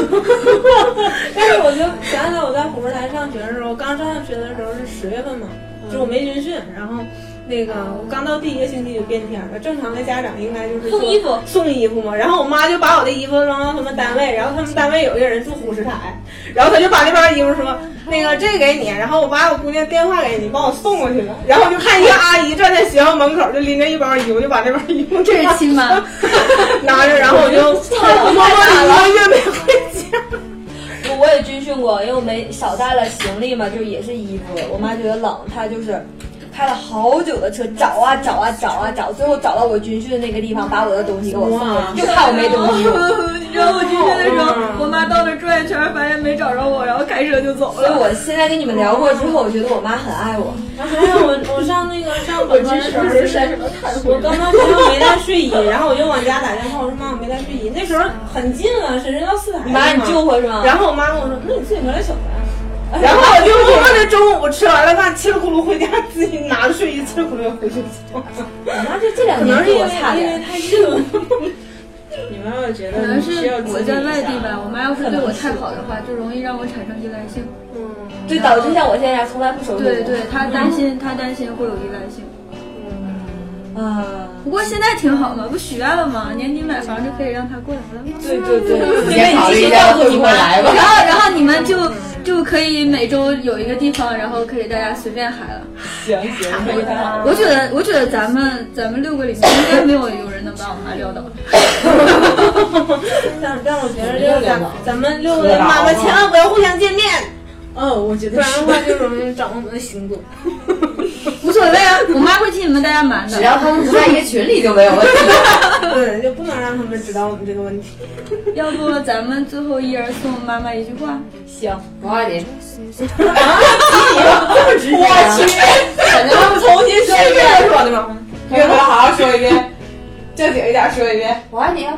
Speaker 12: 但是我就想起来我在虎门台上学的时候，刚上学的时候是十月份嘛，就是我没军训，然后那个我刚到第一个星期就变天了。正常的家长应该就是说
Speaker 4: 送衣服
Speaker 12: 送衣服嘛，然后我妈就把我的衣服扔到他们单位，然后他们单位有一个人住虎石台，然后他就把那边衣服说那个这给你，然后我把我姑娘电话给你，帮我送过去了。然后我就看一个阿姨站在学校门口，就拎着一包衣服，就把那包衣服
Speaker 10: 这是亲妈
Speaker 12: 拿着，然后我就
Speaker 4: 太
Speaker 12: 默默地一个月没
Speaker 4: 我我也军训过，因为我没少带了行李嘛，就也是衣服。我妈觉得冷，她就是开了好久的车找啊找啊找啊找，最后找到我军训的那个地方，把我的东西给我送回去，就怕我没东西。
Speaker 10: 你知道我军训的时
Speaker 12: 嗯
Speaker 10: 候，我妈到那转一圈，发现没找着我，然后开车就走
Speaker 4: 所以我现在跟你们聊过之后， 我觉得我妈很爱我。
Speaker 12: 然后我我上那个上本科的时候
Speaker 5: 我真
Speaker 12: 是
Speaker 5: 是什么看法
Speaker 12: 我刚到学校没带睡衣，然后我就往家打电话，我说妈，我没带睡衣。那时候很近啊，沈深到四台了嘛。
Speaker 4: 妈你救我是吗
Speaker 12: 然后我妈跟我说，那你自己回来取呗。然后我就默默的中午吃完了饭，嘁哩咕噜回家，自己拿着睡衣嘁哩咕噜回去我
Speaker 4: 妈这这
Speaker 5: 两年
Speaker 12: 可能是因为
Speaker 5: 比我差
Speaker 12: 因
Speaker 5: 点
Speaker 12: 为太热了。
Speaker 5: 你妈妈觉
Speaker 10: 可
Speaker 5: 得
Speaker 10: 能
Speaker 5: 你
Speaker 10: 是
Speaker 5: 需要
Speaker 10: 我
Speaker 5: 自
Speaker 10: 在
Speaker 5: 己
Speaker 10: 外地吧，我妈要是对我太好的话，就容易让我产生依赖性。
Speaker 12: 嗯，
Speaker 4: 对，导致像我现在从来不
Speaker 5: 哦
Speaker 4: 守
Speaker 10: 对对，她担
Speaker 5: 嗯
Speaker 10: 心，她担心会有依赖性。
Speaker 4: 啊，
Speaker 10: 不过现在挺好嘛，不许愿了吗？年底买房就可以让她过来了。
Speaker 4: 对对对
Speaker 10: 随便
Speaker 4: 先考虑一下会不会来吧
Speaker 10: 然后然后你们就就可以每周有一个地方，然后可以大家随便喊了。
Speaker 5: 行行，可以的
Speaker 10: 我觉得，我觉得咱们咱们六个里面应该没有有人能把我妈撂倒。
Speaker 12: 但但我觉得这个咱咱们六个妈妈千万不要互相见面。
Speaker 5: 嗯，我觉
Speaker 12: 不然的话就容易掌握我们的行踪。
Speaker 10: 无所谓啊，我妈会替你们大家瞒 的。
Speaker 12: 只要他们不在一个 群里就没有问
Speaker 10: 题。
Speaker 12: 对，就不能让他们知道我们这个问题。
Speaker 10: 要不咱们最后一人送妈妈一句话？
Speaker 4: 行，
Speaker 10: 我爱你。
Speaker 24: 这么直接啊
Speaker 10: 我
Speaker 24: 感觉他们重新说一遍是吧，对吗？岳哥，好好说一遍，正经一点说一遍，我爱你啊！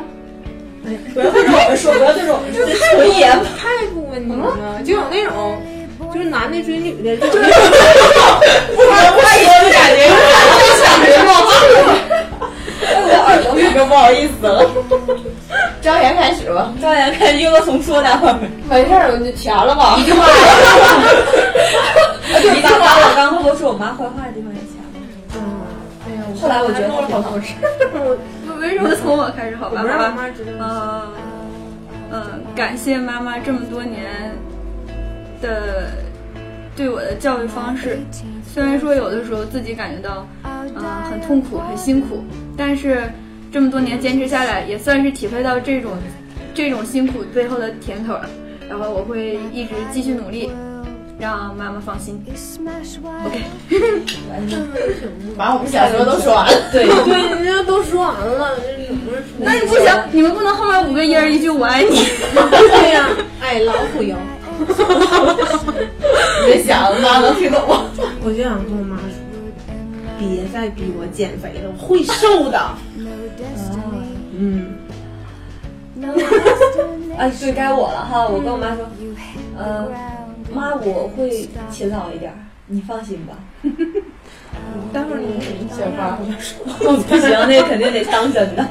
Speaker 12: 不要对着我们说，不要对着我们说，
Speaker 24: 这太不文
Speaker 12: 太不文明了，就有那种就是男的追女的，就是
Speaker 24: 不得不说的感觉，我想人吗？岳哥不好意思了，张岩开始吧，
Speaker 4: 张岩开始，岳哥从说呢，
Speaker 24: 没事儿，我就全了吧，一句话，
Speaker 4: 对，你把我刚刚多说我妈坏话的地方也掐了。
Speaker 12: 哎呀，
Speaker 4: 后来我觉得
Speaker 12: 我好多事。
Speaker 10: 为什么从我开始好吧？
Speaker 12: 我不让
Speaker 10: 好吧
Speaker 12: 我妈知道
Speaker 10: 呃呃，感谢妈妈这么多年的对我的教育方式，虽然说有的时候自己感觉到，嗯、很痛苦，很辛苦，但是这么多年坚持下来，也算是体会到这种这种辛苦背后的甜头了。然后我会一直继续努力，
Speaker 25: 让妈妈放心。
Speaker 26: OK，
Speaker 9: 完，我们小时候都说完了。
Speaker 5: 对 对，人家都说完了，
Speaker 10: 那哎你不行，你们不能后面五个一人一句我爱你。
Speaker 5: 对呀，哎，老虎油。
Speaker 9: 你别想了，妈能听懂吗？
Speaker 5: 我就想跟我妈说，别再逼我减肥了，我会瘦的。
Speaker 6: 嗯。
Speaker 4: 啊，对该我了哈，我跟我妈说，呃，妈，我会勤劳一点儿，你放心吧。嗯
Speaker 12: 待会儿你
Speaker 4: 小花， 不行，那肯定得当真的。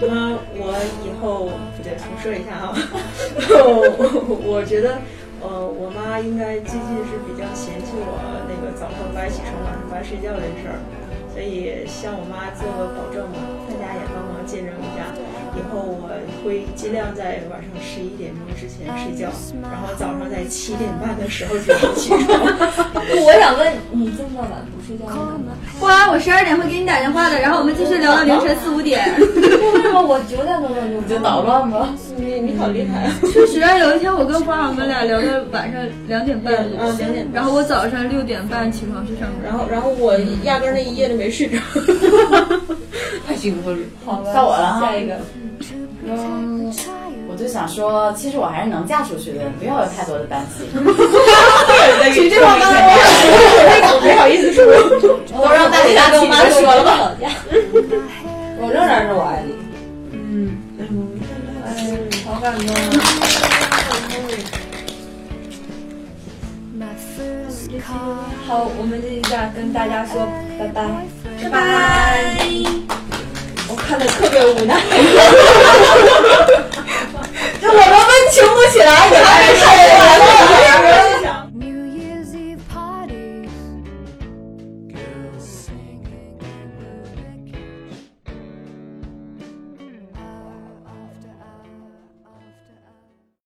Speaker 12: 那我以后得重说一下啊， 我我觉得，呃，我妈应该最近是比较嫌弃我那个早上不爱起床，晚上不爱睡觉这事儿，所以向我妈做个保证吧，大家也帮忙见证一下。以后我会尽量在晚上十一点钟之前睡觉，然后早上在七点半的时候准时起床。
Speaker 4: 我想问你这么晚不睡觉吗？
Speaker 10: 花儿，我十二点会给你打电话的，然后我们继续聊到凌晨四五点。
Speaker 4: 为什么我九点多钟
Speaker 9: 就捣乱吧？
Speaker 12: 你你好厉害啊！
Speaker 10: 确实，有一天我跟花儿我们俩聊到晚上两点半
Speaker 12: 嗯嗯两点半
Speaker 10: 然后我早上六点半起床去上班。
Speaker 12: 然后，然后我压根儿那一夜就没 睡着，
Speaker 9: 太兴奋了。
Speaker 4: 好吧
Speaker 9: 到我了哈，
Speaker 4: 下一个。
Speaker 9: 嗯，我就想说，其实我还是能嫁出去的，不要有太多的担心。
Speaker 27: 你这话刚才
Speaker 9: 我没好意思说，
Speaker 27: 都让大姐大跟我妈说了吧。
Speaker 28: 我仍然是我爱你。
Speaker 4: 好感动好，我们这一下跟大家说拜拜，拜拜。我看的特别无奈。
Speaker 27: 就我们问穷不起来，你还